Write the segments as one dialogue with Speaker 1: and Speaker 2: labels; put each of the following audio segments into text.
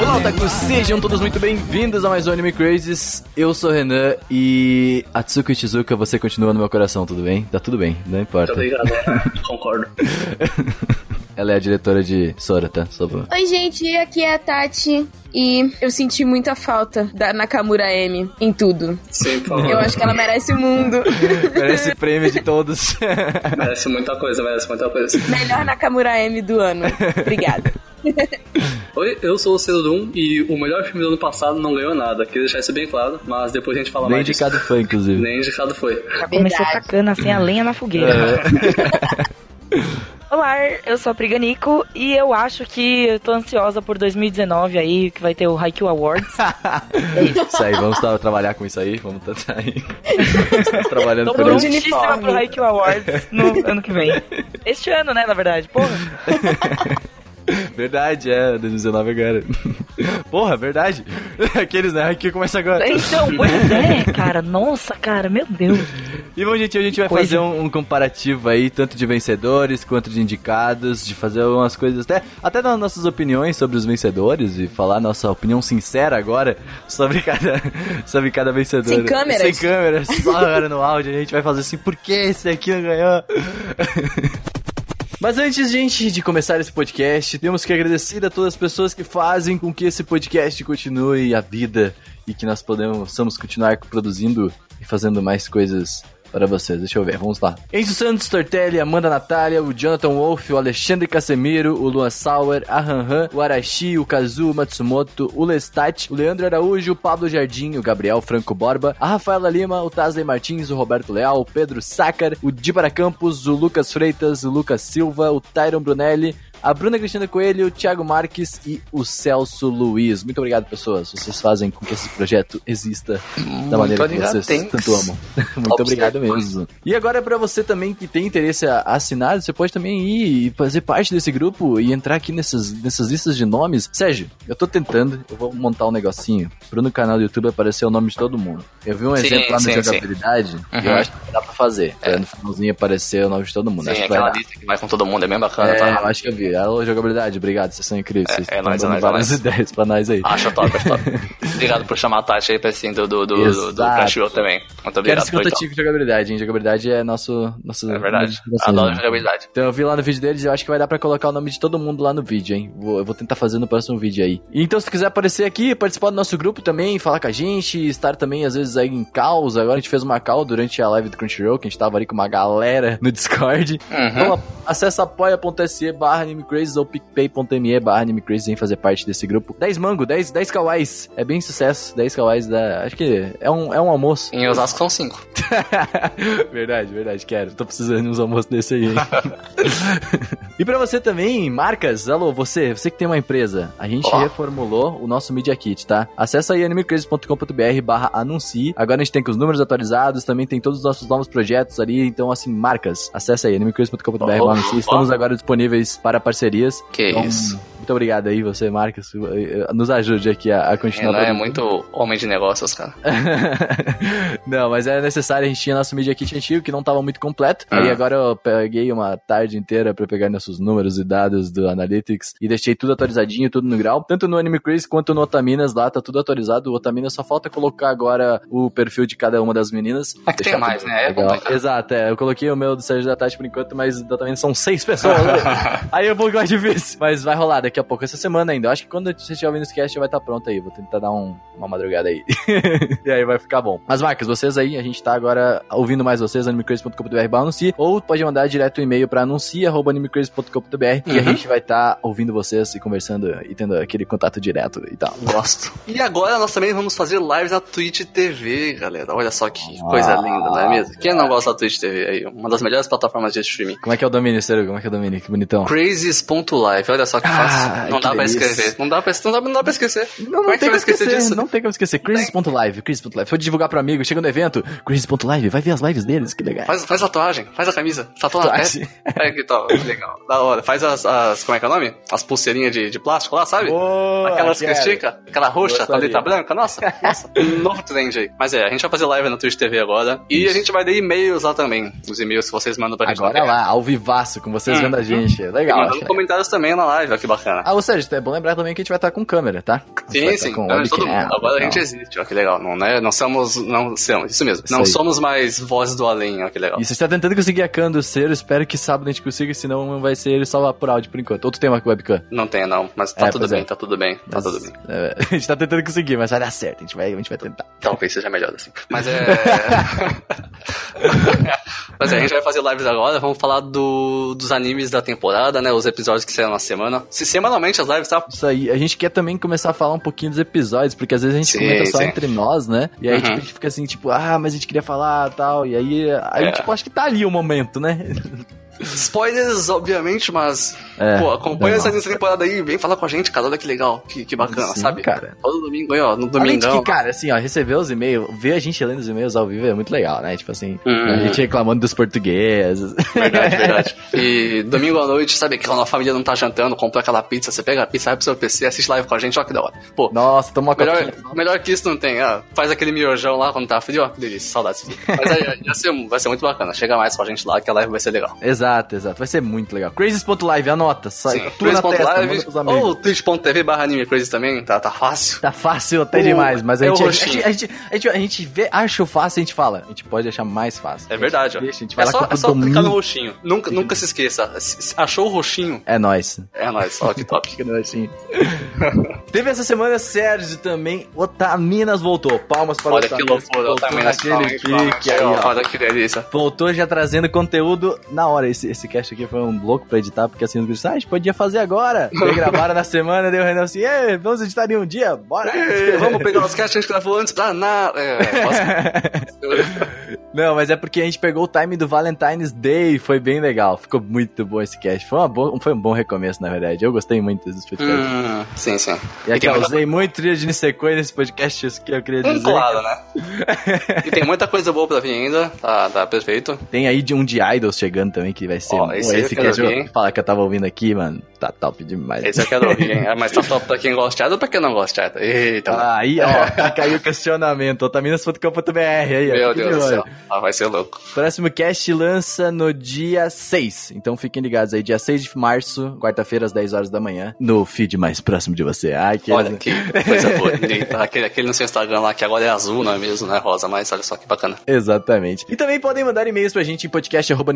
Speaker 1: Olá, otakus! Sejam todos muito bem-vindos a mais um Anime Crazes. Eu sou o Renan e Atsuko Ichizuka, você continua no meu coração, tudo bem? Tá tudo bem, não importa.
Speaker 2: Obrigado, concordo.
Speaker 1: Ela é a diretora de Sora, tá? Só pra...
Speaker 3: Oi, gente, aqui é a Tati e eu senti muita falta da Nakamura M em tudo.
Speaker 2: Sim, por
Speaker 3: Eu
Speaker 2: favor.
Speaker 3: acho que ela merece o mundo.
Speaker 1: Merece prêmio é de todos.
Speaker 2: Merece muita coisa, merece muita coisa.
Speaker 3: Melhor Nakamura M do ano. Obrigada.
Speaker 2: Oi, eu sou o Cerodum e o melhor filme do ano passado não ganhou nada. Queria deixar isso bem claro, mas depois a gente fala
Speaker 1: Bem
Speaker 2: mais. disso.
Speaker 1: indicado fã, inclusive.
Speaker 2: Nem indicado foi.
Speaker 4: Já comecei
Speaker 3: Verdade.
Speaker 4: tacando assim a lenha na fogueira.
Speaker 1: É.
Speaker 4: Olá, eu sou a Priganico e eu acho que eu tô ansiosa por 2019 aí, que vai ter o Haikyuu Awards.
Speaker 1: Isso aí, vamos tra- trabalhar com isso aí, vamos tentar aí. Estamos trabalhando
Speaker 4: Tô
Speaker 1: por isso.
Speaker 4: prontíssima pro Haikyuu Awards no ano que vem. Este ano, né, na verdade, porra.
Speaker 1: Verdade, é, 2019 agora. Porra, verdade. Aqueles, né? Aqui começa agora.
Speaker 4: Então, pois é, cara, nossa, cara, meu Deus.
Speaker 1: E bom, gente, hoje a gente vai
Speaker 4: Coisa.
Speaker 1: fazer um, um comparativo aí, tanto de vencedores quanto de indicados, de fazer umas coisas até, até nas nossas opiniões sobre os vencedores e falar nossa opinião sincera agora sobre cada, sobre cada vencedor.
Speaker 3: Sem câmeras.
Speaker 1: Sem câmeras, só agora no áudio a gente vai fazer assim, por que esse aqui não ganhou? Mas antes, gente, de começar esse podcast, temos que agradecer a todas as pessoas que fazem com que esse podcast continue a vida e que nós possamos continuar produzindo e fazendo mais coisas para vocês. Deixa eu ver, vamos lá. Enzo Santos, Tortelli, Amanda Natália, o Jonathan Wolf, o Alexandre Casemiro, o Luan Sauer, a Hanhan, o Arashi, o Kazu Matsumoto, o Lestat, o Leandro Araújo, o Pablo Jardim, o Gabriel Franco Borba, a Rafaela Lima, o Tasley Martins, o Roberto Leal, o Pedro Sácar, o Dibara Campos, o Lucas Freitas, o Lucas Silva, o Tyron Brunelli, a Bruna Cristina Coelho, o Thiago Marques e o Celso Luiz. Muito obrigado, pessoas. Vocês fazem com que esse projeto exista da maneira
Speaker 5: obrigado,
Speaker 1: que vocês
Speaker 5: thanks.
Speaker 1: tanto amam. Muito obrigado mesmo. E agora, é pra você também que tem interesse a assinar, você pode também ir e fazer parte desse grupo e entrar aqui nessas, nessas listas de nomes. Sérgio, eu tô tentando, eu vou montar um negocinho pro no canal do YouTube aparecer o nome de todo mundo. Eu vi um
Speaker 5: Sim,
Speaker 1: exemplo lá no
Speaker 5: sim, sim.
Speaker 1: Jogabilidade que eu
Speaker 5: Uhum.
Speaker 1: acho que dá pra fazer. Pra no finalzinho aparecer o nome de todo mundo.
Speaker 5: Sim,
Speaker 1: acho que vai
Speaker 5: aquela
Speaker 1: dar.
Speaker 5: lista que vai com todo mundo é bem bacana,
Speaker 1: É,
Speaker 5: tá?
Speaker 1: eu acho que eu vi. Alô, jogabilidade, obrigado, vocês são incríveis.
Speaker 5: É,
Speaker 1: vocês
Speaker 5: é
Speaker 1: estão
Speaker 5: nóis, é
Speaker 1: dando
Speaker 5: nóis, é
Speaker 1: várias
Speaker 5: nóis. Ah,
Speaker 1: ideias pra nós aí.
Speaker 5: Acho top, acho top. obrigado por chamar a Tati aí pra esse do, do, do, do, do
Speaker 1: Exato.
Speaker 5: Crunchyroll também. Muito
Speaker 1: Quero
Speaker 5: obrigado,
Speaker 1: esse
Speaker 5: foi top.
Speaker 1: contatinho de jogabilidade, hein? Jogabilidade é nosso. nosso
Speaker 5: É verdade.
Speaker 1: nosso-
Speaker 5: Adoro jogabilidade.
Speaker 1: Então eu vi lá no vídeo deles, eu acho que vai dar pra colocar o nome de todo mundo lá no vídeo, hein? Vou- eu vou tentar fazer no próximo vídeo aí. E Então se tu quiser aparecer aqui, participar do nosso grupo também, falar com a gente, estar também às vezes aí em caos. Agora a gente fez uma call durante a live do Crunchyroll, que a gente tava ali com uma galera no Discord.
Speaker 5: Uhum.
Speaker 1: Então acessa apoia.se barra animecrazes ou picpay.me barra animecrazes em fazer parte desse grupo. 10 mango, 10, 10 kawais. É bem sucesso. 10 kawais da... Acho que é um, é um almoço.
Speaker 5: Em Osasco são cinco.
Speaker 1: verdade, verdade, quero. Tô precisando de uns almoços desse aí, hein? e pra você também, marcas, alô, você, você que tem uma empresa, a gente
Speaker 5: Ó.
Speaker 1: reformulou o nosso Media Kit, tá? Acessa aí animecrazes.com.br barra anuncie. Agora a gente tem com os números atualizados, também tem todos os nossos novos projetos ali, então assim, marcas, acessa aí animecrazes.com.br barra
Speaker 5: Ó,
Speaker 1: anuncie.
Speaker 5: ó.
Speaker 1: Estamos agora disponíveis para parcerias.
Speaker 5: Que
Speaker 1: Então,
Speaker 5: isso.
Speaker 1: Muito obrigado aí, você, Marcas. eh, Nos ajude aqui a, a continuar.
Speaker 5: Renan é
Speaker 1: produzindo.
Speaker 5: muito homem de negócios, cara.
Speaker 1: não, mas era necessário, a gente tinha nosso Media Kit antigo, que não tava muito completo. Aí
Speaker 5: Ah.
Speaker 1: agora eu peguei uma tarde inteira pra pegar nossos números e dados do Analytics e deixei tudo atualizadinho, tudo no grau. Tanto no Anime Craze quanto no Otaminas lá, tá tudo atualizado. O Otaminas só falta colocar agora o perfil de cada uma das meninas.
Speaker 5: É que tem
Speaker 1: Deixar
Speaker 5: mais,
Speaker 1: tudo
Speaker 5: né? É
Speaker 1: legal.
Speaker 5: complicado.
Speaker 1: Exato, é. Eu coloquei o meu do Sérgio da Tati por enquanto, mas do Otaminas são seis pessoas. aí é um pouco mais difícil. Mas vai rolar daqui a pouco, essa semana ainda. Eu acho que quando você estiver ouvindo esse cast já vai estar pronto aí. Vou tentar dar um- uma madrugada aí. E aí vai ficar bom. Mas, Marcos, vocês aí, a gente tá agora ouvindo mais vocês, animecrazy.com.br barra anuncie, ou pode mandar direto um e-mail pra anuncie.animecrazy.com.br e a gente vai tá ouvindo vocês e conversando e tendo aquele contato direto e tal.
Speaker 5: Gosto. E agora nós também vamos fazer lives na Twitch TV, galera. Olha só que coisa linda, não é mesmo? Quem
Speaker 2: não gosta da Twitch TV aí? Uma das melhores plataformas de streaming.
Speaker 1: Como é que é o domínio, Serugo? Como é que é o domínio? Que bonitão.
Speaker 2: Crazies.live, olha só que
Speaker 1: Ah,
Speaker 2: fácil. Não
Speaker 1: que
Speaker 2: dá pra
Speaker 1: delícia.
Speaker 2: escrever. Não dá pra, não dá, não dá pra esquecer.
Speaker 1: Não,
Speaker 2: Como
Speaker 1: não
Speaker 2: é
Speaker 1: tem
Speaker 2: que você
Speaker 1: como
Speaker 2: vai esquecer
Speaker 1: esquecer,
Speaker 2: disso?
Speaker 1: não tem como esquecer. Chris.live, Chris.live. Foi divulgar pro amigo, chega no evento, Chris.live, vai ver as lives deles, que legal.
Speaker 2: É. Faz, faz tatuagem, faz a camisa, tatua na
Speaker 1: Tatuagem.
Speaker 2: testa. É que tal, legal. Da hora. Faz as, as- como é que é o nome? As pulseirinhas de, de plástico lá, sabe?
Speaker 1: Boa,
Speaker 2: Aquelas que
Speaker 1: cara.
Speaker 2: estica, aquela roxa,
Speaker 1: Gostaria.
Speaker 2: paleta branca, nossa, nossa, um novo trend aí. Mas é, a gente vai fazer live na Twitch TV agora e a gente vai ler e-mails lá também, os e-mails que vocês mandam pra gente.
Speaker 1: Agora é lá, ao vivaço, com vocês
Speaker 2: Hum.
Speaker 1: vendo a gente. Legal. acho é.
Speaker 2: Mandando
Speaker 1: legal.
Speaker 2: comentários também na live, olha que bacana.
Speaker 1: Ah, ou seja, é bom lembrar também que a gente vai estar com câmera, tá? A gente vai estar
Speaker 2: Sim, sim.
Speaker 1: com
Speaker 2: Não, é todo
Speaker 1: webcam,
Speaker 2: mundo. Agora a
Speaker 1: legal.
Speaker 2: gente existe, ó, que legal. Não, né? não somos. Não somos, isso mesmo.
Speaker 1: Isso
Speaker 2: não
Speaker 1: aí.
Speaker 2: somos mais voz do além, ó, que legal.
Speaker 1: E se você tá tentando conseguir a cam do Cero, espero que sábado a gente consiga, senão não vai ser ele salvar por áudio por enquanto. Outro tema com webcam.
Speaker 2: Não tem, não. Mas tá
Speaker 1: É,
Speaker 2: tudo
Speaker 1: pois
Speaker 2: bem,
Speaker 1: é.
Speaker 2: tá tudo bem, tá
Speaker 1: Mas,
Speaker 2: tudo bem.
Speaker 1: é, a gente tá tentando conseguir, mas vai dar certo, a gente vai, a gente vai tentar.
Speaker 2: Talvez seja melhor assim. Mas é. Mas é, a gente vai fazer lives agora, vamos falar do, dos animes da temporada, né? Os episódios que saíram na semana. Se semanalmente as lives, tá?
Speaker 1: Isso aí, a gente quer também começar a falar um pouquinho dos episódios, porque às vezes a gente
Speaker 2: Sim,
Speaker 1: comenta só
Speaker 2: sim.
Speaker 1: entre nós, né? E aí
Speaker 2: Uhum.
Speaker 1: tipo, a gente fica assim, tipo, ah, mas a gente queria falar tal. E aí, aí
Speaker 2: É.
Speaker 1: tipo, acho que tá ali o momento, né?
Speaker 2: Spoilers, obviamente, mas.
Speaker 1: É,
Speaker 2: pô, acompanha
Speaker 1: normal.
Speaker 2: essa animes da temporada aí, vem falar com a gente, cara. Olha que legal, que, que bacana,
Speaker 1: Sim,
Speaker 2: sabe?
Speaker 1: cara.
Speaker 2: Todo domingo aí, ó, no
Speaker 1: Além de
Speaker 2: domingão.
Speaker 1: que, cara, assim, ó, receber os e-mails, ver a gente lendo os e-mails ao vivo é muito legal, né? Tipo assim,
Speaker 2: Uhum.
Speaker 1: a gente reclamando dos portugueses. é.
Speaker 2: Verdade, verdade. E domingo à noite, sabe que a família não tá jantando, comprou aquela pizza, você pega a pizza, vai pro seu PC, assiste live com a gente, ó que da hora. Pô,
Speaker 1: Nossa, toma uma
Speaker 2: melhor,
Speaker 1: coquinha.
Speaker 2: melhor que isso não tem. Ah, faz aquele miojão lá quando tá frio, ó, que delícia, saudades. Mas aí, ia ser- um- vai ser muito bacana. Chega mais com a gente lá que a live vai ser legal.
Speaker 1: Exato, exato. Vai ser muito legal. Crazies.live, anota. Sai
Speaker 2: Sim,
Speaker 1: Tá tudo na testa, manda
Speaker 2: twitch.live
Speaker 1: pros amigos.
Speaker 2: ou twitch.tv barra anime crazy também, tá, tá fácil.
Speaker 1: Tá fácil até
Speaker 2: Ou
Speaker 1: demais, mas a
Speaker 2: é o
Speaker 1: gente, a,
Speaker 2: roxinho.
Speaker 1: gente, a, gente, a, gente, a gente vê, acha o fácil e a gente fala. A gente pode achar mais fácil.
Speaker 2: É verdade, ó.
Speaker 1: A gente, deixa, a gente vai
Speaker 2: É
Speaker 1: lá
Speaker 2: só,
Speaker 1: com
Speaker 2: é
Speaker 1: o
Speaker 2: só clicar no
Speaker 1: domínio.
Speaker 2: roxinho. Nunca, nunca se esqueça. se- se Achou o roxinho?
Speaker 1: É nóis.
Speaker 2: É nóis, ó, que top.
Speaker 1: Fica no roxinho. Teve essa semana Sérgio também. Otaminas voltou. Palmas para o
Speaker 2: Olha que
Speaker 1: Otaminas.
Speaker 2: loucura, eu
Speaker 1: voltou
Speaker 2: também
Speaker 1: naquele pique aí, ó.
Speaker 2: Olha que delícia.
Speaker 1: Voltou já trazendo conteúdo na hora. Esse, esse cast aqui foi um bloco pra editar, porque assim, os guris, ah, a gente podia fazer agora. Daí gravaram na semana, daí o Renan assim, "Ei, vamos editar em um dia, bora.
Speaker 2: É, Vamos pegar os casts que a gente gravou antes pra nada. É, posso-
Speaker 1: Não, mas é porque a gente pegou o time do Valentine's Day, foi bem legal. Ficou muito bom esse cast. Foi, uma boa- foi um bom recomeço, na verdade. Eu gostei muito desse podcast.
Speaker 2: Hum, sim, sim.
Speaker 1: e
Speaker 2: e
Speaker 1: aqui,
Speaker 2: tem
Speaker 1: eu
Speaker 2: muita-
Speaker 1: usei muito tríade de sequência nesse podcast, isso que eu queria
Speaker 2: Hum,
Speaker 1: dizer.
Speaker 2: claro, né? e tem muita coisa boa pra vir ainda. Tá, tá perfeito.
Speaker 1: Tem aí de um de Idols chegando também, que vai ser.
Speaker 2: Ó,
Speaker 1: bom.
Speaker 2: esse aí eu quero
Speaker 1: cast
Speaker 2: ouvir, hein?
Speaker 1: fala que eu tava ouvindo aqui, mano. Tá top demais.
Speaker 2: Esse eu quero ouvir, hein? Ah, Mas tá top pra quem gosta de Ada ou pra quem não gosta de Ada? Eita, mano.
Speaker 1: Ah, Aí, ó, fica aí o questionamento. Otaminas.com.br aí, ó.
Speaker 2: É. meu
Speaker 1: é, fica de
Speaker 2: Deus do
Speaker 1: olho.
Speaker 2: céu. Ah, vai ser louco.
Speaker 1: Próximo cast lança no dia 6. Então fiquem ligados aí, dia 6 de março, quarta-feira, às 10 horas da manhã, no feed mais próximo de você. Ai, que
Speaker 2: Olha que coisa bonita. Aquele, aquele no seu Instagram lá, que agora é azul, não é mesmo? Não é rosa, mas olha só que bacana.
Speaker 1: Exatamente. E também podem mandar e-mails pra gente em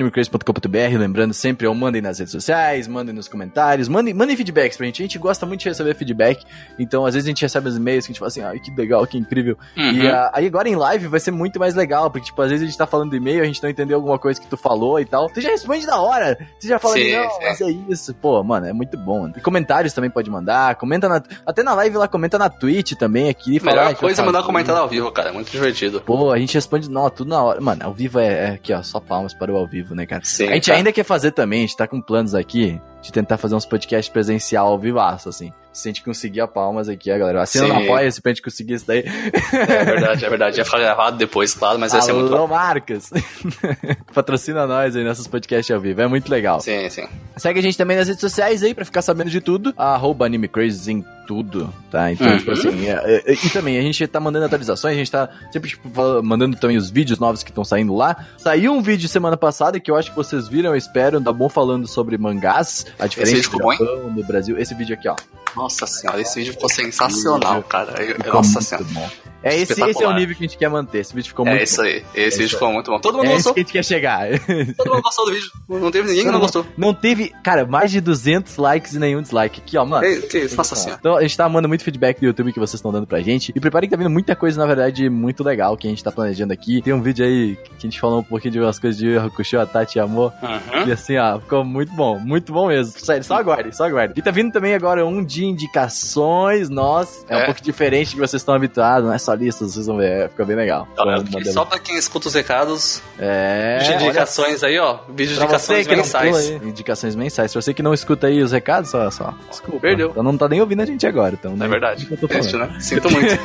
Speaker 1: podcast.animecrazy.com.br. Lembrando sempre, ou mandem nas redes sociais, mandem nos comentários, mandem, mandem feedbacks pra gente. A gente gosta muito de receber feedback. Então, às vezes, a gente recebe os e-mails que a gente fala assim, ai, que legal, que incrível. E
Speaker 2: Uhum.
Speaker 1: ah, aí agora em live vai ser muito mais legal, porque, tipo, às vezes a gente tá falando do e-mail, a gente não entendeu alguma coisa que tu falou e tal. Tu já responde na hora. Tu já fala,
Speaker 2: Sim,
Speaker 1: assim, não,
Speaker 2: sim.
Speaker 1: mas é isso. Pô, mano, é muito bom. mano. E comentários também pode mandar. Comenta na. Até na live lá, comenta na Twitch também aqui. fala, "Ah,
Speaker 2: Melhor
Speaker 1: deixa eu
Speaker 2: coisa é mandar
Speaker 1: fazer".
Speaker 2: comentário ao vivo, cara. É muito divertido.
Speaker 1: Pô, a gente responde, não, tudo na hora. Mano, ao vivo é, é aqui, ó, só palmas para o ao vivo, né, cara?
Speaker 2: Sim,
Speaker 1: a gente
Speaker 2: tá.
Speaker 1: ainda quer fazer também, a gente tá com planos aqui de tentar fazer uns podcasts presencial ao vivaço, assim. Se a gente conseguir a palmas aqui, a galera. Assina
Speaker 2: Sim.
Speaker 1: no apoia-se pra gente conseguir isso daí.
Speaker 2: É verdade, é verdade. Ia ficar gravado depois, claro, mas ia ser muito bom.
Speaker 1: Alô, Marcas! Patrocina nós aí, nossos podcasts ao vivo. É muito legal.
Speaker 2: Sim, sim.
Speaker 1: Segue a gente também nas redes sociais aí pra ficar sabendo de tudo. Arroba AnimeCrazes em tudo, tá? Então,
Speaker 2: Uhum.
Speaker 1: tipo assim, é, é, e também a gente tá mandando atualizações, a gente tá sempre tipo, fal- mandando também os vídeos novos que estão saindo lá. Saiu um vídeo semana passada que eu acho que vocês viram, eu espero, da Bom falando sobre mangás, a diferença
Speaker 2: vídeo
Speaker 1: do
Speaker 2: ficou
Speaker 1: Japão, do Brasil. Esse vídeo aqui, ó.
Speaker 2: Nossa senhora, esse vídeo ficou sensacional, cara. Eu-
Speaker 1: Ficou
Speaker 2: Nossa
Speaker 1: muito
Speaker 2: senhora.
Speaker 1: bom. É esse, esse é o
Speaker 2: Espetacular.
Speaker 1: nível que a gente quer manter. Esse vídeo ficou
Speaker 2: É
Speaker 1: muito
Speaker 2: isso
Speaker 1: bom.
Speaker 2: aí. Esse
Speaker 1: isso
Speaker 2: vídeo ficou muito bom. Todo mundo
Speaker 1: É esse
Speaker 2: gostou.
Speaker 1: que a gente quer chegar.
Speaker 2: Todo mundo gostou do vídeo. Não teve ninguém que não gostou.
Speaker 1: Não teve, cara, mais de 200 likes e nenhum dislike. Aqui, ó, mano.
Speaker 2: Ei, Que isso, nossa senhora.
Speaker 1: Então, a gente tá amando muito feedback do YouTube que vocês estão dando pra gente. E preparem que tá vindo muita coisa, na verdade, muito legal que a gente tá planejando aqui. Tem um vídeo aí que a gente falou um pouquinho de umas coisas de Yu Yu Hakusho, a Tati amou.
Speaker 2: Uhum.
Speaker 1: E assim, ó, ficou muito bom, muito bom mesmo. Sério, só aguardem, só aguardem. E tá vindo também agora um de indicações, nós. É, um
Speaker 2: É.
Speaker 1: pouco diferente do que vocês estão habituados, não é só nossa lista, vocês vão ver, fica bem legal.
Speaker 2: Olha,
Speaker 1: Vamos mandar-
Speaker 2: Tá, Só pra Então, quem escuta os recados,
Speaker 1: É,
Speaker 2: vídeo de
Speaker 1: olha
Speaker 2: indicações aí, ó. Vídeo de
Speaker 1: Pra você
Speaker 2: indicações
Speaker 1: que não pula
Speaker 2: mensais.
Speaker 1: aí. Indicações mensais. Pra você que não escuta aí os recados, só. só. Desculpa.
Speaker 2: Perdeu.
Speaker 1: Então não tá nem ouvindo a gente agora. Então,
Speaker 2: É verdade.
Speaker 1: Eu tô falando.
Speaker 2: Triste, né? Sinto muito.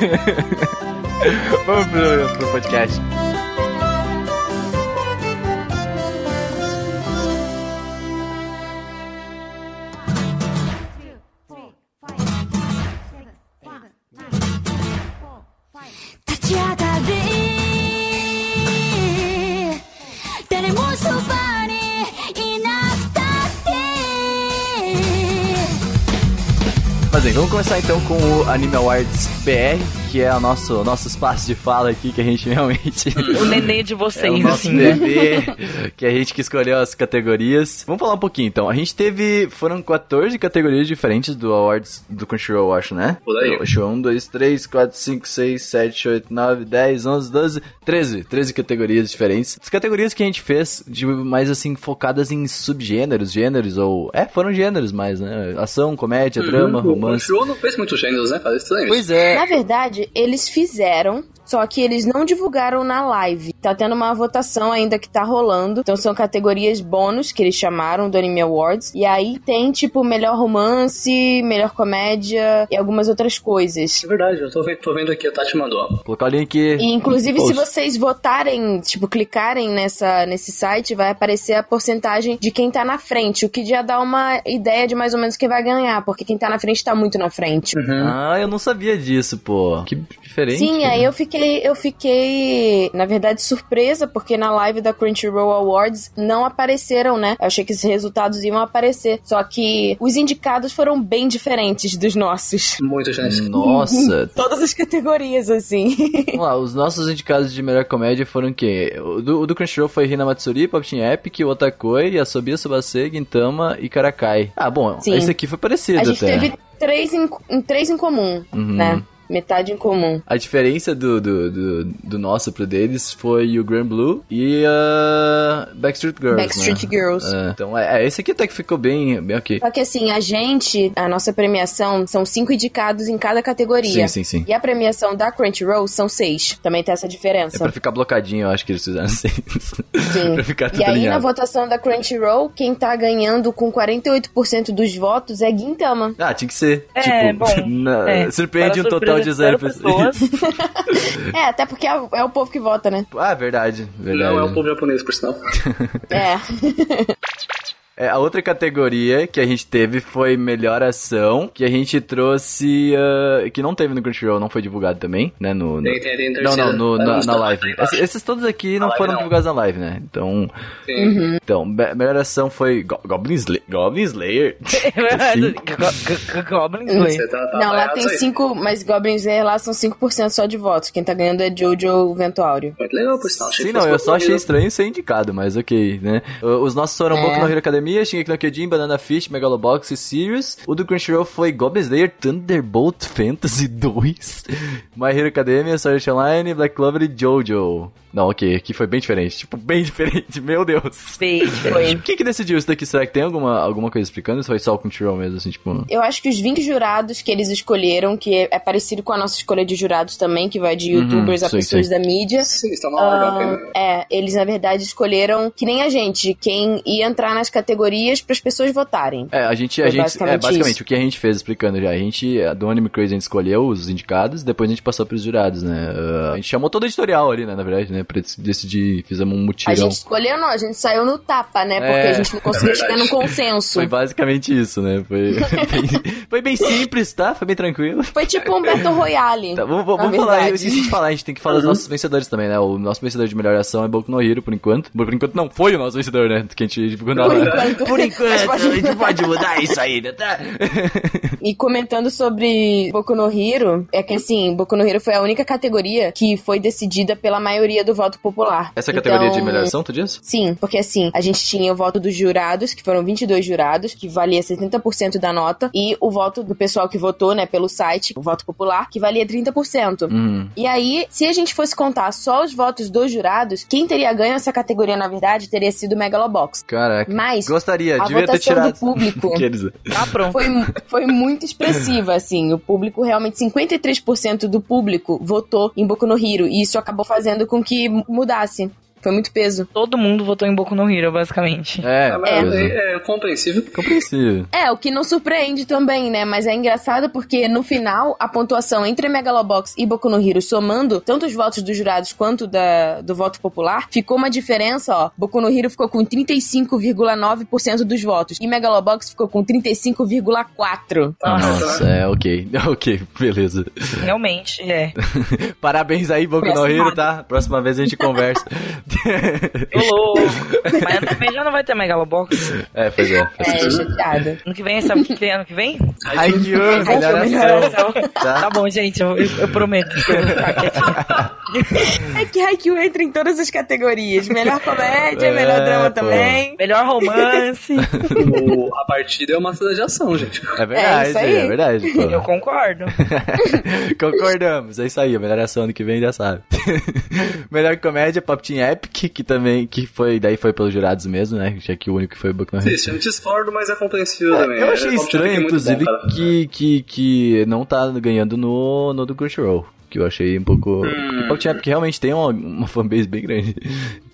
Speaker 1: Vamos pro, pro podcast.
Speaker 6: 「立ち上がり」「誰もそばにいなくたって」
Speaker 1: Mas bem, vamos começar então com o Anime Awards BR, que é o nosso, nosso espaço de fala aqui que a gente realmente.
Speaker 2: Hum.
Speaker 4: O nenê de
Speaker 1: É o
Speaker 4: vocês,
Speaker 1: nosso
Speaker 4: assim.
Speaker 1: bebê, que a gente que escolheu as categorias. Vamos falar um pouquinho então. A gente teve. Foram 14 categorias diferentes do Awards do Crunchyroll, eu acho, né?
Speaker 2: Por aí.
Speaker 1: Eu acho 1, 2, 3, 4, 5, 6, 7, 8, 9, 10, 11, 12, 13. 13 categorias diferentes. As categorias que a gente fez, de mais assim, focadas em subgêneros, gêneros, ou. É, foram gêneros mais, né? Ação, comédia, drama,
Speaker 2: O
Speaker 1: romance.
Speaker 2: Uhum. show não fez muitos gêneros, né, cara? Estranho.
Speaker 1: Pois é.
Speaker 3: Na verdade, eles fizeram, só que eles não divulgaram na live. Tá tendo uma votação ainda que tá rolando. Então são categorias bônus que eles chamaram do Anime Awards. E aí tem, tipo, melhor romance, melhor comédia e algumas outras coisas.
Speaker 2: É verdade, eu tô vendo, tô vendo aqui, a Tati mandou. ó.
Speaker 1: Vou colocar o link.
Speaker 3: E inclusive, se
Speaker 1: Post.
Speaker 3: vocês votarem, tipo, clicarem nessa, nesse site, vai aparecer a porcentagem de quem tá na frente, o que já dá uma ideia de mais ou menos quem vai ganhar, porque quem tá na frente tá muito na frente.
Speaker 1: Ah, eu não sabia disso, pô. Que diferente.
Speaker 3: Sim, aí eu fiquei, eu fiquei, na verdade, surpresa, porque na live da Crunchyroll Awards não apareceram, né? Eu achei que esses resultados iam aparecer. Só que os indicados foram bem diferentes dos nossos.
Speaker 2: Muitos gêneros.
Speaker 1: Nossa,
Speaker 3: Todas as categorias, assim.
Speaker 1: Vamos lá, os nossos indicados de melhor comédia foram o quê? O do, o do Crunchyroll foi Rina Matsuri, Pop Team Epic, Otakoi, Yasobi, Subase, Gintama e Karakai. Ah, bom,
Speaker 3: Sim.
Speaker 1: esse aqui foi parecido
Speaker 3: A gente
Speaker 1: até.
Speaker 3: teve três em, em- três em comum,
Speaker 1: Uhum.
Speaker 3: né? Metade em comum.
Speaker 1: A diferença do, do, do, do nosso pro deles foi o Grand Blue e a Backstreet Girls,
Speaker 3: Backstreet
Speaker 1: né?
Speaker 3: Girls.
Speaker 1: É, então, é, é, esse aqui até que ficou bem, bem ok.
Speaker 3: Só que assim, a gente, a nossa premiação, são cinco indicados em cada
Speaker 1: Sim,
Speaker 3: categoria.
Speaker 1: sim, sim.
Speaker 3: E a premiação da Crunchyroll são seis. Também tem essa
Speaker 1: É
Speaker 3: diferença.
Speaker 1: pra ficar blocadinho, eu acho que eles fizeram assim.
Speaker 3: Sim.
Speaker 1: pra ficar tudo
Speaker 3: E aí, na
Speaker 1: alinhado.
Speaker 3: votação da Crunchyroll, quem tá ganhando com 48% dos votos é Guintama.
Speaker 1: Ah, tinha que ser.
Speaker 4: É,
Speaker 1: tipo,
Speaker 4: bom,
Speaker 1: na-
Speaker 4: é.
Speaker 1: surpreende um
Speaker 4: Para
Speaker 1: total de
Speaker 4: surpresa
Speaker 1: zero
Speaker 4: pessoas.
Speaker 3: É, até porque é, é o povo que vota, né?
Speaker 1: Ah, verdade, verdade.
Speaker 2: Não, é o povo japonês, por sinal.
Speaker 3: É.
Speaker 1: É, a outra categoria que a gente teve foi melhor ação, que a gente trouxe. ah, que não teve no Crunchyroll, não foi divulgado também, né? No, no-
Speaker 2: Tem, tem, tem
Speaker 1: Não, não,
Speaker 2: terceira.
Speaker 1: no-
Speaker 2: Vai
Speaker 1: na,
Speaker 2: mostrar
Speaker 1: na
Speaker 2: lá
Speaker 1: live.
Speaker 2: embaixo.
Speaker 1: Esses, esses todos aqui não
Speaker 2: live
Speaker 1: foram
Speaker 2: não.
Speaker 1: divulgados na live, né? Então,
Speaker 2: Tem.
Speaker 3: Uhum.
Speaker 1: então be- melhor ação foi Go- Goblin, Sla- Goblin Slayer. Sim.
Speaker 4: É Go- go- go- Goblin Slayer.
Speaker 2: Você tá- tá
Speaker 1: é
Speaker 3: Não, lá
Speaker 2: apanhado
Speaker 3: tem
Speaker 1: assim.
Speaker 2: isso aí.
Speaker 3: 5, mas Goblin Slayer lá são 5% só de votos. Quem tá ganhando é Jojo Ventuário.
Speaker 2: Muito legal, por sinal. Achei
Speaker 1: Sim,
Speaker 2: que
Speaker 1: não,
Speaker 2: fosse
Speaker 1: eu só achei
Speaker 2: maneiro.
Speaker 1: estranho ser indicado, mas ok, né? O- Os nossos foram
Speaker 3: É.
Speaker 1: Boku no Hero Academia, Shingeki no Kyojin, Banana Fish, Megalobox e Sirius. O do Crunchyroll foi Goblin Slayer, Thunderbolt Fantasy 2, My Hero Academia, Sword Art Online, Black Clover e Jojo. Não, ok, aqui foi bem diferente, tipo, bem diferente, meu Deus.
Speaker 4: Bait, foi.
Speaker 1: Quem que decidiu isso daqui? Será que tem alguma, alguma coisa explicando? Isso foi só o Crunchyroll mesmo, assim, tipo...
Speaker 3: Eu acho que os 20 jurados que eles escolheram, que é, é parecido com a nossa escolha de jurados também, que vai de
Speaker 1: Uhum,
Speaker 3: youtubers a
Speaker 1: sei,
Speaker 3: pessoas da mídia.
Speaker 2: Sim, assim, está na hora, né?
Speaker 3: Ah,
Speaker 2: bacana.
Speaker 3: é, eles na verdade escolheram, que nem a gente, quem ia entrar nas categorias para as pessoas votarem.
Speaker 1: É, a gente, a
Speaker 3: Foi
Speaker 1: gente,
Speaker 3: basicamente
Speaker 1: é, basicamente
Speaker 3: isso.
Speaker 1: o que a gente fez explicando já. A gente, a do Anime Crazy, a gente escolheu os indicados, depois a gente passou pros jurados, né? Ah, a gente chamou todo o editorial ali, né, na verdade, né, pra dec- decidir, fizemos um
Speaker 3: A
Speaker 1: mutirão.
Speaker 3: gente escolheu não, a gente saiu no tapa, né? Porque
Speaker 1: É.
Speaker 3: a gente não conseguiu
Speaker 2: É
Speaker 3: chegar
Speaker 2: verdade.
Speaker 3: num consenso.
Speaker 1: Foi basicamente isso, né? Foi, bem, foi bem simples, tá? Foi bem tranquilo.
Speaker 3: Foi tipo um Battle Royale.
Speaker 1: Tá, vamos vamos-
Speaker 3: Na
Speaker 1: vamos falar, eu
Speaker 3: verdade. Uhum.
Speaker 1: esqueci de falar, a gente tem que falar dos nossos vencedores também, né? O nosso vencedor de melhor ação é Boku no Hero, por enquanto. Por enquanto não foi o nosso vencedor, né? Que a gente divulgou na
Speaker 3: Por
Speaker 1: hora.
Speaker 3: enquanto.
Speaker 1: Por
Speaker 3: Mas
Speaker 1: enquanto, a
Speaker 3: pode-
Speaker 1: gente pode mudar isso ainda, tá?
Speaker 3: E comentando sobre Boku no Hero, é que assim, Boku no Hero foi a única categoria que foi decidida pela maioria do voto popular.
Speaker 1: Essa é a categoria de
Speaker 3: Então,
Speaker 1: melhor ação, tu diz?
Speaker 3: Sim, porque assim, a gente tinha o voto dos jurados, que foram 22 jurados, que valia 70% da nota, e o voto do pessoal que votou, né, pelo site, o voto popular, que valia 30%.
Speaker 1: Hum.
Speaker 3: E aí, se a gente fosse contar só os votos dos jurados, quem teria ganho essa categoria, na verdade, teria sido o Megalobox.
Speaker 1: Caraca.
Speaker 3: Mas
Speaker 1: gostaria,
Speaker 3: A
Speaker 1: É, devia ter
Speaker 3: votação
Speaker 1: tirado.
Speaker 3: do público.
Speaker 1: Aqueles-
Speaker 4: Tá pronto.
Speaker 3: Foi, foi muito expressiva, assim. O público realmente, 53% do público votou em Boku no Hero. E isso acabou fazendo com que mudasse. Foi muito peso.
Speaker 4: Todo mundo votou em Boku no Hero, basicamente.
Speaker 1: É,
Speaker 2: Ah, mas
Speaker 1: coisa.
Speaker 2: é, é compreensível.
Speaker 1: compreensível.
Speaker 3: É, o que não surpreende também, né? Mas é engraçado porque no final, a pontuação entre Megalobox e Boku no Hero, somando tanto os votos dos jurados quanto da, do voto popular, ficou uma diferença, ó. Boku no Hero ficou com 35,9% dos votos e Megalobox ficou com 35,4%.
Speaker 4: Nossa.
Speaker 1: Nossa, é, ok. Ok, beleza.
Speaker 4: Realmente, é.
Speaker 1: Parabéns aí, Boku no
Speaker 3: Próximo
Speaker 1: Hero,
Speaker 3: round.
Speaker 1: tá? Próxima vez a gente conversa.
Speaker 4: Tô louco. Mas ano que vem já não vai ter Megalobox.
Speaker 1: é, pois é.
Speaker 3: É, chateada.
Speaker 4: Ano que vem, sabe o que tem ano que vem?
Speaker 1: Haikyuu, melhoração.
Speaker 4: Melhoração.
Speaker 1: Tá?
Speaker 4: Tá bom, gente, eu, eu- eu prometo que eu vou ficar quietinho.
Speaker 3: É que Haikyuu entra em todas as categorias. Melhor comédia,
Speaker 1: É,
Speaker 3: melhor drama
Speaker 1: pô.
Speaker 3: também.
Speaker 4: Melhor romance.
Speaker 2: O- a partida é uma cena de ação, gente.
Speaker 1: É verdade,
Speaker 3: É
Speaker 1: é,
Speaker 3: isso aí.
Speaker 1: verdade. pô.
Speaker 4: Eu concordo.
Speaker 1: Concordamos, é isso aí. A melhoração ano que vem já sabe. Melhor comédia, Pop Team Epic, que também, que foi, daí foi pelos jurados mesmo, né? Já que o único que foi o Boku no Hero.
Speaker 2: Esse filme discordo, mas é compreensível também.
Speaker 1: Eu
Speaker 2: É,
Speaker 1: achei
Speaker 2: é um filme
Speaker 1: estranho,
Speaker 2: muito
Speaker 1: inclusive,
Speaker 2: bom, cara.
Speaker 1: que, que, que não tá ganhando no, no do Crunchyroll. Que eu achei um pouco.
Speaker 2: Hum.
Speaker 1: O Pop Team Epic realmente tem uma, uma fanbase bem grande.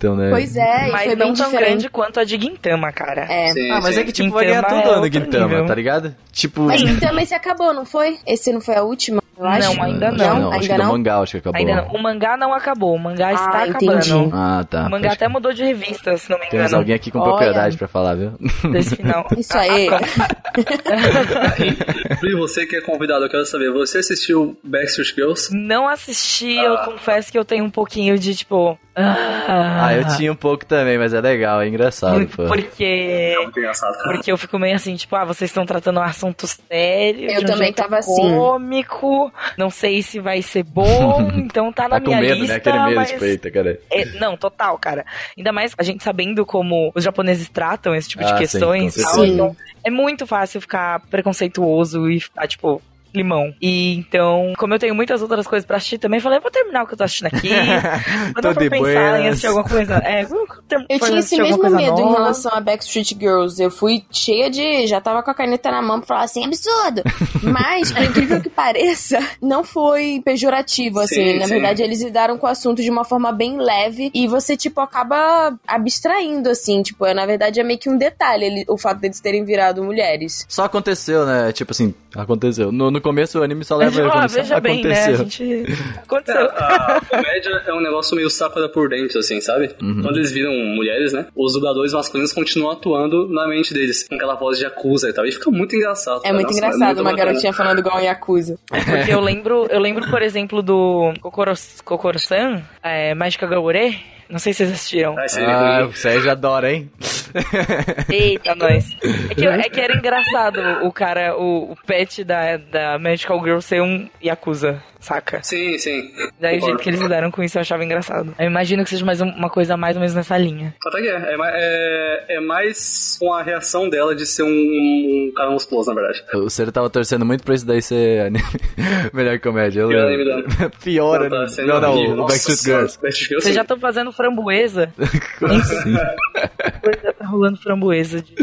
Speaker 1: Então, né?
Speaker 3: Pois é, e foi
Speaker 4: Mas
Speaker 3: bem
Speaker 4: não tão grande
Speaker 3: diferente.
Speaker 4: quanto a de Guintama, cara.
Speaker 3: É.
Speaker 2: Sim,
Speaker 1: Ah, mas
Speaker 2: sim.
Speaker 1: é que tipo, vai ganhar
Speaker 4: Gintama
Speaker 1: todo
Speaker 4: é
Speaker 1: ano
Speaker 4: outro
Speaker 1: Guintama,
Speaker 4: nível.
Speaker 1: tá ligado? Tipo.
Speaker 3: Mas também se acabou, não foi? Esse não foi a última, eu acho.
Speaker 4: Não, ainda
Speaker 1: acho que acho que
Speaker 4: não.
Speaker 1: é
Speaker 3: ainda
Speaker 1: do
Speaker 3: não.
Speaker 1: mangá, acho que acabou.
Speaker 4: Ainda não. O mangá não acabou, o mangá
Speaker 3: Ah,
Speaker 4: está
Speaker 3: entendi.
Speaker 4: acabando.
Speaker 1: Ah, tá.
Speaker 4: o mangá
Speaker 1: pode
Speaker 4: até
Speaker 1: crer.
Speaker 4: mudou de revista, se não me
Speaker 1: Temos
Speaker 4: engano,
Speaker 1: alguém aqui com
Speaker 3: Olha.
Speaker 1: propriedade pra falar, viu?
Speaker 4: desse final.
Speaker 3: Isso aí.
Speaker 2: E você que é convidado, eu quero saber, você assistiu Backstreet Girls?
Speaker 4: Não assisti, eu confesso que eu tenho um pouquinho de, tipo... Ah,
Speaker 1: Ah, eu tinha um pouco também, mas é legal, é engraçado, pô.
Speaker 4: Porque...
Speaker 2: Muito engraçado.
Speaker 4: Porque eu fico meio assim, tipo, ah, vocês estão tratando um assunto sério.
Speaker 3: Eu
Speaker 4: de um
Speaker 3: também
Speaker 4: jeito
Speaker 3: tava assim.
Speaker 4: cômico, Não sei se vai ser bom, então tá, na
Speaker 1: Tá com
Speaker 4: minha
Speaker 1: medo,
Speaker 4: lista.
Speaker 1: né? Aquele medo,
Speaker 4: mas...
Speaker 1: tipo, eita, cara.
Speaker 4: É, não, total, cara. Ainda mais a gente sabendo como os japoneses tratam esse tipo
Speaker 1: Ah,
Speaker 4: de
Speaker 1: sim,
Speaker 4: questões.
Speaker 1: com
Speaker 4: e tal,
Speaker 3: certeza.
Speaker 4: então é muito fácil ficar preconceituoso e ficar, tipo, limão. E então, como eu tenho muitas outras coisas pra assistir também, eu falei, eu vou terminar o que eu tô assistindo aqui. Quando
Speaker 1: Tô
Speaker 4: eu for
Speaker 1: de
Speaker 4: pensar em
Speaker 1: buenas.
Speaker 4: assistir alguma coisa. É, quando eu ter-
Speaker 3: Eu
Speaker 4: for
Speaker 3: tinha esse
Speaker 4: assistir
Speaker 3: mesmo
Speaker 4: alguma coisa
Speaker 3: medo em
Speaker 4: nova-
Speaker 3: relação a Backstreet Girls. Eu fui cheia de. Já tava com a caneta na mão pra falar assim, absurdo! Mas, por incrível que pareça, não foi pejorativo,
Speaker 2: Sim,
Speaker 3: assim. Na
Speaker 2: sim.
Speaker 3: verdade, eles lidaram com o assunto de uma forma bem leve e você, tipo, acaba abstraindo, assim. Tipo, é, na verdade é meio que um detalhe ele- o fato deles terem virado mulheres.
Speaker 1: Só aconteceu, né? Tipo assim, aconteceu. No, no começo o anime só leva a
Speaker 4: Ah,
Speaker 1: evolução.
Speaker 4: veja bem, né? A
Speaker 1: aconteceu.
Speaker 4: gente.
Speaker 2: É,
Speaker 4: Aconteceu.
Speaker 2: a comédia é um negócio meio Sakura por dentro, assim, sabe? Quando eles viram mulheres, né? Os dubladores masculinos continuam atuando na mente deles, com aquela voz de acusa e tal. E fica muito engraçado.
Speaker 3: É
Speaker 2: cara.
Speaker 3: muito
Speaker 2: Nossa, né?
Speaker 3: engraçado
Speaker 2: muito
Speaker 3: uma
Speaker 2: bacana.
Speaker 3: garotinha falando igual um Yakuza.
Speaker 4: Porque eu lembro, eu lembro, por exemplo, do Kokoros- Kokoro-san, é, Magica Gaure. Não sei se vocês assistiram.
Speaker 2: Ah, esse é
Speaker 1: Ah,
Speaker 2: ruim.
Speaker 1: o Sérgio adora, hein?
Speaker 4: Eita, nós. É que, é que era engraçado o cara, o, o pet da, da Magical Girl ser um Yakuza, saca?
Speaker 2: Sim, sim.
Speaker 4: Daí o
Speaker 2: Concordo.
Speaker 4: jeito que eles lidaram com isso eu achava engraçado. Eu imagino que seja mais um- uma coisa mais ou menos nessa linha.
Speaker 2: Até que é. É, ma- é- é mais com a reação dela de ser um, um cara musculoso, na verdade.
Speaker 1: O Sérgio tava torcendo muito pra isso daí ser anime. melhor comédia. Eu
Speaker 2: Pior
Speaker 1: lembro.
Speaker 2: anime
Speaker 1: Piora,
Speaker 2: tá
Speaker 1: não,
Speaker 2: sendo
Speaker 1: não, não,
Speaker 2: horrível.
Speaker 1: o
Speaker 2: Nossa
Speaker 1: Backstreet
Speaker 2: Senhora,
Speaker 1: Girls.
Speaker 2: Backstreet Girls,
Speaker 4: Vocês
Speaker 2: sim.
Speaker 4: já estão fazendo framboesa?
Speaker 1: Como assim?
Speaker 4: Já tá rolando framboesa de,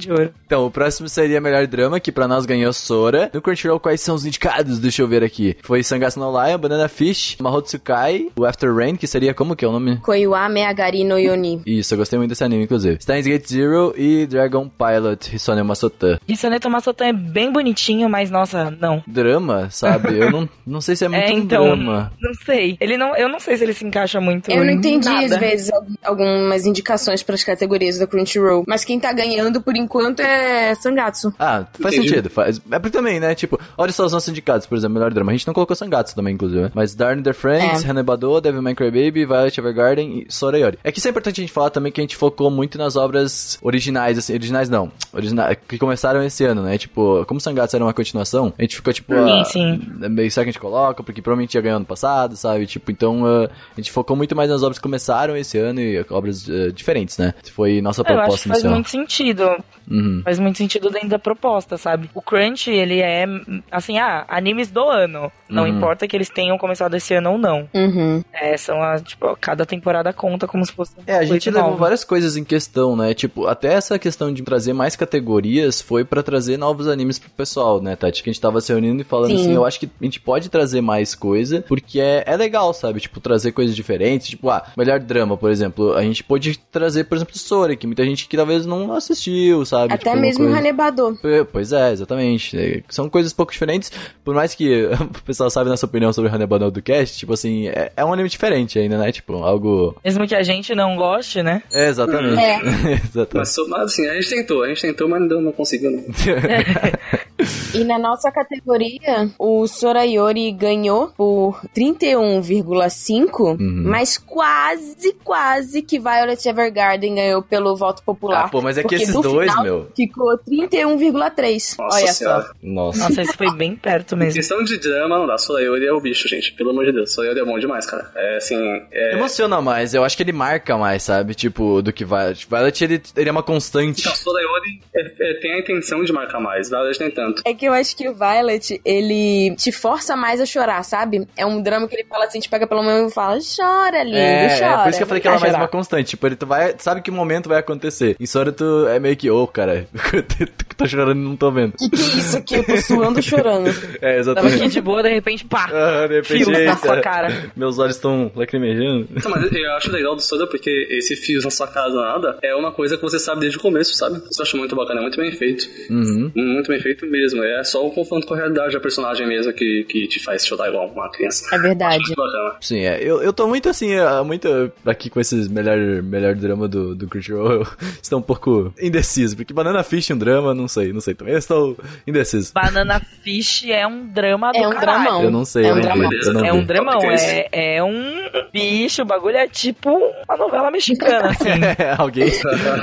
Speaker 4: de ouro.
Speaker 1: Então, o próximo seria Melhor Drama, que pra nós ganhou Sora. No Crunchyroll, quais são os indicados? Deixa eu ver aqui. Foi Sangatsu no Lion, Banana Fish, Mahotsukai, o After Rain, que seria como que é o nome?
Speaker 3: Koiwa Meagari no Yoni.
Speaker 1: Isso, eu gostei muito desse anime, inclusive. Steins Gate Zero e Dragon Pilot, Hisone Masotan.
Speaker 4: Rissoneto Massotan é bem bonitinho, mas nossa, não.
Speaker 1: Drama, sabe? Eu não, não sei se é muito
Speaker 4: É,
Speaker 1: um
Speaker 4: então.
Speaker 1: drama.
Speaker 4: Não sei. Ele não, eu não sei se ele se encaixa muito.
Speaker 3: Eu não
Speaker 4: em
Speaker 3: entendi,
Speaker 4: nada.
Speaker 3: às vezes, al- algumas indicações para as categorias da Crunchyroll. Mas quem tá ganhando, por enquanto, é Sangatsu.
Speaker 1: Ah, faz
Speaker 2: Entendi.
Speaker 1: sentido. Faz. É porque também, né? Tipo, olha só os nossos indicados, por exemplo, melhor drama. A gente não colocou Sangatsu também, inclusive. né? Mas Darn the Franks,
Speaker 3: É.
Speaker 1: Hannah Bado, Devilman Crybaby, Violet Evergarden e Sora Yori. É que isso é importante a gente falar também que a gente focou muito nas obras originais, assim, originais não, origina que começaram esse ano, né? Tipo, como Sangatsu era uma continuação, a gente ficou tipo.
Speaker 4: Sim,
Speaker 1: ah,
Speaker 4: sim.
Speaker 1: é meio será que a gente coloca, porque provavelmente já ganhou ano passado, sabe? Tipo, então ah, a gente focou muito mais nas obras que começaram esse ano e obras ah, eh, diferentes, né? Foi nossa
Speaker 4: eu acho
Speaker 1: proposta
Speaker 4: que faz
Speaker 1: inicial.
Speaker 4: muito sentido.
Speaker 1: Uhum.
Speaker 4: Faz muito sentido dentro da proposta, sabe? O Crunch, ele é, assim, ah, animes do ano. Não
Speaker 1: Uhum.
Speaker 4: importa que eles tenham começado esse ano ou não.
Speaker 3: Uhum.
Speaker 4: É, são as, tipo, cada temporada conta como se fosse.
Speaker 1: É, a gente
Speaker 4: coisa
Speaker 1: levou
Speaker 4: nova.
Speaker 1: várias coisas em questão, né? Tipo, até essa questão de trazer mais categorias foi pra trazer novos animes pro pessoal, né, Tati? Que a gente tava se reunindo e falando
Speaker 3: Sim.
Speaker 1: assim, eu acho que a gente pode trazer mais coisa, porque é, é legal, sabe? Tipo, trazer coisas diferentes. Tipo, ah, melhor drama, por exemplo. A gente pode trazer, por exemplo, Sora, que muita gente que talvez não assistiu, sabe?
Speaker 3: Até
Speaker 1: Tipo, uma
Speaker 3: mesmo
Speaker 1: coisa-
Speaker 3: Hanebador.
Speaker 1: P- Pois é, exatamente. É, São coisas pouco diferentes, por mais que o pessoal sabe nossa opinião sobre Hannibal no do cast, tipo assim, é, é um anime diferente ainda, né? Tipo, algo.
Speaker 4: Mesmo que a gente não goste, né?
Speaker 1: É, exatamente.
Speaker 3: É.
Speaker 1: exatamente.
Speaker 2: Mas, so- mas, assim, a gente tentou, a gente tentou, mas não, não conseguiu, não.
Speaker 3: É, E na nossa categoria, o Sorayori ganhou por 31,5,
Speaker 1: Uhum.
Speaker 3: mas quase, quase que Violet Evergarden ganhou pelo voto popular.
Speaker 1: Ah, pô, mas é que
Speaker 3: porque
Speaker 1: esses
Speaker 3: no
Speaker 1: dois,
Speaker 3: final
Speaker 1: meu.
Speaker 3: Ficou 31,3.
Speaker 2: Nossa
Speaker 3: Olha
Speaker 2: senhora.
Speaker 3: só.
Speaker 1: Nossa.
Speaker 4: Nossa, isso foi bem perto
Speaker 2: Em
Speaker 4: mesmo.
Speaker 2: questão de drama, não dá. Solayori é o bicho, gente. Pelo amor de Deus. Solayori é bom demais, cara. É assim. É...
Speaker 1: Emociona mais, eu acho que ele marca mais, sabe? Tipo, do que Violet. Violet, ele, ele é uma constante.
Speaker 2: Então, Solayori é- é- tem a intenção de marcar mais. Violet nem tanto.
Speaker 3: É que eu acho que o Violet, ele te força mais a chorar, sabe? É um drama que ele fala assim, te pega pela mão e fala, chora, lindo,
Speaker 1: É,
Speaker 3: chora.
Speaker 1: é, por isso que eu falei que
Speaker 3: vai
Speaker 1: ela é mais
Speaker 3: chorar."
Speaker 1: uma constante. Tipo, ele tu vai, sabe que momento vai acontecer. Em Sora, tu é meio que, ô, cara, tô chorando e não tô vendo.
Speaker 3: Que que é isso aqui? Eu tô suando chorando.
Speaker 1: É,
Speaker 4: Tava
Speaker 1: exatamente.
Speaker 4: aqui de boa, de repente, pá!
Speaker 1: Ah, de repente,
Speaker 4: Fios na
Speaker 1: eita,
Speaker 4: sua cara.
Speaker 1: Meus olhos estão lacrimejando.
Speaker 2: Então, mas eu acho legal do Soda porque esse fios na sua cara do nada é uma coisa que você sabe desde o começo, sabe? Isso eu acho muito bacana, é muito bem feito.
Speaker 1: Uhum.
Speaker 2: Muito bem feito mesmo. É só o confronto com a realidade da personagem mesmo que, que te faz chorar igual uma criança.
Speaker 3: É verdade.
Speaker 2: Muito bacana.
Speaker 1: Sim, é. Eu, eu tô muito assim, é, muito aqui com esses melhor, melhor drama do, do Crunchyroll. Eu estou um pouco indeciso, porque Banana Fish é um drama, não sei, não sei também. Eu estou indeciso.
Speaker 4: Banana Fish é um drama do
Speaker 3: É um
Speaker 4: caralho.
Speaker 3: dramão.
Speaker 1: Eu não sei,
Speaker 3: É
Speaker 1: eu
Speaker 3: um
Speaker 1: não vi.
Speaker 2: dramão.
Speaker 1: Eu não
Speaker 4: É
Speaker 1: vi.
Speaker 4: um dramão, é, é um bicho, o bagulho é tipo uma novela mexicana, assim.
Speaker 1: Alguém.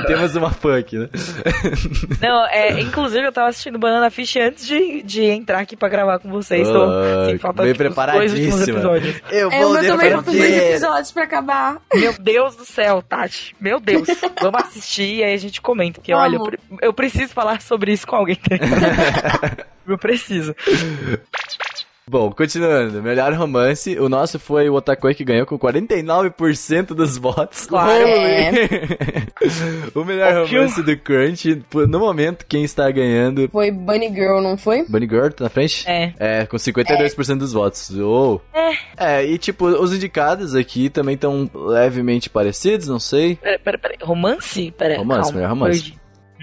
Speaker 1: Temos uma fã aqui, né?
Speaker 4: Não, é, inclusive eu tava assistindo Banana Fish antes de, de entrar aqui pra gravar com vocês. Tô
Speaker 1: Ah,
Speaker 4: assim, faltam
Speaker 1: bem
Speaker 4: tipo, os dois últimos
Speaker 1: preparadíssima.
Speaker 4: episódios.
Speaker 1: Eu
Speaker 3: É, o meu também faltam dois
Speaker 1: ver.
Speaker 3: episódios pra acabar.
Speaker 4: Meu Deus do céu, Tati. Meu Deus. Vamos assistir e aí a gente comenta. Porque, olha, eu,
Speaker 3: Vamos.
Speaker 4: pre- eu preciso falar sobre isso com alguém. tá ligado? eu preciso.
Speaker 1: Bom, continuando. Melhor romance. O nosso foi o Otakoi que ganhou com 49% dos votos.
Speaker 4: Claro.
Speaker 1: o melhor
Speaker 4: O que o-
Speaker 1: romance do Crunch. pô, No momento, quem está ganhando.
Speaker 3: Foi Bunny Girl, não foi?
Speaker 1: Bunny Girl tá na frente?
Speaker 4: É.
Speaker 1: É, com 52% dos votos. Uou. É. e tipo, os indicados aqui também estão levemente parecidos, não sei.
Speaker 4: Pera, pera, pera. Romance? Pera,
Speaker 1: Romance,
Speaker 4: calma,
Speaker 1: melhor romance.
Speaker 4: perdi. Hum.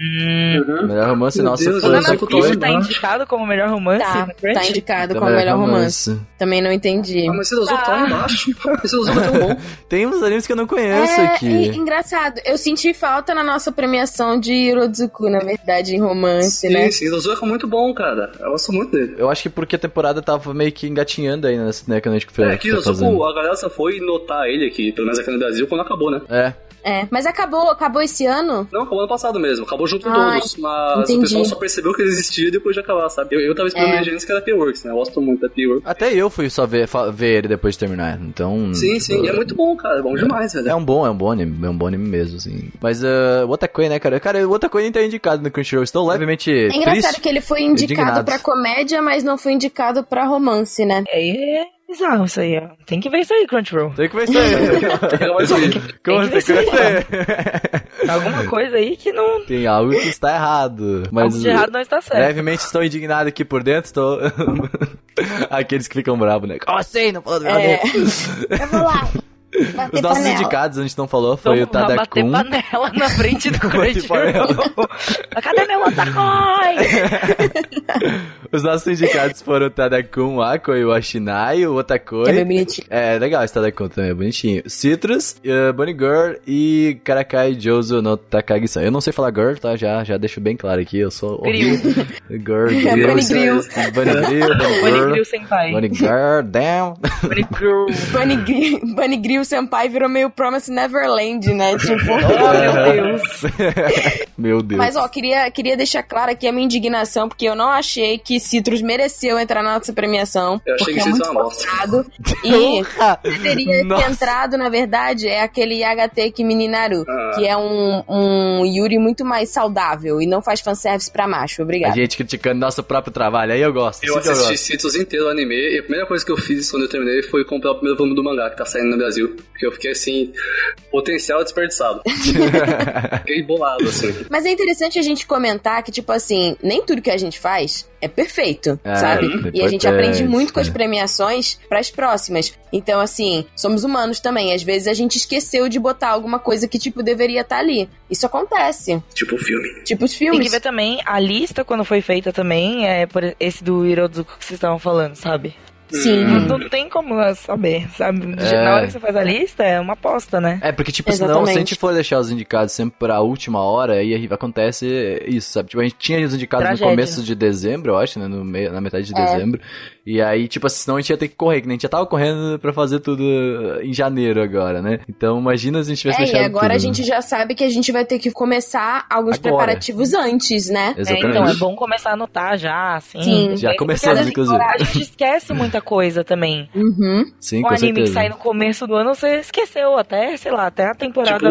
Speaker 2: Uhum.
Speaker 1: O melhor romance,
Speaker 2: Meu
Speaker 1: nossa,
Speaker 2: Deus,
Speaker 1: foi o
Speaker 2: eu não
Speaker 4: Banana
Speaker 2: sei
Speaker 1: Otakoi.
Speaker 2: qual
Speaker 4: Fish
Speaker 2: é.
Speaker 4: tá indicado como melhor romance?
Speaker 3: Tá,
Speaker 4: no Crunch?
Speaker 3: tá indicado
Speaker 1: Então,
Speaker 3: como melhor romance. Também não entendi.
Speaker 2: Ah, mas esse Dozuko tá lá embaixo. Esse Dozuko é tão bom.
Speaker 1: Tem uns animes que eu não conheço
Speaker 3: É, e-
Speaker 1: aqui.
Speaker 3: engraçado. Eu senti falta na nossa premiação de Hirozuku, na verdade, em romance,
Speaker 2: Sim,
Speaker 3: né?
Speaker 2: sim, o Dozuko é muito bom, cara. Eu gosto muito dele.
Speaker 1: Eu acho que porque a temporada tava meio que engatinhando aí nessa, né, que a gente
Speaker 2: É, aqui
Speaker 1: tá
Speaker 2: eu só
Speaker 1: fazendo.
Speaker 2: a galera só foi notar ele aqui, pelo menos aqui no Brasil, quando acabou, né?
Speaker 1: É,
Speaker 3: É. Mas acabou, acabou esse ano?
Speaker 2: Não, acabou ano passado mesmo, acabou junto com
Speaker 3: Ai,
Speaker 2: todos, mas
Speaker 3: entendi.
Speaker 2: o pessoal só percebeu que ele existia depois de acabar, sabe? Eu, eu tava esperando
Speaker 3: É.
Speaker 2: é. gente que era P-Works, né? Eu gosto muito da P-Works.
Speaker 1: Até eu fui só ver, fa- ver ele depois de terminar. Então.
Speaker 2: Sim,
Speaker 1: tipo,
Speaker 2: sim, e é muito bom, cara, é bom demais, velho.
Speaker 1: É um bom, é um bom anime, é um bom anime mesmo, assim. Mas ah, o Otakoi, né, cara? Cara, o Otakoi nem tá indicado no Crunchyroll. Estou levemente
Speaker 3: É engraçado
Speaker 1: triste.
Speaker 3: que ele foi indicado
Speaker 1: indignado.
Speaker 3: pra comédia, mas não foi indicado pra romance, né?
Speaker 4: É, é bizarro isso aí, ó. Tem que ver isso aí, Crunchyroll.
Speaker 1: Tem que ver isso aí.
Speaker 2: Legal, mas olha,
Speaker 1: Como
Speaker 4: Tem que ver
Speaker 1: tem
Speaker 4: isso
Speaker 1: que
Speaker 4: aí,
Speaker 1: ver?
Speaker 4: Tem alguma coisa aí que não.
Speaker 1: Tem algo que está errado. É. Mas é,
Speaker 4: Algo de errado não está certo.
Speaker 1: levemente estou indignado aqui por dentro. Estou. Aqueles que ficam bravos, né? Como assim? Não falou do meu
Speaker 3: É.
Speaker 1: anime?
Speaker 3: Eu vou lá. Bater
Speaker 1: Os nossos
Speaker 3: panela.
Speaker 1: indicados, a gente não falou, foi
Speaker 4: Vamos
Speaker 1: o
Speaker 4: lá bater
Speaker 1: Tadakun.
Speaker 4: panela na frente do
Speaker 1: Bater
Speaker 4: Crunchyroll. Cadê meu Otakoi?
Speaker 1: Os nossos indicados foram o Tadakun, o Ako e o Ashinai, o
Speaker 3: Que é bem
Speaker 1: Otakoi.
Speaker 3: bonitinho.
Speaker 1: É, legal esse Tadakun também, é bonitinho. Citrus, eh, Bunny Girl e Karakai Jozo no Takagi-san. Eu não sei falar girl, tá? Já, já deixo bem claro aqui, eu sou...
Speaker 4: Grill.
Speaker 1: horrível. Girl,
Speaker 3: É
Speaker 1: grill,
Speaker 3: Bunny Grill.
Speaker 1: Bunny Grill, Bunny Girl.
Speaker 4: Bonigrio Senpai.
Speaker 1: Bunny Girl, damn.
Speaker 4: Bonigrio.
Speaker 3: Bunny, Gri- Bunny Grill Senpai virou meio Promise Neverland, né? Tipo.
Speaker 4: Oh, meu Deus.
Speaker 1: Meu Deus.
Speaker 3: Mas, ó, queria, queria deixar clara aqui a minha indignação, porque eu não achei que Citrus mereceu entrar na nossa premiação.
Speaker 2: Eu achei que
Speaker 3: porque é
Speaker 2: Citrus
Speaker 3: muito
Speaker 2: é uma bosta.
Speaker 3: forçado. E
Speaker 1: Porra!
Speaker 3: teria
Speaker 1: Nossa.
Speaker 3: que entrado, na verdade, é aquele HT Kimi Naru,
Speaker 2: Ah.
Speaker 3: que é um, um Yuri muito mais saudável e não faz fanservice pra macho.
Speaker 1: A
Speaker 3: Obrigada.
Speaker 1: gente criticando nosso próprio trabalho, aí eu gosto.
Speaker 2: Eu
Speaker 1: isso que
Speaker 2: assisti Citrus inteiro o anime e a primeira coisa que eu fiz quando eu terminei foi comprar o primeiro volume do mangá que tá saindo no Brasil. Porque eu fiquei assim, potencial desperdiçado. fiquei bolado, assim.
Speaker 3: Mas é interessante a gente comentar que, tipo assim, nem tudo que a gente faz é perfeito,
Speaker 1: É,
Speaker 3: sabe? E a
Speaker 1: importante,
Speaker 3: gente aprende muito com as
Speaker 1: é.
Speaker 3: premiações pras próximas. Então, assim, somos humanos também. Às vezes a gente esqueceu de botar alguma coisa que, tipo, deveria estar ali. Isso acontece.
Speaker 2: Tipo o filme.
Speaker 3: Tipo os
Speaker 4: Tem que
Speaker 3: filmes.
Speaker 4: ver também a lista quando foi feita também, é por esse do Hirozuka que vocês estavam falando, sabe?
Speaker 3: Sim.
Speaker 4: Não, não tem como saber, sabe?
Speaker 1: Hum. É.
Speaker 4: Na hora que você faz a lista, é uma aposta, né?
Speaker 1: É, porque, tipo, senão,
Speaker 3: Exatamente.
Speaker 1: se a gente for deixar os indicados sempre pra última hora, aí acontece isso, sabe? Tipo, a gente tinha os indicados
Speaker 4: Tragédia.
Speaker 1: no começo de dezembro, eu acho, né? No meio, na metade de
Speaker 3: É.
Speaker 1: dezembro. E aí, tipo, assim, senão a gente ia ter que correr, que nem a gente já tava correndo pra fazer tudo em janeiro agora, né? Então, imagina se a gente tivesse
Speaker 3: É, e
Speaker 1: deixado
Speaker 3: agora a
Speaker 1: tudo, né?
Speaker 3: gente já sabe que a gente vai ter que começar alguns
Speaker 1: Agora.
Speaker 3: preparativos antes, né?
Speaker 1: né?
Speaker 4: É,
Speaker 1: Exatamente.
Speaker 4: então é bom começar a anotar já, assim.
Speaker 3: Sim.
Speaker 1: Já
Speaker 4: Porque
Speaker 1: começamos,
Speaker 4: às vezes
Speaker 1: inclusive.
Speaker 4: A gente esquece muita coisa também.
Speaker 3: Uhum.
Speaker 1: Sim,
Speaker 4: um
Speaker 1: com
Speaker 4: anime que
Speaker 1: certeza.
Speaker 4: sai no começo do ano, você esqueceu até, sei lá, até a temporada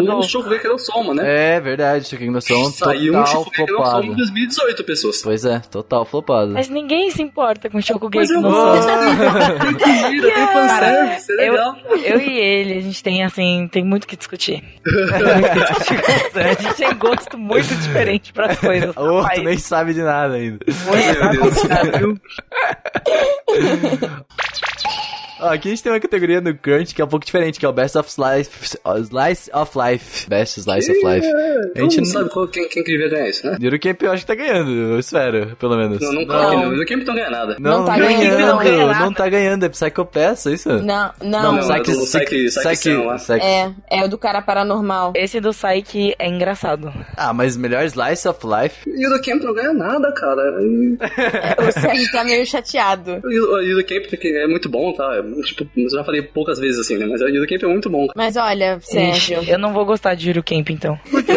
Speaker 2: tipo,
Speaker 4: do.
Speaker 2: o Shokugeki não soma, né?
Speaker 1: É verdade, Chiquinho no som
Speaker 2: Saiu um
Speaker 1: total
Speaker 2: Shokugeki não soma em
Speaker 1: flopado.
Speaker 2: 2018, pessoas.
Speaker 1: Pois é, total flopado.
Speaker 4: Mas ninguém se importa com o
Speaker 2: Mas
Speaker 4: Shokugeki
Speaker 2: eu
Speaker 4: no
Speaker 2: gosto.
Speaker 4: Soma.
Speaker 2: Mira, tem fanservice, é
Speaker 4: eu-
Speaker 2: legal.
Speaker 4: Eu e ele, a gente tem assim, tem muito o que discutir. Tem muito o que discutir. A gente tem gosto muito diferente pras coisas.
Speaker 1: Outro
Speaker 4: rapaz.
Speaker 1: nem sabe de nada ainda.
Speaker 2: Meu Deus.
Speaker 1: Ó, aqui a gente tem uma categoria no Crunch que é um pouco diferente, que é o Best of Slice, Slice of Life. Best Slice of Life. A
Speaker 2: Todo
Speaker 1: gente
Speaker 2: mundo
Speaker 1: não...
Speaker 2: sabe qual, quem, quem que devia ganhar isso, né?
Speaker 1: Eurocamp eu acho que tá ganhando, eu espero, pelo menos.
Speaker 2: Não, não
Speaker 1: não,
Speaker 2: coloquei não. No Camp não ganha nada.
Speaker 1: não,
Speaker 3: Não tá
Speaker 1: ganhando,
Speaker 3: ganhando,
Speaker 1: não,
Speaker 4: não ganha nada.
Speaker 1: tá ganhando, é Psychopath, é isso?
Speaker 3: Não, não.
Speaker 2: Não, não. é do Psyche- Psyche Sam lá.
Speaker 1: Psyche-
Speaker 3: É, é o do cara paranormal.
Speaker 4: Esse do Psyche é engraçado.
Speaker 1: Ah, mas melhor Slice of Life?
Speaker 2: E o do Camp não ganha nada, cara. E
Speaker 4: É.
Speaker 3: O Sérgio tá meio chateado.
Speaker 2: e o e o do Camp que é muito bom, tá? É, Tipo, eu já falei poucas vezes assim, né? Mas o do Camp é muito bom.
Speaker 3: Mas olha,
Speaker 4: Ixi,
Speaker 3: Sérgio.
Speaker 4: eu não vou gostar de Juro Camp, então.
Speaker 1: É,
Speaker 4: Porque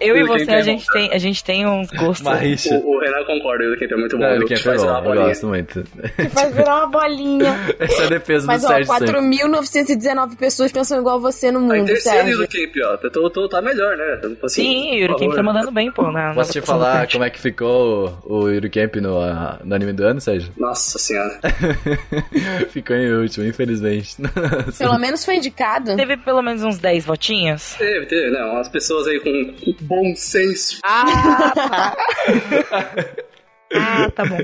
Speaker 4: eu e
Speaker 2: Juro
Speaker 4: você,
Speaker 2: Camp é
Speaker 4: a
Speaker 2: bom,
Speaker 4: gente, tem, a gente tem uns gostos.
Speaker 1: uma
Speaker 2: O,
Speaker 1: rixa.
Speaker 2: Tipo, o Renan concorda, o do Camp é muito bom.
Speaker 1: Não,
Speaker 2: eu te
Speaker 1: Eurocamp é
Speaker 2: faço uma
Speaker 1: bom, eu
Speaker 2: bolinha.
Speaker 1: gosto muito.
Speaker 3: Você vai virar uma bolinha.
Speaker 1: Essa é a defesa
Speaker 3: Mas,
Speaker 1: do
Speaker 3: ó,
Speaker 1: Sérgio sempre.
Speaker 3: 4.919 pessoas pensam igual você no
Speaker 2: Tá em
Speaker 3: mundo,
Speaker 2: terceiro e o
Speaker 3: Sérgio.
Speaker 2: do Camp, ó. Eu tô, tô- tá melhor, né? Então, assim,
Speaker 4: Sim, o Juro
Speaker 2: por
Speaker 4: Camp
Speaker 2: favor.
Speaker 4: tá mandando bem, pô. Na, na
Speaker 1: Posso te
Speaker 4: votação do
Speaker 1: falar
Speaker 4: Crunch.
Speaker 1: como é que ficou o, o Eurocamp no, ah, no anime do ano, Sérgio?
Speaker 2: Nossa senhora.
Speaker 1: ficou em último, infelizmente.
Speaker 3: Pelo menos foi
Speaker 1: é?
Speaker 3: indicado.
Speaker 4: Teve pelo menos uns 10 votinhos.
Speaker 2: Teve, teve, não. As pessoas aí com bom senso.
Speaker 4: Ah, tá. ah, tá bom.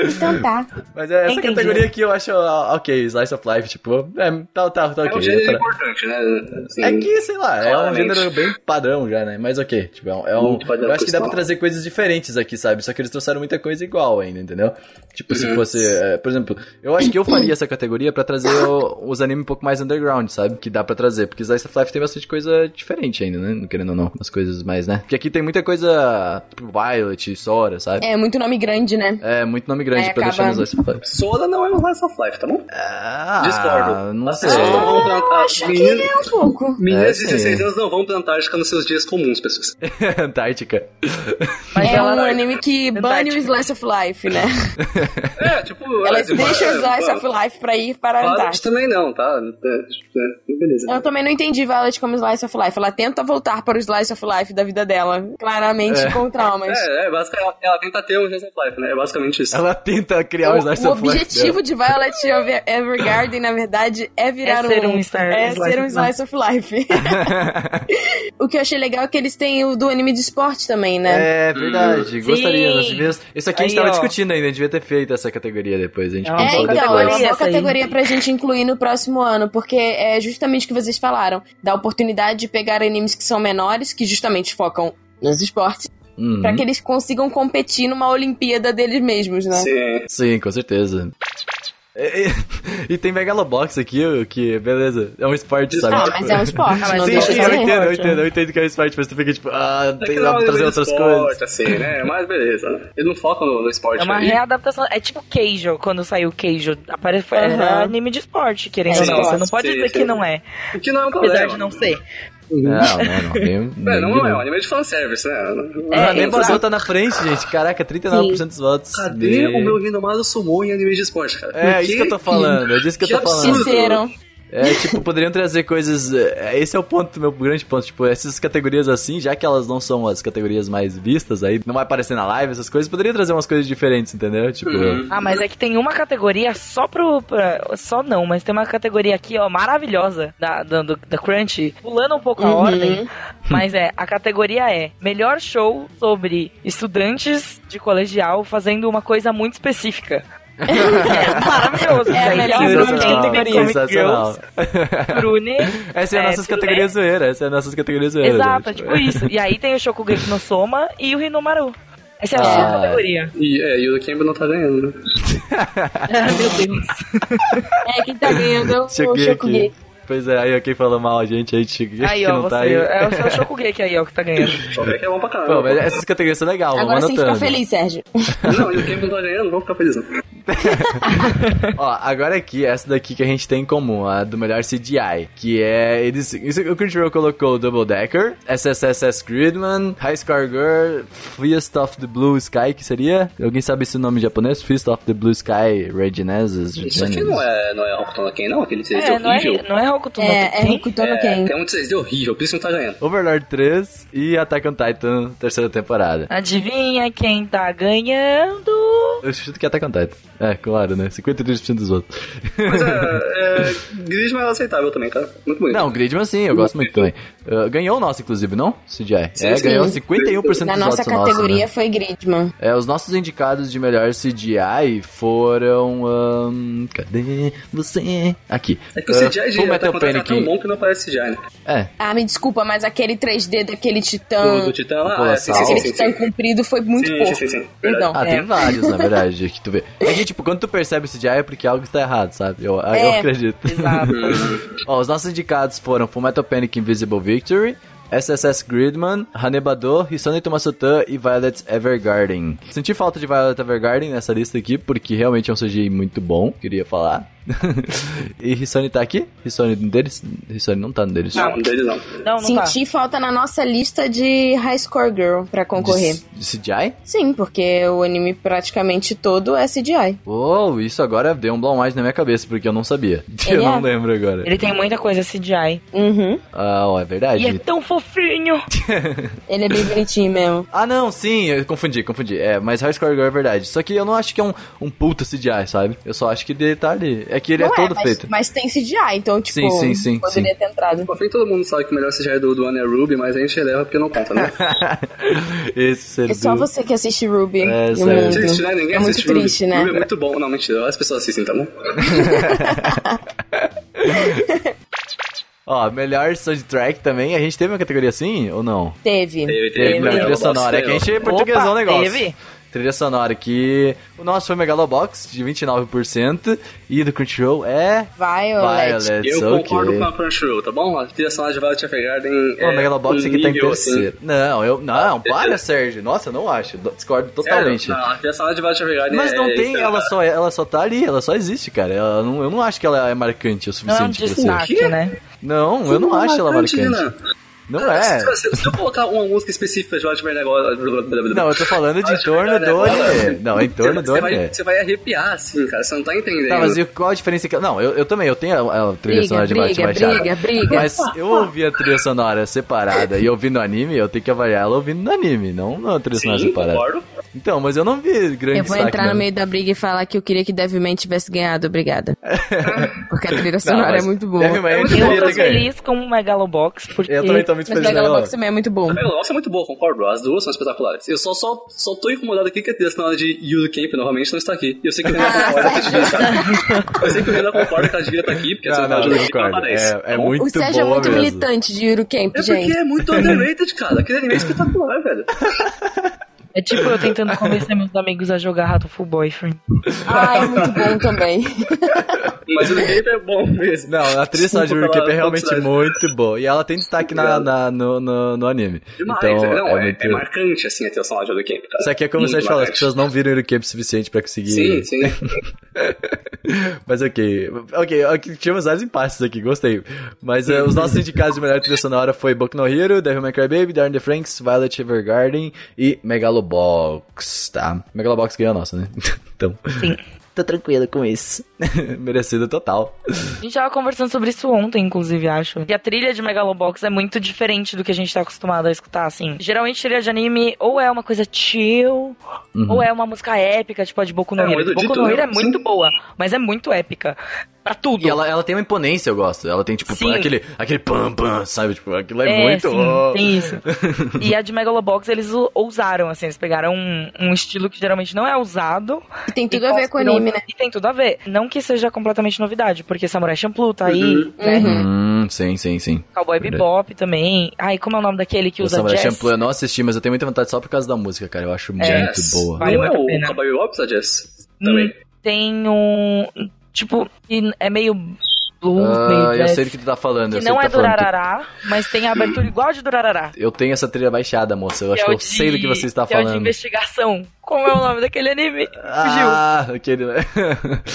Speaker 3: Então tá.
Speaker 1: Mas é essa
Speaker 4: Entendi.
Speaker 1: categoria aqui eu acho ah, ok, Slice of Life, tipo, é, tá, tá, tá
Speaker 2: É um
Speaker 1: ok.
Speaker 2: gênero
Speaker 1: pra-
Speaker 2: importante, né? Assim,
Speaker 1: É que, sei lá, é um
Speaker 2: Claramente.
Speaker 1: gênero bem padrão já, né? Mas ok, tipo, é um. é um-
Speaker 2: Muito padrão,
Speaker 1: eu acho que dá pra
Speaker 2: pessoal.
Speaker 1: trazer coisas diferentes aqui, sabe? Só que eles trouxeram muita coisa igual ainda, entendeu? Tipo,
Speaker 2: Uhum.
Speaker 1: se fosse. é, por exemplo, eu acho que eu faria essa categoria pra trazer o- os animes um pouco mais underground, sabe? Que dá pra trazer. Porque Slice of Life tem bastante coisa diferente ainda, né? Não querendo ou não, as coisas mais, né? Porque aqui tem muita coisa. Tipo, Violet, Sora, sabe?
Speaker 3: É muito nome grande, né?
Speaker 1: É, muito nome grande
Speaker 3: Aí
Speaker 1: pra
Speaker 3: acaba-
Speaker 1: deixar nos Slice of Life.
Speaker 2: Sora não é um Slice of Life, tá bom?
Speaker 1: Ah,
Speaker 2: Discordo.
Speaker 1: Não
Speaker 2: As
Speaker 1: sei.
Speaker 2: pessoas não vão plantar.
Speaker 3: Acho que
Speaker 2: meninas-
Speaker 3: ele é um pouco.
Speaker 1: É,
Speaker 2: Meninas de
Speaker 1: sim.
Speaker 2: 16 anos não vão pra Antártica nos seus dias comuns, pessoas.
Speaker 1: Antártica.
Speaker 4: Mas
Speaker 3: é
Speaker 4: ela-
Speaker 3: um anime que bane o
Speaker 4: Antártica.
Speaker 3: Slice of Life, né?
Speaker 2: É, tipo.
Speaker 3: Elas
Speaker 2: é, tipo,
Speaker 3: deixam o Slice
Speaker 2: é,
Speaker 3: of Life pra ir para a
Speaker 2: Violet
Speaker 3: Antártica.
Speaker 2: também não, tá? É, tipo, é, beleza.
Speaker 3: Eu também não entendi Violet como Slice of Life. Ela tenta voltar para o Slice of Life da vida dela. Claramente com traumas.
Speaker 2: É, é basicamente, ela, ela tenta ter um Slice of Life, né? É basicamente isso.
Speaker 1: Ela tenta criar os É Slice
Speaker 3: O, o
Speaker 1: of Life.
Speaker 3: objetivo de Violet Ever- Evergarden, na verdade, é virar
Speaker 4: É ser um Star-
Speaker 3: é
Speaker 4: Slice
Speaker 3: ser um
Speaker 4: of
Speaker 3: slice of life. o que eu achei legal é que eles têm o do anime de esporte também, né?
Speaker 1: É verdade,
Speaker 2: Hum.
Speaker 4: Sim.
Speaker 1: gostaria. Nós devíamos... Isso aqui a gente
Speaker 4: Aí,
Speaker 1: tava
Speaker 4: ó.
Speaker 1: discutindo ainda, a gente devia ter feito essa categoria depois. A gente
Speaker 4: É uma
Speaker 1: pensou
Speaker 4: boa
Speaker 3: então,
Speaker 1: depois.
Speaker 3: é uma boa
Speaker 4: essa aí.
Speaker 3: categoria pra gente incluir no próximo ano, porque é justamente o que vocês falaram, da oportunidade de pegar animes que são menores, que justamente focam nos esportes,
Speaker 1: Uhum.
Speaker 3: pra que eles consigam competir numa Olimpíada deles mesmos, né?
Speaker 2: Sim.
Speaker 1: Sim, com certeza. E, e tem Megalobox aqui, o que, beleza, é um esporte, sabe?
Speaker 3: Ah,
Speaker 1: Tipo,
Speaker 3: mas é um esporte,
Speaker 4: Ah, mas
Speaker 3: não
Speaker 1: Sim,
Speaker 3: deixa
Speaker 1: sim,
Speaker 3: de
Speaker 1: eu
Speaker 3: ser.
Speaker 4: esporte,
Speaker 1: entendo, eu
Speaker 4: né?
Speaker 1: entendo, eu entendo que é um esporte, mas tu fica tipo, ah, tem
Speaker 2: que
Speaker 1: lá pra
Speaker 2: não,
Speaker 1: trazer
Speaker 2: é
Speaker 1: outras
Speaker 2: esporte,
Speaker 1: coisas.
Speaker 2: assim, né? Mas beleza. né? Eles não focam no, no esporte.
Speaker 4: É uma
Speaker 2: aí.
Speaker 4: readaptação. É tipo Keijo, quando saiu Keijo. Apare... foi-
Speaker 3: Aham.
Speaker 4: Era anime de esporte, querendo
Speaker 3: É
Speaker 4: ou não. Você não
Speaker 2: esporte,
Speaker 4: pode
Speaker 2: sim,
Speaker 4: dizer
Speaker 2: sim.
Speaker 4: que não é.
Speaker 2: O que não é um problema.
Speaker 4: Apesar de não ser.
Speaker 1: Não, não, não, nem, nem
Speaker 2: É, não,
Speaker 1: de
Speaker 2: é um
Speaker 1: novo.
Speaker 2: anime de fanservice, né?
Speaker 1: Ah,
Speaker 4: É,
Speaker 1: nem
Speaker 4: exato.
Speaker 1: Bazou tá na frente, gente. Caraca, 39% dos votos. de-
Speaker 2: Cadê o meu renomado sumô em anime de esporte, cara?
Speaker 1: É,
Speaker 2: Por
Speaker 1: isso
Speaker 2: quê?
Speaker 1: que eu tô falando, é disso que eu
Speaker 2: Que
Speaker 1: tô falando.
Speaker 2: absurdo.
Speaker 3: Esqueceram.
Speaker 1: É, tipo, poderiam trazer coisas. é, Esse é o ponto, meu grande ponto. Tipo, essas categorias assim, já que elas não são as categorias mais vistas, aí não vai aparecer na live, essas coisas, poderia trazer umas coisas diferentes, entendeu? Tipo.
Speaker 2: Uhum.
Speaker 4: Ah, mas é que tem uma categoria só pro. pra- só não, mas tem uma categoria aqui, ó, maravilhosa da, da, do- da Crunch, pulando um pouco a
Speaker 3: Uhum.
Speaker 4: ordem. Mas é, a categoria é melhor show sobre estudantes de colegial fazendo uma coisa muito específica. é maravilhoso.
Speaker 3: É a
Speaker 4: gente.
Speaker 3: melhor
Speaker 4: Tem
Speaker 3: nome de
Speaker 4: Comic
Speaker 3: categoria.
Speaker 1: sensacional.
Speaker 4: Girls, Brune.
Speaker 1: Essa é a
Speaker 4: É,
Speaker 1: nossas
Speaker 4: tudo
Speaker 1: categorias zoeiras, essa é a nossas categorias zoeiras.
Speaker 4: Exato, é
Speaker 1: gente.
Speaker 4: tipo isso. E aí tem o Shokugeki no Soma e o Hinomaru. Essa é a
Speaker 1: Ah.
Speaker 4: sua categoria.
Speaker 2: E, é, e o do Kemba não tá ganhando, né?
Speaker 4: Meu Deus.
Speaker 3: É, quem tá ganhando é o
Speaker 1: Cheguei aqui.
Speaker 3: Shokugeki.
Speaker 1: Pois é, aí ó, quem falou mal a gente, aí cheguei
Speaker 4: Aí,
Speaker 1: que
Speaker 4: ó,
Speaker 1: não
Speaker 4: você.
Speaker 1: tá aí.
Speaker 4: É o seu Shokugeki aí, ó, que tá ganhando.
Speaker 2: Shokugeki é bom pra caramba.
Speaker 1: Pô, mas é- essas categorias são legais, vamos
Speaker 3: Agora sim
Speaker 1: anotando.
Speaker 3: fica feliz, Sérgio.
Speaker 2: Não, e o Kemba não tá ganhando, vamos ficar feliz, não.
Speaker 1: Ó, agora aqui, essa daqui que a gente tem em comum, a do melhor CGI, que é eles, isso, o Crunchyroll colocou Double Decker, SSSS Gridman, High Score Girl, Feast of the Blue Sky, que seria? Alguém sabe esse nome em japonês? Feast of the Blue Sky Regineses?
Speaker 2: Isso aqui não é, não é Hokuto no Ken, não? Aquele 3D
Speaker 4: não
Speaker 2: horrível.
Speaker 4: é, não é Hokuto no
Speaker 3: É, é
Speaker 4: Ken?
Speaker 3: Rikuto no Ken.
Speaker 2: Tem um 3D horrível, por isso não tá ganhando.
Speaker 1: Overlord 3 e Attack on Titan, terceira temporada.
Speaker 4: Adivinha quem tá ganhando?
Speaker 1: Eu chuto que é Attack on Titan. É, claro, né? 53% dos votos.
Speaker 2: Mas é, é Grisma é aceitável também, cara. Muito bonito.
Speaker 1: Não, Gridman sim, eu gosto muito também. Uh, ganhou o nosso, inclusive, não? CGI.
Speaker 2: Sim,
Speaker 1: é,
Speaker 2: sim.
Speaker 1: ganhou 51% dos
Speaker 3: Na
Speaker 1: votos
Speaker 3: nossa
Speaker 1: nossos,
Speaker 3: categoria
Speaker 1: um né?
Speaker 3: foi Gridman.
Speaker 1: É, os nossos indicados de melhor CGI foram. ahn, cadê você? Aqui.
Speaker 2: É que o CGI
Speaker 1: Ah,
Speaker 2: de
Speaker 1: Full
Speaker 2: Attack
Speaker 1: Metal
Speaker 2: on Titan é
Speaker 1: Panic.
Speaker 2: tão bom que não parece CGI, né?
Speaker 1: É,
Speaker 3: Ah, me desculpa, mas aquele 3D daquele
Speaker 2: Do,
Speaker 3: titã,
Speaker 2: do Titã
Speaker 1: Pô,
Speaker 2: lá, ah, é, sim, sim,
Speaker 1: sal.
Speaker 2: sim,
Speaker 3: aquele
Speaker 2: sim,
Speaker 3: titã
Speaker 2: sim.
Speaker 3: comprido foi muito
Speaker 2: Sim,
Speaker 3: pouco. Então,
Speaker 2: sim, sim, sim.
Speaker 3: Perdão.
Speaker 1: ah,
Speaker 4: É.
Speaker 1: tem vários, na verdade, que tu vê. É que, tipo, quando tu percebe o CGI é porque algo está errado, sabe? Eu, ah, eu
Speaker 3: É.
Speaker 1: acredito.
Speaker 4: Exato.
Speaker 1: Ó, os nossos indicados foram Fullmetal Panic Invisible Victory, SSS Gridman, Hanebado, Hisone Tomasotan e Violet Evergarden. Senti falta de Violet Evergarden nessa lista aqui, porque realmente é um CGI muito bom, queria falar. e Hisone tá aqui? Hisone um deles? Hisone não tá no deles.
Speaker 2: Não, um deles não.
Speaker 4: Não, não tá.
Speaker 3: Senti falta na nossa lista de High Score Girl pra concorrer.
Speaker 1: De, de CGI?
Speaker 3: Sim, porque o anime praticamente todo é CGI.
Speaker 1: Uou, isso agora deu um blowmage na minha cabeça, porque eu não sabia. eu
Speaker 3: Ele
Speaker 1: não
Speaker 3: é.
Speaker 1: lembro agora.
Speaker 4: Ele tem muita coisa CGI.
Speaker 3: Uhum.
Speaker 1: Ah, ó, é verdade.
Speaker 4: E é tão fofinho.
Speaker 3: Ele é bem bonitinho mesmo.
Speaker 1: Ah, não, sim, eu confundi, confundi. É, mas High Score Girl é verdade. Só que eu não acho que é um, um puta CGI, sabe? Eu só acho que ele tá ali. É que ele
Speaker 3: Não
Speaker 1: é todo
Speaker 3: mas,
Speaker 1: feito.
Speaker 3: Mas tem CGI, então, tipo,
Speaker 1: Sim, sim, sim,
Speaker 3: poderia ter entrado.
Speaker 2: Pô, fim, todo mundo sabe que o melhor CGI do, do ano é Ruby, mas a gente releva porque não conta, né?
Speaker 1: Esse seria.
Speaker 3: É só você que assiste Ruby
Speaker 1: É,
Speaker 3: no
Speaker 1: sério.
Speaker 3: mundo.
Speaker 2: Triste, né? Ninguém
Speaker 3: é muito
Speaker 2: assiste Ruby.
Speaker 3: triste, né?
Speaker 2: Ruby é muito bom. Não, mentira. As pessoas assistem, tá bom?
Speaker 1: Ó, melhor soundtrack também. A gente teve uma categoria assim ou não?
Speaker 3: Teve.
Speaker 2: Teve,
Speaker 1: Teve melhor
Speaker 2: Melhor
Speaker 1: trilha
Speaker 2: boss,
Speaker 1: sonora. É que a
Speaker 2: melhor.
Speaker 1: gente portuguesou o
Speaker 4: Opa,
Speaker 1: negócio.
Speaker 4: teve?
Speaker 1: Trilha sonora que. O nosso foi Megalobox, de 29%. E do Crunchyroll é.
Speaker 3: Violet.
Speaker 2: Eu
Speaker 1: ok.
Speaker 2: concordo com a Crunchyroll, tá bom? A trilha sonora de Violet Evergarden
Speaker 1: Pô, o Megalobox aqui tá em
Speaker 2: É, nível, assim.
Speaker 1: terceiro. Não, eu. Não, para, Sérgio. Nossa, eu não acho. Discordo
Speaker 2: Sério?
Speaker 1: totalmente.
Speaker 2: Não, a trilha sonora de Violet Evergarden
Speaker 1: Mas
Speaker 2: é-
Speaker 1: não tem,
Speaker 2: é excelente.
Speaker 1: ela só, é- ela só tá ali, ela só existe, cara. Ela não, eu não acho que ela é marcante o
Speaker 4: Não é um
Speaker 1: suficiente pra ser.
Speaker 4: destaque, né?
Speaker 1: Não, eu não
Speaker 2: é
Speaker 1: acho ela marcante.
Speaker 2: Nina.
Speaker 1: Não é.
Speaker 2: Se, se- se eu colocar uma música específica de Violet Evergarden agora...
Speaker 1: Não, eu tô falando de em torno do anime. Não, em torno do
Speaker 2: é Você vai,
Speaker 1: anime.
Speaker 2: você vai arrepiar, assim, cara. Você não tá entendendo.
Speaker 1: Tá, mas e qual a diferença que. Não, eu, eu também, eu tenho a, a trilha
Speaker 3: Briga,
Speaker 1: sonora de Batman
Speaker 3: briga,
Speaker 1: baixada.
Speaker 3: briga, briga.
Speaker 1: Mas eu ouvi a trilha sonora separada e ouvindo no anime, eu tenho que avaliar ela ouvindo no anime, não na trilha sonora
Speaker 2: Sim,
Speaker 1: separada.
Speaker 2: concordo.
Speaker 1: Então, mas eu não vi grande
Speaker 3: Eu vou
Speaker 1: destaque, né?
Speaker 3: entrar
Speaker 1: não.
Speaker 3: no meio da briga e falar que eu queria que Devilman tivesse ganhado, obrigada. Porque a trilha
Speaker 1: Não,
Speaker 3: sonora
Speaker 1: mas
Speaker 3: é muito boa.
Speaker 1: Devilman
Speaker 4: Eu
Speaker 1: deveria
Speaker 4: tô
Speaker 1: ter ganho.
Speaker 4: feliz com o Megalobox, porque...
Speaker 1: Eu também tô muito
Speaker 3: Mas
Speaker 1: feliz na
Speaker 3: Megalobox também é muito bom.
Speaker 2: A Megalobox é muito boa, concordo. As duas são espetaculares. Eu só, só, só tô incomodado aqui que a trilha sonora de Yuzu Camp novamente não está aqui. E eu sei que o Renan concorda que ela devia estar. Eu sei que o Renan concorda que ela devia estar aqui, porque a
Speaker 1: Não,
Speaker 2: trilha
Speaker 1: não,
Speaker 2: sonora de
Speaker 1: eu
Speaker 2: Yuzu Camp não
Speaker 1: concordo.
Speaker 2: aparece.
Speaker 1: É, é
Speaker 2: Bom,
Speaker 1: muito
Speaker 3: o Sérgio é
Speaker 1: boa
Speaker 3: muito
Speaker 1: mesmo.
Speaker 3: militante de Eurocamp,
Speaker 2: É porque
Speaker 3: gente.
Speaker 2: é muito underrated, cara. Aquele anime é espetacular, velho.
Speaker 4: É tipo eu tentando convencer meus amigos a jogar Ratoful Boyfriend.
Speaker 3: Ah, é muito bom também.
Speaker 2: Mas o clipe é bom mesmo.
Speaker 1: Não, a trilha sonora de
Speaker 2: Desculpa
Speaker 1: Euroclip é
Speaker 2: pela
Speaker 1: realmente
Speaker 2: publicidade.
Speaker 1: muito boa. E ela tem destaque na, na- no, no, no anime.
Speaker 2: Demais,
Speaker 1: então,
Speaker 2: não, é,
Speaker 1: é muito...
Speaker 2: é marcante assim a tensão lá de Camp, cara.
Speaker 1: Isso aqui é como
Speaker 2: Muito
Speaker 1: você fala, as
Speaker 2: marcante.
Speaker 1: pessoas não viram Eurocamp o suficiente pra conseguir...
Speaker 2: Sim, sim.
Speaker 1: Mas ok. Ok, ok, tivemos vários impasses aqui, gostei. Mas eh, os nossos indicados de melhor trilha sonora foi Boku no Hero, Devil May Cry Baby, Darren the Franks, Violet Evergarden e Megalobox, tá? Megalobox ganhou a nossa, né? então...
Speaker 4: Sim.
Speaker 1: Tô tranquilo com isso. Merecido total.
Speaker 4: A gente tava conversando sobre isso ontem, inclusive, acho. E a trilha de Megalobox é muito diferente do que a gente tá acostumado a escutar, assim. Geralmente, trilha de anime ou é uma coisa chill,
Speaker 1: Uhum.
Speaker 4: ou é uma música épica, tipo a de Boku no
Speaker 2: É, um
Speaker 4: Hero.
Speaker 2: erudito,
Speaker 4: Boku no
Speaker 2: né?
Speaker 4: Hero é muito
Speaker 2: Sim.
Speaker 4: boa, mas é muito épica. Pra tudo.
Speaker 1: E ela, ela tem uma imponência, eu gosto. Ela tem, tipo,
Speaker 4: Sim.
Speaker 1: aquele, aquele pam, pam, sabe? Tipo, aquilo é, muito...
Speaker 4: sim,
Speaker 1: oh.
Speaker 4: tem isso. e a de Megalobox, eles o- ousaram, assim, eles pegaram um, um estilo que geralmente não é usado.
Speaker 3: E tem tudo
Speaker 4: e
Speaker 3: a ver com
Speaker 4: construíram-
Speaker 3: anime, né?
Speaker 4: E tem tudo a ver. Não que seja completamente novidade, porque Samurai Champloo tá aí,
Speaker 2: Uhum.
Speaker 4: né?
Speaker 3: Uhum.
Speaker 1: Hum, sim, sim, sim.
Speaker 4: Cowboy
Speaker 1: Verdade.
Speaker 4: Bebop também. Ai, como é o nome daquele que
Speaker 1: o
Speaker 4: usa É,
Speaker 1: Samurai
Speaker 4: jazz?
Speaker 1: Champloo eu não assisti, mas eu tenho muita vontade só por causa da música, cara. Eu acho É, muito
Speaker 2: Jess.
Speaker 1: boa.
Speaker 4: Vale
Speaker 2: não é
Speaker 4: muito a
Speaker 2: o
Speaker 4: pena.
Speaker 2: Cowboy Bebop, tá, Jess? Também.
Speaker 4: Hum, Tem um... Tipo, que é meio blues,
Speaker 1: Ah,
Speaker 4: meio
Speaker 1: eu
Speaker 4: jazz.
Speaker 1: sei do que tu tá falando. eu
Speaker 4: é Que
Speaker 1: sei
Speaker 4: não
Speaker 1: que
Speaker 4: é
Speaker 1: tá falando.
Speaker 4: Durarará, mas tem a abertura igual a de Durarará.
Speaker 1: Eu tenho essa trilha baixada, moça. Eu acho que
Speaker 4: é
Speaker 1: eu
Speaker 4: o de-
Speaker 1: sei do que você está
Speaker 4: que É o de
Speaker 1: falando.
Speaker 4: investigação. Como é o nome daquele anime?
Speaker 1: ah, aquele.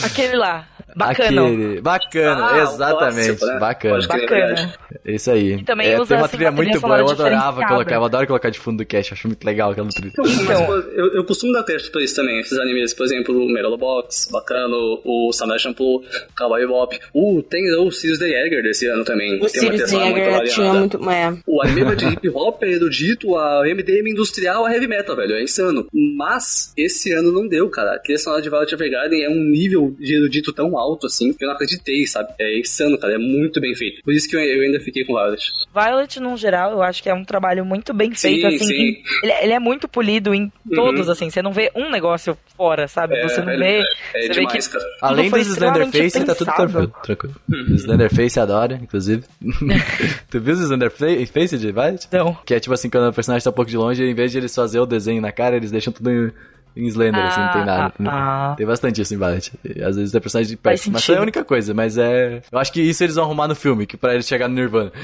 Speaker 4: Aquele lá. Bacana.
Speaker 1: Aquele. Bacana,
Speaker 2: Ah, o
Speaker 1: exatamente.
Speaker 2: clássico, né?
Speaker 1: Bacana.
Speaker 2: Pode crer.
Speaker 4: Bacana.
Speaker 1: Isso aí.
Speaker 4: E também
Speaker 1: é,
Speaker 4: usa,
Speaker 1: tem uma
Speaker 4: assim,
Speaker 1: trilha
Speaker 4: uma trilha
Speaker 1: muito boa. Eu
Speaker 4: sonora
Speaker 1: adorava
Speaker 4: diferenciada.
Speaker 1: colocar. Eu adoro colocar de fundo do cast. Acho muito legal aquela trilha.
Speaker 4: Então.
Speaker 2: Mas, pô, eu, eu costumo dar crédito pra isso também, esses animes, por exemplo, o Megalobox, Bacano, o Samurai Champloo, Cowboy Bebop, o tem o Sirius the Jäger desse ano também,
Speaker 3: O
Speaker 2: tem uma
Speaker 3: Sirius
Speaker 2: tensão muito
Speaker 3: Jagger tinha
Speaker 2: variada.
Speaker 3: muito. É.
Speaker 2: O anime vai de hip hop, é erudito, a MDM industrial, a heavy metal, velho. É insano. Mas esse ano não deu, cara. A trilha sonora de Violet Evergarden é um nível de erudito tão alto assim que eu não acreditei, sabe? É insano, cara. É muito bem feito. Por isso que eu, eu ainda fiquei com Violet.
Speaker 4: Violet, no geral, eu acho que é um trabalho muito bem
Speaker 2: Sim,
Speaker 4: feito, assim.
Speaker 2: sim. Uhum.
Speaker 4: em- Ele, ele é muito polido em todos, assim. Você não vê um negócio fora, sabe?
Speaker 2: É,
Speaker 4: você não
Speaker 2: ele-
Speaker 4: vê.
Speaker 2: É
Speaker 4: você
Speaker 2: demais,
Speaker 4: vê
Speaker 2: cara.
Speaker 4: que.
Speaker 1: Além
Speaker 4: tudo foi
Speaker 1: dos Slenderface,
Speaker 4: extremamente
Speaker 1: tá tudo
Speaker 4: pensado.
Speaker 1: tranquilo. tranquilo. Slenderface adora, inclusive. tu viu os Slenderface de Violet?
Speaker 4: Não.
Speaker 1: Que é tipo assim, quando o personagem tá um pouco de longe, em vez de eles fazer o desenho na cara, eles deixam tudo em, em Slender, assim, não tem nada. entendeu?
Speaker 4: Ah, ah.
Speaker 1: Tem bastante isso em Violet. Às vezes é personagem de
Speaker 4: Faz
Speaker 1: perto. Mas não é a
Speaker 4: sentido.
Speaker 1: única coisa, mas é. Eu acho que isso eles vão arrumar no filme, que pra eles chegar no Nirvana.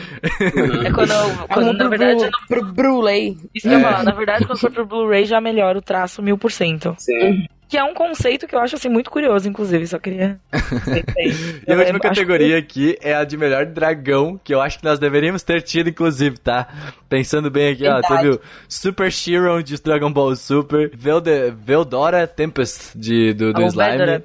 Speaker 4: É quando, eu- quando
Speaker 3: Arruma
Speaker 4: na
Speaker 3: pro,
Speaker 4: verdade,
Speaker 3: Blu- pro Bruley.
Speaker 4: Isso que eu ia
Speaker 2: É.
Speaker 4: falar, na verdade, quando for pro Blu-ray já melhora o traço mil por cento.
Speaker 2: Sim.
Speaker 4: Que é um conceito que eu acho assim muito curioso, inclusive, só queria.
Speaker 1: E a
Speaker 4: é
Speaker 1: última categoria aqui é a de melhor dragão, que eu acho que nós deveríamos ter tido, inclusive, tá? Pensando bem aqui, ó,
Speaker 4: Verdade.
Speaker 1: teve o Super Shiron de Dragon Ball Super, Velde- Veldora Tempest de, do, do Slime.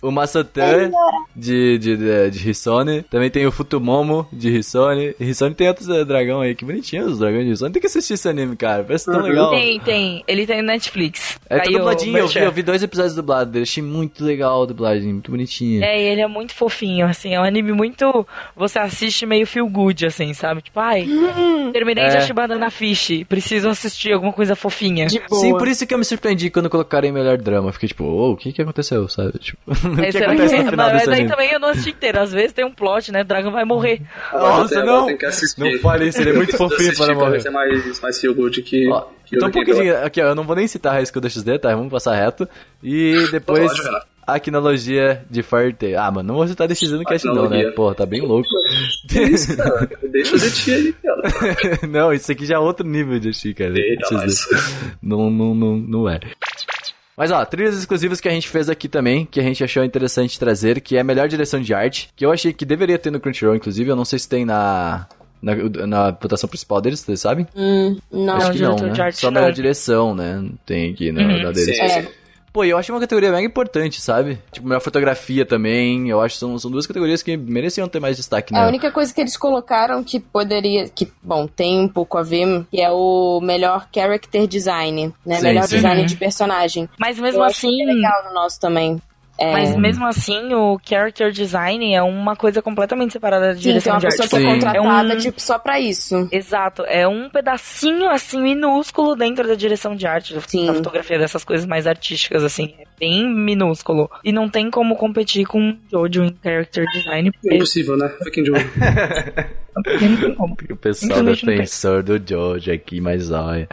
Speaker 1: O Masatan de, de, de, de Hisone. Também tem o Futumomo de Hisone. E Hisone tem outros eh, dragão aí. Que bonitinho os dragões de Hisone. Tem que assistir esse anime, cara. Parece tão legal.
Speaker 4: Uhum. Tem, tem. Ele tem Netflix.
Speaker 1: É
Speaker 4: Aí
Speaker 1: tá
Speaker 4: o
Speaker 1: dubladinho. Eu vi,
Speaker 4: Merchan.
Speaker 1: eu vi dois episódios dublados dele. Achei muito legal a dublagem. Muito bonitinha.
Speaker 4: É, e ele é muito fofinho, assim. É um anime muito. Você assiste meio feel good, assim, sabe? Tipo, ai,
Speaker 3: Hum.
Speaker 4: terminei
Speaker 1: É.
Speaker 4: de assistir Banana Fish. Preciso assistir alguma coisa fofinha.
Speaker 3: De boa.
Speaker 1: Sim, por isso que eu me surpreendi quando colocaram em melhor drama. Eu Fiquei tipo, oh, o que que aconteceu, sabe? Tipo, o
Speaker 4: É
Speaker 1: que
Speaker 4: Aí você-
Speaker 1: acontece no final
Speaker 4: mas
Speaker 1: desse
Speaker 4: aí
Speaker 1: anime?
Speaker 4: também eu não assisti inteiro. Às vezes tem um plot, né? O dragão vai morrer.
Speaker 1: Nossa, não!
Speaker 2: Tem que assistir.
Speaker 1: Não fale isso, ele é
Speaker 2: Eu
Speaker 1: muito
Speaker 2: preciso
Speaker 1: fofinho
Speaker 2: assistir
Speaker 1: para
Speaker 2: pra
Speaker 1: morrer.
Speaker 2: ver se é mais, mais feel good que.
Speaker 1: Ó,
Speaker 2: que
Speaker 1: então um
Speaker 2: Eurocamp,
Speaker 1: pouquinho.
Speaker 2: eu acho.
Speaker 1: Aqui, ó, eu não vou nem citar a risco da XD, tá? Vamos passar reto. E depois.
Speaker 2: Lógico, Renato.
Speaker 1: A quinologia de Forte. Ah, mano, não vou citar DXZ no cast, não, né?
Speaker 2: Quinologia.
Speaker 1: Porra, tá bem louco.
Speaker 2: Que Isso, cara. Ah, Deixa eu assistir aí, cara.
Speaker 1: não, isso aqui já é outro nível de X, cara.
Speaker 2: Eita,
Speaker 1: XD.
Speaker 2: mas.
Speaker 1: Não, não, não, não é. Mas ó, trilhas exclusivas que a gente fez aqui também, que a gente achou interessante trazer, que é a melhor direção de arte, que eu achei que deveria ter no Crunchyroll, inclusive, eu não sei se tem na. Na, na votação principal deles, vocês sabem?
Speaker 3: Hum, não.
Speaker 1: Acho que não,
Speaker 4: diretor
Speaker 1: né?
Speaker 4: de arte
Speaker 1: Só a melhor
Speaker 4: não.
Speaker 1: direção, né? Tem aqui na,
Speaker 4: Uhum,
Speaker 1: na deles.
Speaker 2: sim.
Speaker 3: É.
Speaker 1: Pô, eu acho uma categoria mega importante, sabe? Tipo, melhor fotografia também. Eu acho que são, são duas categorias que mereciam ter mais destaque,
Speaker 4: É,
Speaker 1: né?
Speaker 3: A única coisa que eles colocaram que poderia. que, bom, tem um pouco a ver, que é o melhor character design, né?
Speaker 1: Sim,
Speaker 3: melhor
Speaker 1: sim.
Speaker 3: design
Speaker 4: Uhum.
Speaker 3: de personagem.
Speaker 4: Mas mesmo
Speaker 3: Eu acho
Speaker 4: assim.
Speaker 3: que é legal no nosso também. É.
Speaker 4: Mas mesmo assim, o character design é uma coisa completamente separada da
Speaker 3: Sim, tem
Speaker 4: direção
Speaker 3: uma
Speaker 4: de
Speaker 3: pessoa
Speaker 4: arte.
Speaker 3: que é
Speaker 1: Sim.
Speaker 3: contratada
Speaker 4: É um-
Speaker 3: tipo, só pra isso.
Speaker 4: Exato, é um pedacinho assim minúsculo dentro da direção de arte, da
Speaker 3: Sim.
Speaker 4: fotografia dessas coisas mais artísticas assim, é bem minúsculo e não tem um É,
Speaker 2: É
Speaker 4: como competir com o Jojo em character design. porque-
Speaker 2: Impossível, né? Fucking Joe.
Speaker 4: Não tem como.
Speaker 1: O pessoal
Speaker 4: Infelizmente não tem.
Speaker 1: defensor do George aqui, mas olha.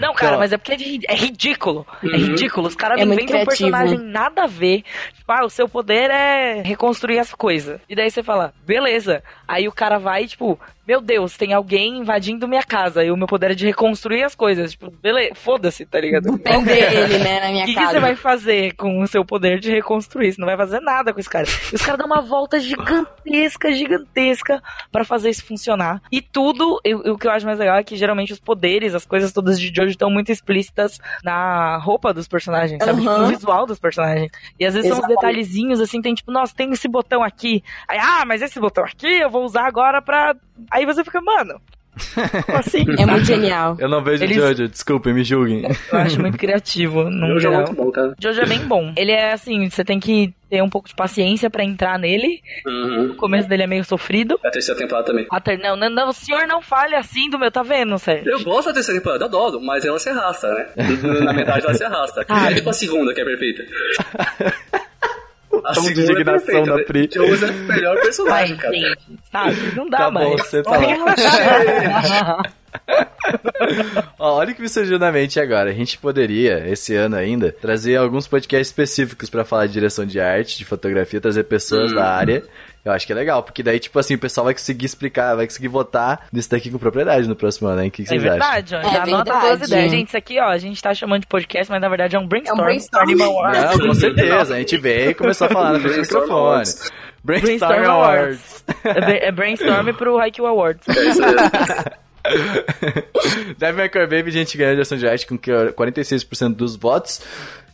Speaker 4: Não, cara,
Speaker 1: Então-
Speaker 4: mas é porque é de- é ridículo. É ridículo. Os caras
Speaker 3: É muito
Speaker 4: inventam um
Speaker 3: criativo.
Speaker 4: personagem nada a ver. Tipo, ah, o seu poder é reconstruir as coisas. E daí você fala, beleza. Aí o cara vai, tipo, meu Deus, tem alguém invadindo minha casa. E o meu poder é de reconstruir as coisas. Tipo, beleza, foda-se, tá ligado? O
Speaker 3: Prender ele, né, na minha
Speaker 4: que, que
Speaker 3: casa.
Speaker 4: você vai fazer com o seu poder de reconstruir? Você não vai fazer nada com esse cara. E os caras dão uma volta gigantesca, gigantesca pra fazer isso funcionar. E tudo, eu- eu- o que eu acho mais legal é que geralmente os poderes, as coisas todas de Jojo estão muito explícitas na roupa dos personagens, sabe? Tipo,
Speaker 3: Aham.
Speaker 4: no visual dos personagens. E às vezes são uns
Speaker 3: Exatamente.
Speaker 4: detalhezinhos assim, tem tipo, nossa, tem esse botão aqui. Aí, ah, mas esse botão aqui eu vou usar agora pra. Aí você fica, mano. Como assim?
Speaker 3: É muito genial.
Speaker 1: Eu não vejo
Speaker 4: Eles-
Speaker 1: Jojo, desculpem, me julguem.
Speaker 4: Eu acho muito criativo. No
Speaker 2: Eu jogo
Speaker 4: geral.
Speaker 2: é muito bom, cara.
Speaker 4: Jojo é bem bom. Ele é assim, você tem que ter um pouco de paciência pra entrar nele.
Speaker 2: Uhum.
Speaker 4: O começo dele é meio sofrido.
Speaker 2: A terceira temporada também.
Speaker 4: A ter- Não, não, não, o senhor não fale assim do meu, tá vendo, Sérgio?
Speaker 2: Eu gosto da terceira temporada, eu adoro, mas ela se arrasta, né? Na metade ela se arrasta.
Speaker 4: Ah.
Speaker 2: é tipo a segunda que é perfeita. A
Speaker 1: Tão de
Speaker 2: segunda é
Speaker 1: indignação
Speaker 2: perfeita.
Speaker 1: da Pri.
Speaker 2: Jones é o melhor
Speaker 4: Ai,
Speaker 2: personagem, cara.
Speaker 4: gente, sabe? Não dá
Speaker 1: Tá bom,
Speaker 4: mais.
Speaker 1: você tá lá.
Speaker 4: né? É
Speaker 1: Ó, olha o que me surgiu na mente agora. A gente poderia, esse ano ainda, trazer alguns podcasts específicos pra falar de direção de arte, de fotografia, trazer pessoas da área. Eu acho que é legal, porque daí, tipo assim, o pessoal vai conseguir explicar, vai conseguir votar nisso daqui com propriedade no próximo ano, hein? O que, que
Speaker 4: É
Speaker 1: vocês acham?
Speaker 4: verdade, ó.
Speaker 3: É
Speaker 4: Já anota
Speaker 3: verdade.
Speaker 4: todas as ideias. Gente, isso aqui, ó, a gente tá chamando de podcast, mas na verdade é um brainstorm.
Speaker 3: É um brainstorm.
Speaker 4: Animal Awards.
Speaker 1: Não, com certeza. A gente veio e começou a falar na frente do
Speaker 2: Brainstorm
Speaker 1: microfone.
Speaker 2: Awards.
Speaker 1: Brainstorm
Speaker 4: Brainstorm
Speaker 1: Awards.
Speaker 4: Awards. É, bra- é brainstorm pro Haikyuu Awards.
Speaker 2: É isso mesmo.
Speaker 1: Drive My Car Baby, gente ganhou direção de arte com 46% dos votos.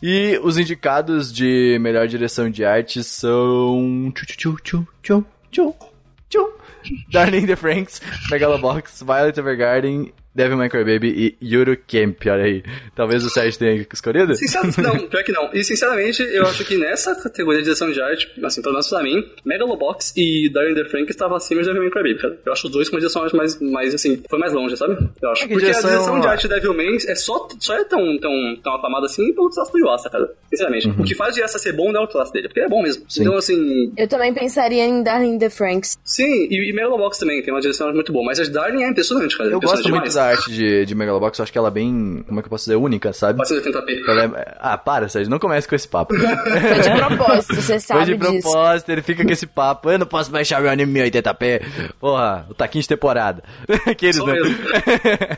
Speaker 1: E os indicados de melhor direção de arte são. Tchu, tchu, tchu, tchu, tchu, tchu. Darling in the Franks, Megalobox, Violet Evergarden, Devil May Cry Baby e Yuru Camp. Olha aí. Talvez o Sérgio tenha escolhido?
Speaker 2: Sinceramente, não, pior que não. E sinceramente, eu acho que nessa categoria de direção de arte, assim, pelo menos pra mim, Megalobox e Darren the Frank estavam acima de Devilman Crybaby, cara. Eu acho os dois com uma direção de arte mais, mais, assim, foi mais longe, sabe? Eu acho.
Speaker 1: É que
Speaker 2: Porque
Speaker 1: direção-
Speaker 2: a direção de arte de Devilman é só, só é tão, tão, tão aclamada assim pelo desastre do Yuasa, cara. Sinceramente. O que faz de essa ser bom não é o traço dele, porque ele é bom mesmo.
Speaker 1: Uhum. Sim.
Speaker 2: Então, assim,
Speaker 3: Eu também pensaria em Darling in the Franks.
Speaker 2: sim, e, e Megalobox também tem uma direção de arte muito boa, mas a de Darling é impressionante, cara.
Speaker 1: Eu gosto muito
Speaker 2: impressionante
Speaker 1: da arte de, de Megalobox, eu acho que ela é bem. Como é que eu posso dizer? Única, sabe?
Speaker 2: demais. 480p.
Speaker 1: Ela é- Ah, para, Sérgio, não comece com esse papo.
Speaker 3: Foi de propósito, você
Speaker 1: Né? Foi
Speaker 3: sabe
Speaker 1: de
Speaker 3: disso.
Speaker 1: propósito, ele fica com esse papo. Eu não posso baixar meu anime em 80p. Porra, o taquinho de temporada. Aqueles
Speaker 2: Sou
Speaker 1: não.
Speaker 2: eu.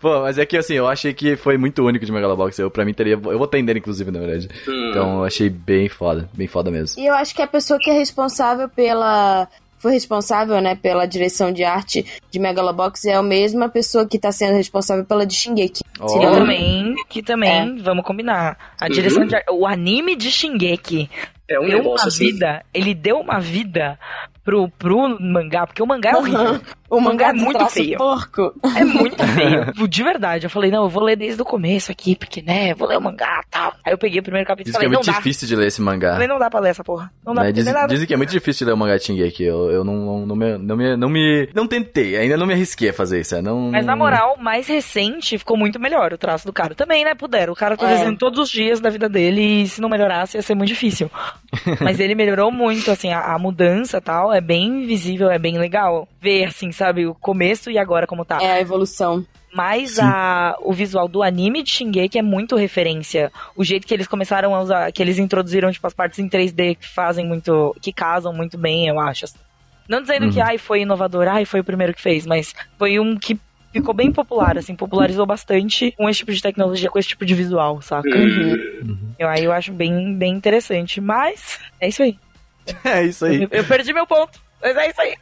Speaker 1: Pô, mas é que assim, eu achei que foi muito único de Megalobox. Eu, pra mim, teria. Eu vou nele, inclusive, na verdade.
Speaker 4: Hum.
Speaker 1: Então eu achei bem foda. Bem foda mesmo.
Speaker 3: E eu acho que a pessoa que é responsável pela. Foi responsável, né, pela direção de arte de Megalobox é a mesma pessoa que tá sendo responsável pela de Shingeki. um-
Speaker 4: Que
Speaker 1: Ó. Uhum.
Speaker 4: também, que também, vamos combinar. A direção de ar- O anime de Shingeki
Speaker 2: É um
Speaker 4: deu uma
Speaker 2: negócio assim.
Speaker 4: vida. Ele deu uma vida pro, pro mangá, porque o mangá é horrível.
Speaker 3: O mangá é
Speaker 4: mangá é muito
Speaker 3: muito
Speaker 4: feio.
Speaker 3: porco.
Speaker 4: É muito feio. De verdade, eu falei, não, eu vou ler desde o começo aqui, porque, né, vou ler o mangá e tal. Aí eu peguei o primeiro capítulo e
Speaker 1: Dizem que é
Speaker 4: falei, não
Speaker 1: muito
Speaker 4: dá.
Speaker 1: difícil de ler esse
Speaker 4: Eu
Speaker 1: mangá.
Speaker 4: Falei, não dá pra ler essa porra. Não dá
Speaker 1: Né,
Speaker 4: pra
Speaker 1: diz-
Speaker 4: ler nada.
Speaker 1: dizem que é muito difícil de ler o mangá aqui. Eu, eu não, não, não me, não, me, não me. Não tentei, ainda não me arrisquei a fazer isso. eu Não,
Speaker 4: Mas na moral, mais recente ficou muito melhor o traço do cara. Também, né? Puderam. O cara tá
Speaker 3: É.
Speaker 4: desenhando todos os dias da vida dele e se não melhorasse ia ser muito difícil. Mas ele melhorou muito, assim, a, a mudança e tal é bem visível, é bem legal. Ver, assim, sabe, o começo e agora como tá.
Speaker 3: É a evolução.
Speaker 4: Mas a, o visual do anime de Shingeki é muito referência. O jeito que eles começaram a usar, que eles introduziram, tipo, as partes em 3D que fazem muito. que casam muito bem, eu acho. assim. Não dizendo
Speaker 1: Uhum.
Speaker 4: que ai foi inovador, ai foi o primeiro que fez, mas foi um que ficou bem popular, assim, popularizou bastante com esse tipo de tecnologia, com esse tipo de visual, saca? Eu, aí eu acho bem, bem interessante. Mas é isso aí.
Speaker 1: É isso aí.
Speaker 4: Eu, eu perdi meu ponto. Mas é isso aí.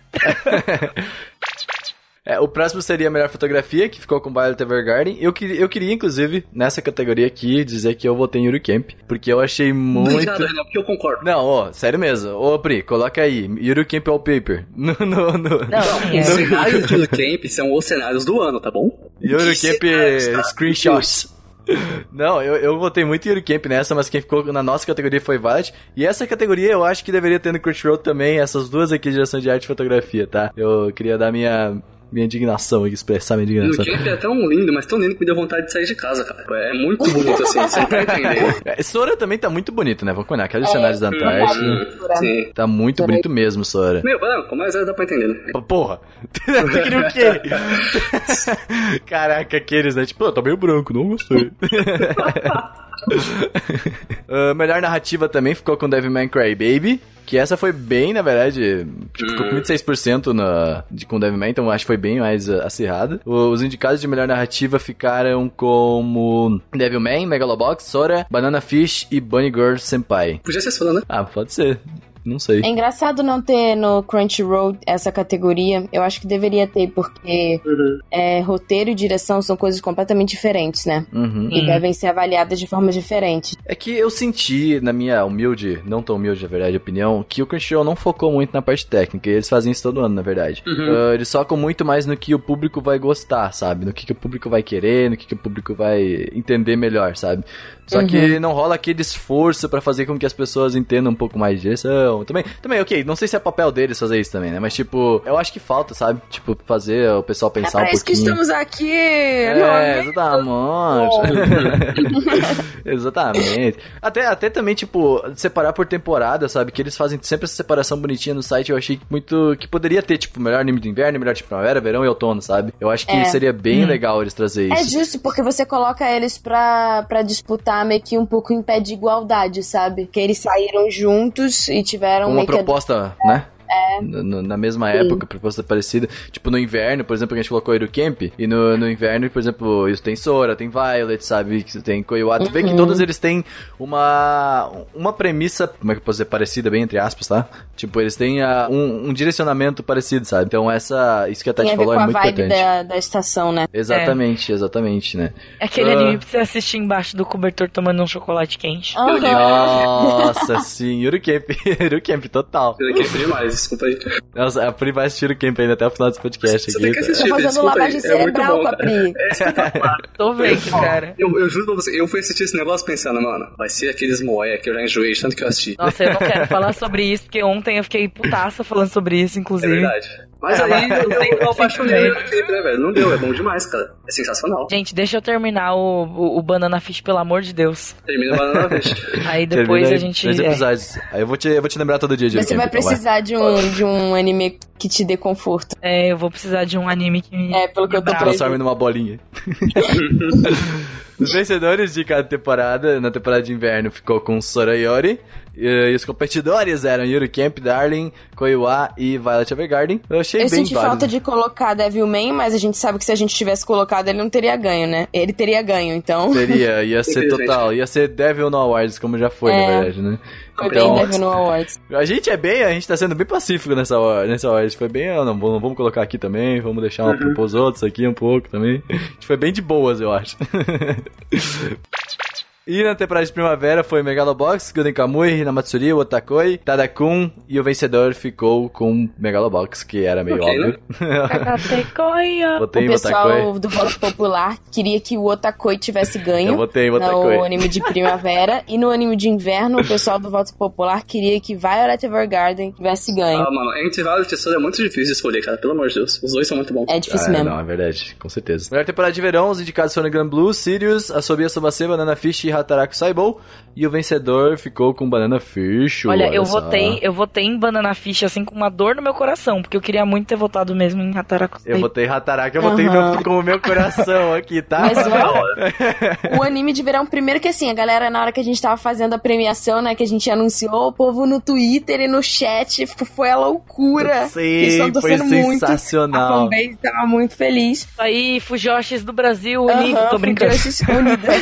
Speaker 1: É, o próximo seria a melhor fotografia, que ficou com Violet Evergarden. Eu, que- eu queria, inclusive, nessa categoria aqui, dizer que eu votei em Yuri Camp, porque eu achei muito...
Speaker 2: Obrigado, Renan, porque eu concordo.
Speaker 1: Não, ó, sério mesmo. Ô, Pri, coloca aí, Yuri Camp Wallpaper. No, no, no.
Speaker 4: Não, sim, é.
Speaker 2: Os cenários de Camp são os um cenários do ano, tá bom?
Speaker 1: Yuri
Speaker 2: Que
Speaker 1: Camp
Speaker 2: cenários, tá?
Speaker 1: eh, Screenshots. Não, eu, eu votei muito em Yuri Camp nessa, mas quem ficou na nossa categoria foi Violet. E essa categoria eu acho que deveria ter no Crunchyroll também, essas duas aqui, direção de arte e fotografia, tá? Eu queria dar minha... minha indignação aqui, expressar minha
Speaker 2: E
Speaker 1: indignação.
Speaker 2: o clipe é tão lindo, mas tão lindo que me deu vontade de sair de casa, cara. É muito bonito assim, você não tá entendendo.
Speaker 1: É, Sora também tá muito bonito, né? Vamos combinar. Aqueles cenários da Antártida.
Speaker 2: Sim.
Speaker 1: Tá muito bonito mesmo, Sora.
Speaker 2: Meio branco, mas é, dá pra entender, né?
Speaker 1: Pô, Porra! tu queria o quê? Caraca, aqueles, né? Tipo, "Ah, tá meio branco, não gostei. Ah, melhor narrativa também ficou com Devilman Crybaby. Que essa foi bem, na verdade, tipo, ficou com 26% na, de, com Devilman, então acho que foi bem mais ah, acirrada. O- Os indicados de melhor narrativa ficaram como Devilman, Megalobox, Sora, Banana Fish e Bunny Girl Senpai.
Speaker 2: Podia ser só, né?
Speaker 1: Ah, pode ser. Não sei.
Speaker 3: É engraçado não ter no Crunchyroll essa categoria. Eu acho que deveria ter, porque é, roteiro e direção são coisas completamente diferentes, né?
Speaker 1: Uhum.
Speaker 3: E
Speaker 4: Hum.
Speaker 3: devem ser avaliadas de forma diferente.
Speaker 1: É que eu senti, na minha humilde, não tão humilde, na verdade, opinião, que o Crunchyroll não focou muito na parte técnica. E eles fazem isso todo ano, na verdade. Ah, eles focam muito mais no que o público vai gostar, sabe? No que, que o público vai querer, no que, que o público vai entender melhor, sabe? Só que não rola aquele esforço pra fazer com que as pessoas entendam um pouco mais de direção. Também, também, ok, não sei se é papel deles fazer isso também, né? Mas, tipo, eu acho que falta, sabe? Tipo, fazer o pessoal
Speaker 3: É
Speaker 1: pensar um pouquinho.
Speaker 3: aqui!
Speaker 1: É, exatamente. exatamente. Até, até também, tipo, separar por temporada, sabe? Que eles fazem sempre essa separação bonitinha no site. Eu achei muito. que poderia ter, tipo, melhor anime do inverno, melhor de primavera, verão e outono, sabe? Eu acho que
Speaker 3: É.
Speaker 1: seria bem legal eles trazer
Speaker 3: É
Speaker 1: isso.
Speaker 3: justo, porque você coloca eles pra, pra disputar meio que um pouco em pé de igualdade, sabe? Que eles saíram juntos e tiveram
Speaker 1: uma
Speaker 3: Então, meio que. é a-
Speaker 1: proposta, né? No- no- na mesma época, proposta parecida. Tipo, no inverno, por exemplo, que a gente colocou Eru Camp. E no, no inverno, por exemplo, isso tem Sora, tem Violet, sabe? que Tem Koiwata. Tu vê
Speaker 3: Uhum.
Speaker 1: que todos eles têm uma, uma premissa, como é que eu posso dizer, parecida, bem entre aspas, tá? Tipo, eles têm ah, um, um direcionamento parecido, sabe? Então, essa, isso que a Tati
Speaker 3: Tem a ver
Speaker 1: falou
Speaker 3: com
Speaker 1: é
Speaker 3: a
Speaker 1: muito
Speaker 3: vibe
Speaker 1: importante. É.
Speaker 3: da, da estação, né?
Speaker 1: Exatamente, exatamente, né?
Speaker 4: É aquele
Speaker 1: Ah.
Speaker 4: anime pra você assistir embaixo do cobertor tomando um chocolate quente.
Speaker 3: Aham.
Speaker 1: Nossa, sim, Eru Camp. Eru Camp, total.
Speaker 2: Eu queria é demais, desculpa aí.
Speaker 1: Nossa, a Pri vai assistir o Camp ainda até o final desse podcast
Speaker 2: Você
Speaker 1: aqui.
Speaker 2: tem que assistir,
Speaker 3: Tô Tá fazendo
Speaker 2: desculpa aí.
Speaker 3: lavagem
Speaker 2: É muito
Speaker 3: cerebral
Speaker 2: bom,
Speaker 3: com a
Speaker 2: cara.
Speaker 3: Pri.
Speaker 4: Tô vendo, cara.
Speaker 2: Eu, eu juro pra você, eu fui assistir esse negócio pensando, mano, vai ser aqueles moé que eu já enjoei de tanto que eu assisti.
Speaker 4: Nossa, eu não quero falar sobre isso, porque ontem eu fiquei putaça falando sobre isso,
Speaker 2: É
Speaker 4: inclusive.
Speaker 2: verdade.
Speaker 3: Ah,
Speaker 2: Mas aí eu, eu, eu apaixonei pelo clipe, né, velho? Não deu, é bom demais, cara. É sensacional.
Speaker 4: Gente, deixa eu terminar o, o, o Banana Fish, pelo amor de Deus.
Speaker 2: Termina Banana Fish.
Speaker 4: Aí depois
Speaker 1: Termina
Speaker 4: a
Speaker 1: em
Speaker 4: gente.
Speaker 1: Três
Speaker 4: é.
Speaker 1: episódios. Aí eu vou te, eu vou te lembrar todo dia de
Speaker 3: Você
Speaker 1: Camp,
Speaker 3: vai
Speaker 1: então,
Speaker 3: precisar de um, de um anime que te dê conforto.
Speaker 4: É, eu vou precisar de um anime que me.
Speaker 3: É, pelo que eu tô
Speaker 4: Bravo.
Speaker 3: pensando.
Speaker 1: Transforme numa bolinha. os vencedores de cada temporada, na temporada de inverno, ficou com Sorayori. E, e os competidores eram Yuri Camp, Darling, Koiwa e Violet Evergarden. Eu achei bem
Speaker 3: Eu senti
Speaker 1: válido.
Speaker 3: falta de colocar Devilman, mas a gente sabe que se a gente tivesse colocado ele não teria ganho, né? Ele teria ganho, então.
Speaker 1: Seria, ia ser
Speaker 2: Infelizmente.
Speaker 1: total, ia ser Devil No Awards, como já foi,
Speaker 3: É.
Speaker 1: na verdade, né?
Speaker 3: Foi
Speaker 1: Então-
Speaker 3: bem Devil no Awards.
Speaker 1: A gente é bem, a gente tá sendo bem pacífico nessa hora, nessa hora. A gente foi bem, ah, não, vamos- não vamos colocar aqui também, vamos deixar um pouco os outros aqui um pouco também. A gente foi bem de boas, eu acho. E na temporada de primavera foi Megalobox, Golden Kamui, Hinamatsuri, Otakoi, Tadakun e o vencedor ficou com Megalobox, que era meio
Speaker 2: Ok,
Speaker 1: óbvio.
Speaker 4: Cacatecoia.
Speaker 1: Botei
Speaker 3: o
Speaker 1: em Otakoi.
Speaker 3: pessoal do voto popular queria que o Otakoi tivesse ganho.
Speaker 1: Eu botei em
Speaker 3: No
Speaker 1: Otakoi.
Speaker 3: anime de primavera e no anime de inverno, o pessoal do voto popular queria que Violet Evergarden tivesse ganho.
Speaker 2: Ah, mano, entre Violet e Soul é muito difícil de escolher, cara. Pelo amor de Deus. Os dois são muito bons.
Speaker 3: É difícil
Speaker 1: Ah,
Speaker 3: mesmo.
Speaker 1: Não, é verdade, com certeza. Melhor temporada de verão, os indicados foram Grand Blue, Sirius, Asobia Sobaceba, Banana Fish e Hataraku Saibou. E o vencedor ficou com Banana Fish.
Speaker 4: Olha, eu
Speaker 1: só.
Speaker 4: votei, eu votei em Banana Fish, assim, com uma dor no meu coração, porque eu queria muito ter votado mesmo em Hataraku.
Speaker 1: Eu botei Hataraku, eu botei
Speaker 3: Aham.
Speaker 1: junto com o meu coração aqui, tá?
Speaker 3: Mas o, o anime de verão, primeiro que assim, a galera, na hora que a gente tava fazendo a premiação, né, que a gente anunciou, o povo no Twitter e no chat f- foi a loucura.
Speaker 1: Sim, foi
Speaker 3: A
Speaker 1: sensacional.
Speaker 3: fanbase tava muito feliz.
Speaker 4: Isso aí, Fujoshis do Brasil,
Speaker 3: Aham,
Speaker 4: unido, tô brincando.
Speaker 3: Fujoshis Unida.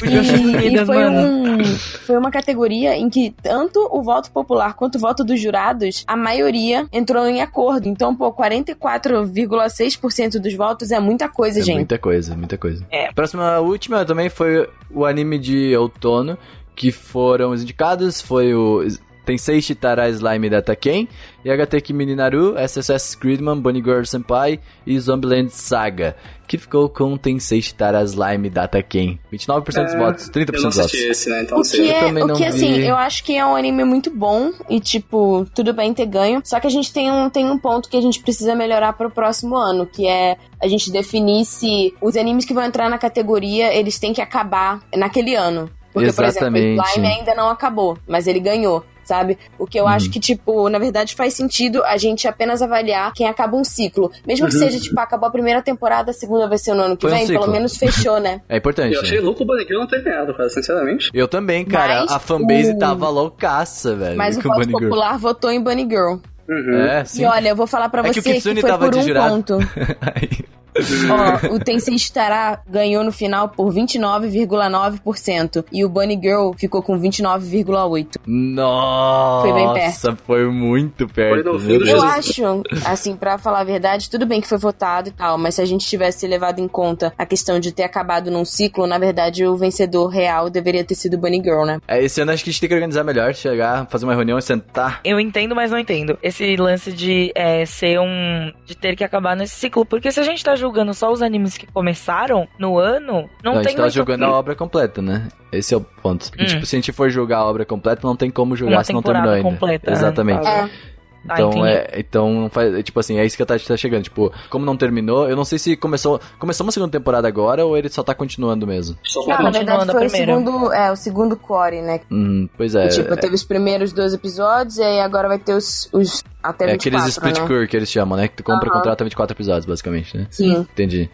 Speaker 4: Fujoshis
Speaker 3: E- e
Speaker 4: unidas,
Speaker 3: foi,
Speaker 4: mano.
Speaker 3: um, foi uma categoria em que tanto o voto popular quanto o voto dos jurados, a maioria entrou em acordo. Então, pô, 44,6% dos votos é muita coisa,
Speaker 1: É
Speaker 3: gente.
Speaker 1: muita coisa, muita coisa.
Speaker 4: É.
Speaker 1: Próxima, a última também foi o anime de outono, que foram os indicados, foi o Tensei Shitara Slime da Taken e HT Mininaru, SSS Creedman, Bunny Girl Senpai e Zombieland Saga, que ficou com Tensei Shitara Slime da Taken. 29% dos
Speaker 2: É,
Speaker 1: votos, 30%
Speaker 2: Eu não
Speaker 1: dos
Speaker 2: assisti
Speaker 1: votos.
Speaker 2: esse, né? Então,
Speaker 3: O
Speaker 2: sei.
Speaker 3: que, é,
Speaker 1: também
Speaker 3: o
Speaker 1: não
Speaker 3: que assim,
Speaker 1: vi.
Speaker 3: eu acho que é um anime muito bom e, tipo, tudo bem ter ganho. Só que a gente tem um, tem um ponto que a gente precisa melhorar pro próximo ano, que é a gente definir se os animes que vão entrar na categoria, eles têm que acabar naquele ano. Porque, por exemplo,
Speaker 1: Exatamente.
Speaker 3: o Slime ainda não acabou, mas ele ganhou. Sabe? O que eu
Speaker 1: Uhum.
Speaker 3: acho que, tipo, na verdade faz sentido a gente apenas avaliar quem acaba um ciclo. Mesmo que seja, tipo, acabou a primeira temporada, a segunda vai ser no ano que
Speaker 1: Uhum. Foi um
Speaker 3: vem, pelo
Speaker 1: ciclo.
Speaker 3: menos fechou, né?
Speaker 1: É importante.
Speaker 2: Eu achei
Speaker 1: né?
Speaker 2: louco o Bunny Girl não ter ganhado, cara, sinceramente.
Speaker 1: Eu também, cara.
Speaker 3: Mas
Speaker 1: a fanbase
Speaker 3: o-
Speaker 1: tava loucaça, velho.
Speaker 3: Mas o
Speaker 1: É, com Bunny
Speaker 3: voto
Speaker 1: Girl.
Speaker 3: popular votou em Bunny Girl.
Speaker 2: Uhum.
Speaker 1: É, sim.
Speaker 3: E olha, eu vou falar pra
Speaker 1: É que
Speaker 3: você
Speaker 1: o
Speaker 3: que,
Speaker 1: Kitsune
Speaker 3: foi
Speaker 1: tava
Speaker 3: por
Speaker 1: de
Speaker 3: um
Speaker 1: jurado.
Speaker 3: ponto. Ó, o Tensei Stará ganhou no final por 29,9% e o Bunny Girl ficou com 29,8%.
Speaker 1: Nossa,
Speaker 3: Foi bem perto.
Speaker 1: foi muito perto.
Speaker 2: no fim
Speaker 1: meu
Speaker 2: do
Speaker 1: Deus.
Speaker 3: Eu
Speaker 2: Jesus.
Speaker 3: acho, assim, pra falar a verdade, tudo bem que foi votado e tal, mas se a gente tivesse levado em conta a questão de ter acabado num ciclo, na verdade o vencedor real deveria ter sido o Bunny Girl, né?
Speaker 1: É, esse ano acho que a gente tem que organizar melhor, chegar, fazer uma reunião e sentar.
Speaker 4: Eu entendo, mas não entendo. Esse lance de é, ser um. de ter que acabar nesse ciclo. Porque se a gente tá julgando só os animes que começaram no ano,
Speaker 1: Não,
Speaker 4: não,
Speaker 1: a
Speaker 4: tem
Speaker 1: gente tá
Speaker 4: muito-
Speaker 1: jogando a obra completa, né? Esse é o ponto. Porque,
Speaker 4: Hum.
Speaker 1: tipo, se a gente for jogar a obra completa, não tem como jogar
Speaker 4: Uma
Speaker 1: se não
Speaker 4: temporada
Speaker 1: terminou ainda.
Speaker 4: completa, né?
Speaker 1: Exatamente.
Speaker 4: Ah,
Speaker 3: É,
Speaker 4: Ah,
Speaker 1: Então,
Speaker 4: entendi.
Speaker 1: é, então não faz- é, tipo assim, é isso que a Tati tá chegando. Tipo, como não terminou, eu não sei se começou, começou uma segunda temporada agora ou ele só tá continuando mesmo.
Speaker 2: Só
Speaker 4: Ah,
Speaker 2: pra
Speaker 3: na
Speaker 4: mas-
Speaker 2: não.
Speaker 3: verdade
Speaker 4: Continuando a
Speaker 3: foi o
Speaker 4: primeira.
Speaker 3: segundo, é, o segundo core, né?
Speaker 1: Hum, pois é.
Speaker 3: tipo, teve os primeiros dois episódios e aí agora vai ter os, os até
Speaker 1: é
Speaker 3: 24,
Speaker 1: aqueles split
Speaker 3: né?
Speaker 1: cure que eles chamam, né? Que tu compra e
Speaker 3: Aham.
Speaker 1: contrata 24 episódios, basicamente, né?
Speaker 3: Sim.
Speaker 1: Entendi.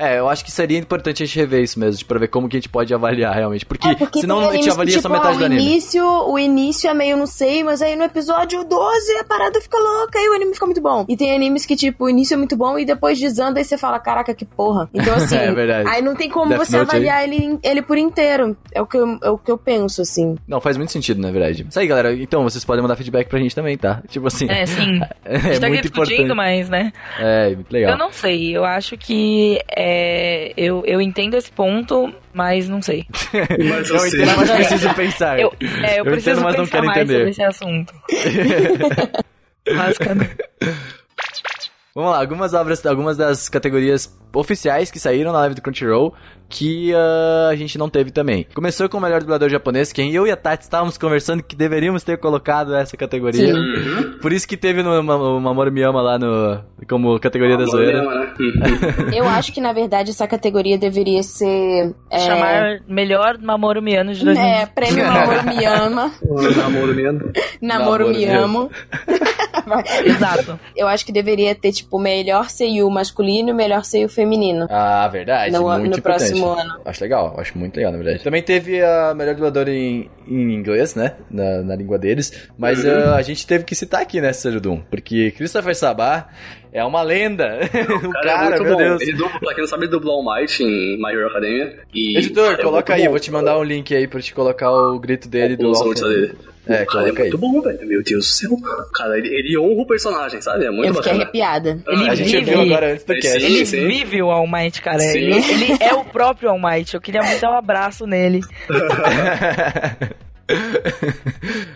Speaker 1: É, eu acho que seria importante a gente rever isso mesmo, tipo, pra ver como que a gente pode avaliar realmente. Porque,
Speaker 3: É, porque
Speaker 1: senão
Speaker 3: tem
Speaker 1: a gente
Speaker 3: animes
Speaker 1: avalia
Speaker 3: que,
Speaker 1: só
Speaker 3: tipo,
Speaker 1: metade
Speaker 3: ah,
Speaker 1: do
Speaker 3: o
Speaker 1: anime.
Speaker 3: início, o início é meio não sei, mas aí no episódio 12 a parada fica louca e o anime fica muito bom. E tem animes que, tipo, o início é muito bom e depois desanda e você fala, caraca, que porra. Então, assim,
Speaker 1: É verdade.
Speaker 3: aí não tem como
Speaker 1: Death
Speaker 3: você
Speaker 1: Note
Speaker 3: avaliar ele, ele por inteiro. É o, que eu, é o que eu penso, assim.
Speaker 1: Não, faz muito sentido, na verdade. Isso aí, galera. Então, vocês podem mandar feedback pra gente também, tá? Tipo assim, é,
Speaker 4: É, sim. a gente tá aqui
Speaker 1: muito
Speaker 4: discutindo,
Speaker 1: importante.
Speaker 4: mas, né?
Speaker 1: É, muito legal.
Speaker 4: Eu não sei. Eu acho que. é, eu, eu entendo esse ponto, mas não sei.
Speaker 2: Mas assim, eu
Speaker 1: Eu
Speaker 2: sei.
Speaker 1: entendo, então, mas preciso pensar.
Speaker 4: Eu, é,
Speaker 1: Eu
Speaker 4: eu, preciso
Speaker 1: entendo, mas não
Speaker 4: pensar
Speaker 1: quero
Speaker 4: mais
Speaker 1: entender.
Speaker 4: sobre esse assunto. Basicamente.
Speaker 1: Vamos lá, algumas obras, algumas das categorias oficiais que saíram na live do Crunchyroll que ah, a gente não teve também. Começou com o melhor dublador japonês, quem eu e a Tati estávamos conversando que deveríamos ter colocado essa categoria.
Speaker 3: Sim.
Speaker 2: Uhum.
Speaker 1: Por isso que teve no, Ma- o Mamoru Miyama lá no como categoria da
Speaker 2: Uma
Speaker 1: zoeira.
Speaker 2: lema, né? Uhum.
Speaker 3: Eu acho que, na verdade, essa categoria deveria ser. É,
Speaker 4: Chamar melhor Mamoru Miano de 2020.
Speaker 3: é, prêmio Namoro Me Ama.
Speaker 2: Meu namoro mesmo.
Speaker 3: Namoro,
Speaker 1: Namoro
Speaker 3: Me
Speaker 1: Me
Speaker 3: Amo. Vai.
Speaker 4: um. Exato.
Speaker 3: Eu acho que deveria ter, tipo, o melhor seio masculino e o melhor seio feminino.
Speaker 1: Ah, verdade.
Speaker 3: No- muito no importante. próximo ano.
Speaker 1: Acho legal, acho muito legal, na verdade. Também teve a melhor dubladora em, em inglês, né? Na, na língua deles. Mas
Speaker 2: Uhum.
Speaker 1: ah, a gente teve que citar aqui, né, Sérgio Dum? Porque Christopher Sabá é uma lenda. o
Speaker 2: Cara, é
Speaker 1: cara,
Speaker 2: muito
Speaker 1: meu
Speaker 2: bom.
Speaker 1: Deus.
Speaker 2: Ele dubla, pra quem não sabe, ele dublou All Might em My Hero Academia. E
Speaker 1: Editor,
Speaker 2: cara, é
Speaker 1: coloca aí,
Speaker 2: muito bom. É,
Speaker 1: vou te mandar um link aí pra te colocar o grito dele do
Speaker 2: Os
Speaker 1: Alpha.
Speaker 2: outros dele.
Speaker 1: É,
Speaker 2: Cara, é
Speaker 1: coloca aí.
Speaker 2: muito bom, velho. Meu Deus do céu. Cara, ele, ele honra o personagem, sabe? É muito
Speaker 3: eu fiquei
Speaker 2: bacana.
Speaker 3: arrepiada.
Speaker 4: Ele
Speaker 1: A gente
Speaker 4: vive.
Speaker 1: viu agora antes do
Speaker 2: Sim.
Speaker 1: cast.
Speaker 4: Ele
Speaker 2: sim.
Speaker 4: vive o All Might, cara.
Speaker 2: Sim.
Speaker 4: Ele, ele é o próprio All Might. Eu queria muito dar um abraço nele.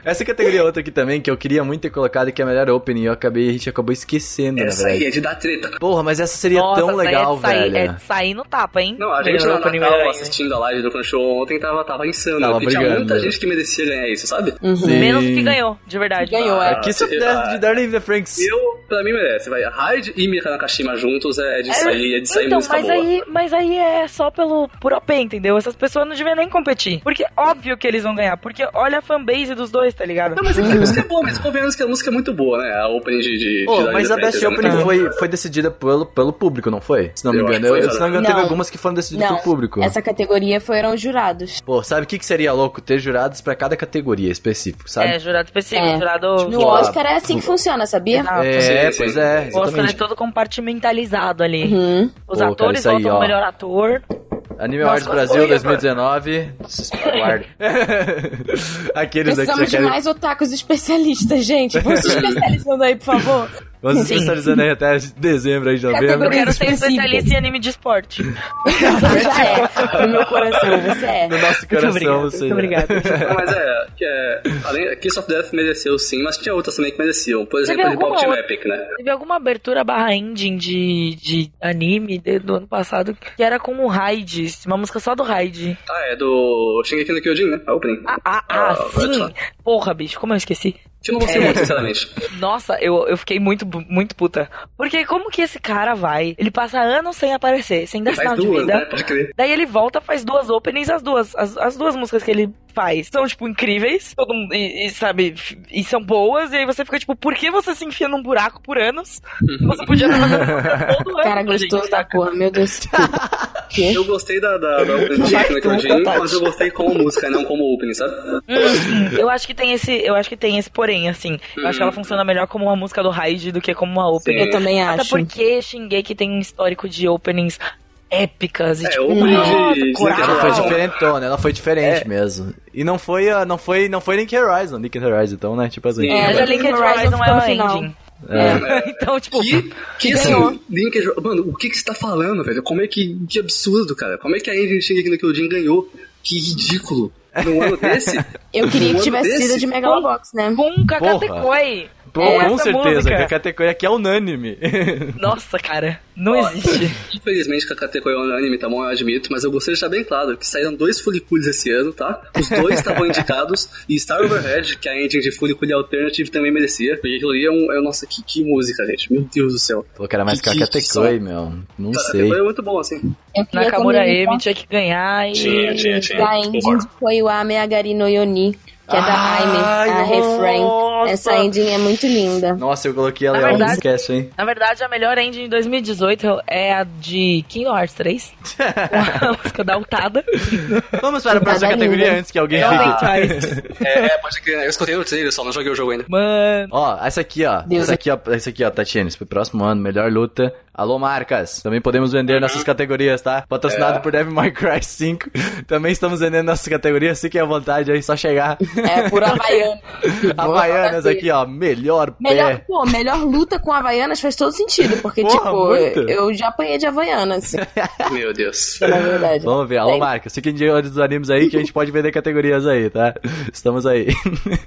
Speaker 1: Essa categoria é outra aqui também, que eu queria muito ter colocado, que é a melhor opening, e eu acabei, a gente acabou esquecendo,
Speaker 2: Essa
Speaker 1: na
Speaker 2: aí
Speaker 1: verdade.
Speaker 2: é de dar treta.
Speaker 1: Porra, mas essa seria
Speaker 4: Nossa,
Speaker 1: tão
Speaker 4: essa aí
Speaker 1: legal,
Speaker 4: é de sair,
Speaker 1: velho.
Speaker 4: É de sair no tapa, hein?
Speaker 2: Não, a gente
Speaker 4: Melhorou
Speaker 2: na
Speaker 4: pra
Speaker 2: Natal
Speaker 4: primeira ainda.
Speaker 2: assistindo a live do Crunchyroll ontem tava, tava insano.
Speaker 1: Tava
Speaker 2: porque tinha
Speaker 1: brigando,
Speaker 2: muita
Speaker 1: né?
Speaker 2: gente que merecia ganhar isso, sabe?
Speaker 1: Sim.
Speaker 4: Menos que ganhou, de verdade.
Speaker 3: Ganhou, é.
Speaker 1: Aqui se eu pudesse de Darling the Franks.
Speaker 2: Eu, pra mim, merece. Vai. Hyde e Mika Nakashima juntos é de sair, é de sair
Speaker 4: então,
Speaker 2: música
Speaker 4: mas
Speaker 2: boa.
Speaker 4: aí, mas aí é só pelo por OP, entendeu? Essas pessoas não deviam nem competir. Porque óbvio que eles vão ganhar. Porque olha a fanbase dos dois, tá ligado?
Speaker 2: Não, mas é que a música é boa, mas convenhamos que a música é muito boa, né? A opening de. de,
Speaker 1: Pô,
Speaker 2: de
Speaker 1: mas a
Speaker 2: Darling
Speaker 1: Best
Speaker 2: Francis, né?
Speaker 1: Opening foi, foi decidida pelo, pelo público, não foi? Se não me
Speaker 2: Eu acho
Speaker 1: engano.
Speaker 2: que
Speaker 1: Eu,
Speaker 2: foi,
Speaker 1: eu- se não me engano, teve
Speaker 3: Não.
Speaker 1: algumas que foram decididas
Speaker 3: Não,
Speaker 1: pelo público.
Speaker 3: Essa categoria foram os jurados.
Speaker 1: Pô, sabe o que, que seria louco? Ter jurados pra cada categoria específico, sabe?
Speaker 4: É, jurado específico,
Speaker 3: É.
Speaker 4: jurado.
Speaker 3: No
Speaker 1: Boa.
Speaker 3: Oscar é assim que funciona, sabia?
Speaker 4: Exato.
Speaker 1: É,
Speaker 2: sim, né,
Speaker 1: pois
Speaker 2: sim.
Speaker 1: é,
Speaker 4: O Oscar é
Speaker 1: exatamente.
Speaker 4: todo compartimentalizado ali.
Speaker 3: Uhum.
Speaker 4: Os
Speaker 1: Pô, cara,
Speaker 4: atores
Speaker 1: isso aí,
Speaker 4: votam
Speaker 1: ó.
Speaker 4: o melhor ator.
Speaker 1: Anime
Speaker 4: Nossa,
Speaker 1: Awards
Speaker 4: olha,
Speaker 1: Brasil
Speaker 4: cara.
Speaker 1: 2019. Aguarde. Aqueles daqui é
Speaker 3: Precisamos de mais otakus especialistas, gente. Vão se especializando aí, por favor.
Speaker 1: Vamos
Speaker 4: Sim.
Speaker 1: especializando aí até dezembro, aí de novembro.
Speaker 4: Eu
Speaker 7: Categoria-
Speaker 4: quero ser
Speaker 7: Específico.
Speaker 4: especialista em anime de esporte.
Speaker 3: já é. No meu coração, você é.
Speaker 1: No nosso
Speaker 4: Muito
Speaker 1: coração,
Speaker 4: obrigado.
Speaker 1: você.
Speaker 4: Muito obrigado.
Speaker 2: Não, mas é, que é. Além, Kiss of Death mereceu sim, mas tinha outras também que mereciam. Por
Speaker 4: Teve
Speaker 2: exemplo, de
Speaker 4: alguma
Speaker 2: Pop Team
Speaker 4: outra?
Speaker 2: Epic, né?
Speaker 4: Teve alguma abertura barra ending de, de anime de- do ano passado que era com o Raid, uma música só do Raid.
Speaker 2: Ah, é do Shingeki no Kyojin, né? A opening.
Speaker 4: Ah, ah, ah,
Speaker 2: Ah, vai
Speaker 4: sim!
Speaker 2: lá.
Speaker 4: Porra, bicho, como eu esqueci.
Speaker 2: Que eu não
Speaker 4: É.
Speaker 2: gostei muito, sinceramente.
Speaker 4: Nossa, eu, eu fiquei muito, bu- muito puta. Porque como que esse cara vai? Ele passa anos sem aparecer, sem dar sinal
Speaker 2: Faz
Speaker 4: de
Speaker 2: duas,
Speaker 4: vida.
Speaker 2: né? Pode crer.
Speaker 4: Daí ele volta, faz duas openings, as duas. As, as duas músicas que ele faz são, tipo, incríveis. Todo mundo, e, e, sabe, f- e são boas. E aí você fica, tipo, por que você se enfia num buraco por anos? Você podia estar fazendo música todo ano.
Speaker 3: Cara gostoso da porra, meu Deus. Que?
Speaker 2: Eu gostei da, da, da opening de Shingeki no Kyojin, mas eu gostei como música, não como opening, sabe?
Speaker 4: Hum, eu acho que tem esse. Eu acho que tem esse porém, assim. Eu acho que
Speaker 2: Uhum.
Speaker 4: ela funciona melhor como uma música do Raid do que como uma opening.
Speaker 3: Eu também
Speaker 4: Até
Speaker 3: acho.
Speaker 4: porque Shingeki tem um histórico de openings épicas e
Speaker 2: É,
Speaker 4: tipo,
Speaker 2: opening
Speaker 4: nossa,
Speaker 2: de- de
Speaker 4: coral.
Speaker 1: Ela foi
Speaker 2: Não.
Speaker 3: É,
Speaker 1: diferentona, ela foi diferente mesmo. E não foi, a- não foi, não foi Nick Horizon, Nick Horizon, então, né? Tipo assim.
Speaker 2: É,
Speaker 4: Mas a Linked
Speaker 3: Horizon
Speaker 4: Horizon é
Speaker 3: ficou
Speaker 4: uma
Speaker 3: no final.
Speaker 4: ending.
Speaker 1: É.
Speaker 4: Então, tipo,
Speaker 2: Que, que assim,
Speaker 3: ganhou.
Speaker 2: Linkage, mano, o que que você tá falando, velho? Como é que, que absurdo, cara? Como é que a Engine Shingeki no Kyojin ganhou? Que ridículo. Num ano desse?
Speaker 3: Eu queria
Speaker 2: Um
Speaker 3: que
Speaker 2: ano
Speaker 3: tivesse
Speaker 2: desse?
Speaker 3: sido de Megalobox, né?
Speaker 4: com Kakatecoi.
Speaker 1: Pô,
Speaker 4: É,
Speaker 1: com
Speaker 4: essa
Speaker 1: certeza,
Speaker 4: música.
Speaker 1: que a categoria aqui é unânime.
Speaker 4: Nossa, cara, não existe.
Speaker 2: Infelizmente, Kakateko é um anime, tá bom? Eu admito, mas eu gostaria de deixar bem claro que saíram dois Furicules esse ano, tá? Os dois estavam indicados, e Star Overhead, que é a engine de Furicule Alternative, também merecia. Porque aquilo ali é um. É, nossa, que, que música, gente. Meu Deus do céu.
Speaker 1: Pô, cara, mas
Speaker 2: Que-
Speaker 1: que,
Speaker 2: que-
Speaker 1: que,
Speaker 2: que são?
Speaker 1: meu, não sei.
Speaker 2: Kakateko é muito bom, assim.
Speaker 3: Eu queria
Speaker 4: Nakamura
Speaker 3: também
Speaker 4: M tinha que ganhar e.
Speaker 5: Tinha, tinha, tinha.
Speaker 3: Da ending
Speaker 5: Concordo.
Speaker 3: foi o Ameagari no Yoni, que é da Aime, a Refrain.
Speaker 1: nossa.
Speaker 3: Essa ending é muito linda.
Speaker 1: Nossa, eu coloquei ela
Speaker 4: Na
Speaker 1: em algum
Speaker 4: verdade-
Speaker 1: sketch, hein?
Speaker 4: Na verdade, a melhor ending de 2018 é a de Kingdom Hearts 3. com a música da Altada. Então,
Speaker 1: Vamos para a próxima
Speaker 3: Nada
Speaker 1: categoria
Speaker 3: linda.
Speaker 1: antes que alguém
Speaker 4: Realmente,
Speaker 1: fique.
Speaker 4: mas-
Speaker 2: É, é, pode crer. Eu escutei o trailer, só não joguei o jogo ainda.
Speaker 4: Mano.
Speaker 1: Ó, essa aqui, ó.
Speaker 3: Deus.
Speaker 1: Essa aqui, ó, essa aqui, ó, Tatiane, pro próximo ano, melhor luta. Alô, marcas! Também podemos vender nossas categorias, tá? Patrocinado por Devil May Cry 5. Também estamos vendendo nossas categorias, fiquem à vontade aí, só chegar.
Speaker 3: É, por Havaiana.
Speaker 1: Havaianas aqui, ó, melhor,
Speaker 3: Melhor,
Speaker 1: pé.
Speaker 3: pô, melhor luta com Havaianas faz todo sentido, porque,
Speaker 1: Porra,
Speaker 3: tipo,
Speaker 1: muito.
Speaker 3: eu já apanhei de Havaianas, na
Speaker 2: Meu Deus.
Speaker 3: verdade.
Speaker 1: Vamos ver, alô,
Speaker 3: Bem.
Speaker 1: marcas. Fiquem de olho dos animes aí que a gente pode vender categorias aí, tá? Estamos aí.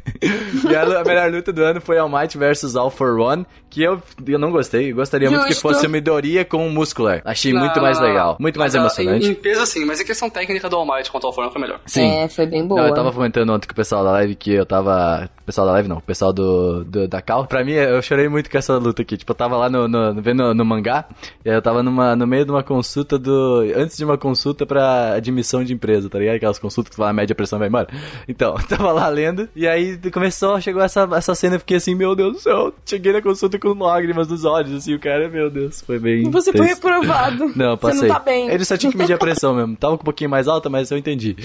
Speaker 1: e a, lu- a melhor luta do ano foi All Might vs All For One, que eu, eu não gostei. Eu gostaria muito que
Speaker 3: Justo.
Speaker 1: fosse o Midoriya com o Muscular. Achei
Speaker 2: Não,
Speaker 1: muito mais
Speaker 2: não, não.
Speaker 1: legal, muito mais
Speaker 2: Mas, ah,
Speaker 1: emocionante.
Speaker 2: Em, em peso, assim, mas em questão técnica do All Might contra o Forno foi melhor.
Speaker 1: Sim.
Speaker 3: É, foi bem boa.
Speaker 1: Não, eu tava comentando ontem com o pessoal da live que eu tava. O pessoal da live não, o pessoal do, do- da Cal. Pra mim, eu chorei muito com essa luta aqui. Tipo, eu tava lá no, no- vendo no mangá, e aí eu tava numa, no meio de uma consulta do. Antes de uma consulta pra admissão de empresa, tá ligado? Aquelas consultas que tu vai lá, mede a pressão, vai embora. Então, eu tava lá lendo, e aí começou, chegou essa, essa cena, eu fiquei assim, meu Deus do céu, cheguei na consulta com lágrimas nos olhos, assim, o cara, meu Deus, foi bem.
Speaker 3: Você foi
Speaker 1: tenso.
Speaker 3: reprovado.
Speaker 1: Não, passei.
Speaker 3: Você não tá bem.
Speaker 1: Ele só tinha que medir a pressão mesmo. Tava um pouquinho mais alta, mas eu entendi.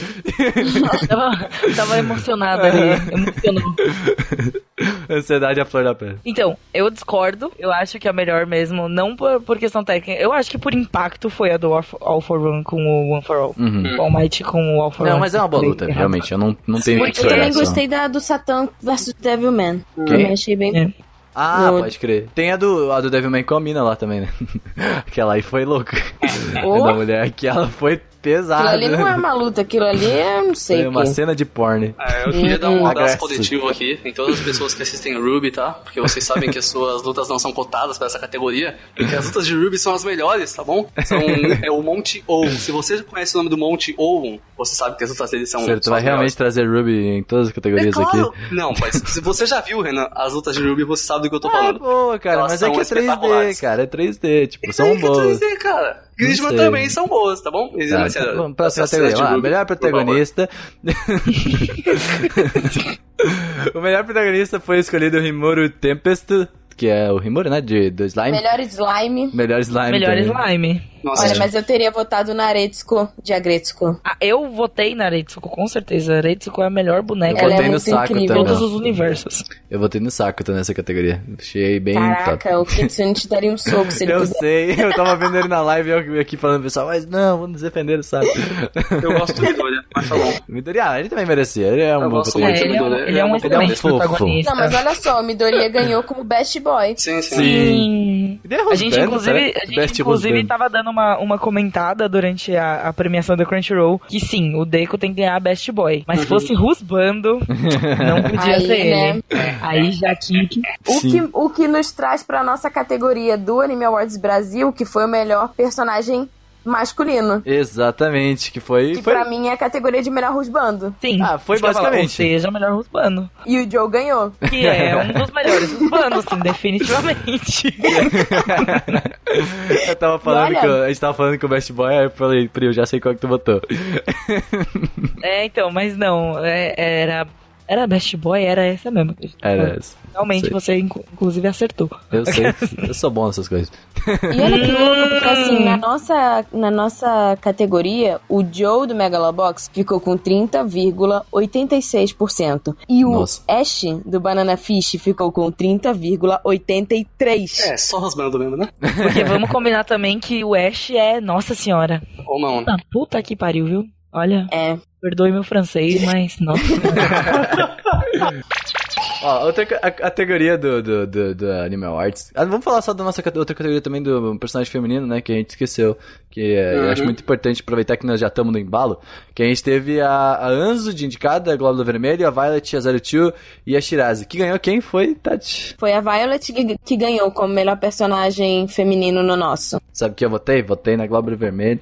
Speaker 4: Tava, tava emocionado ali. Emocionou.
Speaker 1: Ansiedade à flor da pele.
Speaker 4: Então, eu discordo. Eu acho que a melhor mesmo, não por, por questão técnica. Eu acho que por impacto foi a do All for, All for One com o One for All.
Speaker 1: Uhum.
Speaker 4: O All Might com o All for
Speaker 1: Não,
Speaker 4: One.
Speaker 1: mas é uma boa luta,
Speaker 4: Errado.
Speaker 1: realmente. Eu não, não tenho o que
Speaker 3: Porque eu também
Speaker 1: discordar. só.
Speaker 3: gostei da do Satã versus Devilman.
Speaker 1: Quem?
Speaker 3: Também achei bem.
Speaker 4: É.
Speaker 1: Ah,
Speaker 3: do-
Speaker 1: pode crer. Tem a do, a do Devilman com a mina lá também, né? Aquela aí foi louca.
Speaker 3: Oh.
Speaker 1: Da mulher que ela foi
Speaker 3: Aquilo
Speaker 1: pesada.
Speaker 3: ali não é uma luta, aquilo ali é não sei
Speaker 1: Ah, Foi
Speaker 3: o
Speaker 1: uma
Speaker 3: quê.
Speaker 1: cena de porn.
Speaker 2: É, eu queria dar
Speaker 1: Hum,
Speaker 2: um abraço
Speaker 1: agressivo.
Speaker 2: coletivo aqui em todas as pessoas que assistem Ruby, tá? Porque vocês sabem que as suas lutas não são cotadas pra essa categoria. Porque as lutas de Ruby são as melhores, tá bom? São, é o Monte Oum. Se você conhece o nome do Monte Oum, você sabe que as lutas dele são.
Speaker 1: Sério, tu
Speaker 2: são
Speaker 1: vai
Speaker 2: as
Speaker 1: realmente
Speaker 2: melhores.
Speaker 1: trazer Ruby em todas as
Speaker 2: É
Speaker 1: categorias
Speaker 2: claro.
Speaker 1: aqui.
Speaker 2: Não, mas se você já viu, Renan, as lutas de Ruby, você sabe do que eu tô
Speaker 1: Ah, é
Speaker 2: falando.
Speaker 1: boa, cara,
Speaker 2: Elas
Speaker 1: mas é
Speaker 2: são
Speaker 1: que é
Speaker 2: espetaculares.
Speaker 1: 3D, cara. É 3D, tipo, são
Speaker 2: Tem que
Speaker 1: boas.
Speaker 2: 3D, cara. Grisman
Speaker 1: sei.
Speaker 2: também são boas, tá bom? Eles
Speaker 1: Tá,
Speaker 2: mas,
Speaker 1: então
Speaker 2: sério,
Speaker 1: vamos pra próxima
Speaker 2: essas lutas de
Speaker 1: categoria. Ah,
Speaker 2: Ruby,
Speaker 1: melhor
Speaker 2: por favor.
Speaker 1: protagonista. o melhor protagonista foi escolhido o Rimuru Tempest, que é o Rimuru, né? De, do slime. Melhor,
Speaker 3: É Melhor slime.
Speaker 1: slime.
Speaker 4: Melhor
Speaker 1: também.
Speaker 4: slime.
Speaker 2: Nossa,
Speaker 3: Olha, mas eu teria votado na Aretsuko de Agretsuko.
Speaker 4: Ah, eu votei na Aretsuko, com certeza. A Aretsuko é a melhor boneca
Speaker 1: Eu
Speaker 3: Ela é
Speaker 1: botei no
Speaker 3: muito
Speaker 1: saco
Speaker 3: incrível.
Speaker 1: também.
Speaker 4: todos os universos.
Speaker 1: Eu botei no saco tá, nessa categoria. Achei bem top.
Speaker 3: Caraca, o Kitsune te daria um soco se ele
Speaker 1: Eu
Speaker 3: pudesse.
Speaker 1: sei, eu tava vendo ele na live e eu aqui falando, pessoal, mas não, vamos defender o saco.
Speaker 2: eu gosto do Midoriya, mas tá bom.
Speaker 1: Midori, ah, ele também merecia, ele é um
Speaker 2: Eu
Speaker 1: bom
Speaker 2: gosto
Speaker 1: protagonista.
Speaker 2: muito.
Speaker 4: ele, é um, ele é um
Speaker 2: Ele é um
Speaker 4: excelente
Speaker 1: fofo.
Speaker 4: protagonista.
Speaker 3: Não, mas olha só, o Midoriya ganhou como Best Boy.
Speaker 2: Sim,
Speaker 4: É,
Speaker 1: Sim.
Speaker 2: sim.
Speaker 3: assim,
Speaker 1: é
Speaker 4: Sim. um A gente,
Speaker 1: né?
Speaker 4: inclusive, a gente, inclusive tá- tava dando uma, uma comentada durante a, a premiação do Crunchyroll que sim, o Deco tem que ganhar Best Boy. Mas se fosse Rusbando, não podia
Speaker 3: Aí,
Speaker 4: ser ele. É,
Speaker 3: né?
Speaker 4: Aí já tinha que.
Speaker 3: O
Speaker 1: Sim.
Speaker 3: que, o que nos traz pra nossa categoria do Anime Awards Brasil, que foi o melhor personagem masculino.
Speaker 1: Exatamente, que foi.
Speaker 3: Que
Speaker 1: foi...
Speaker 3: pra mim é a categoria de melhor rusbando.
Speaker 4: Sim.
Speaker 1: Ah, foi
Speaker 4: Isso que eu ia falar,
Speaker 1: basicamente.
Speaker 4: Ou seja, o melhor Rusbando.
Speaker 3: E o Joe ganhou.
Speaker 4: Que é um dos melhores Rusbandos, sim, definitivamente.
Speaker 1: Eu tava falando
Speaker 3: Olha.
Speaker 1: que eu- a gente tava falando que o Best Boy, aí eu falei, Pri, eu já sei qual que tu botou.
Speaker 4: É, então, mas não. é- era. Era Best Boy, era essa mesmo.
Speaker 1: Era essa.
Speaker 4: Realmente
Speaker 1: sei.
Speaker 4: você, incu- inclusive, acertou.
Speaker 1: É, né, Eu sei, eu sou bom nessas coisas.
Speaker 3: E olha que louco, porque assim,
Speaker 1: Hum.
Speaker 3: na nossa, na nossa categoria, o Joe do Megalobox ficou com 30,86%. E o
Speaker 1: Nossa.
Speaker 3: Ash do Banana Fish ficou com 30,83%.
Speaker 2: É, só rosbando mesmo, né?
Speaker 4: Porque vamos combinar também que o Ash é. Nossa senhora.
Speaker 2: Ou não, né?
Speaker 4: Puta, puta que pariu, viu? Olha,
Speaker 3: É.
Speaker 4: perdoe meu francês, mas. Nossa.
Speaker 1: Ó, outra ca- a categoria do, do, do, do Animal Arts. Ah, vamos falar só da nossa cate- outra categoria também do personagem feminino, né? Que a gente esqueceu. Que é, eu
Speaker 2: Uhum.
Speaker 1: acho muito importante aproveitar que nós já estamos no embalo. Que a gente teve a, a Anzo de indicada, a Globo Vermelho, a Violet, a Zero Two e a Shirazi. Que ganhou quem foi, Tati?
Speaker 3: Foi a Violet que, que ganhou como melhor personagem feminino no nosso.
Speaker 1: Sabe que eu votei? Votei na Globo Vermelho.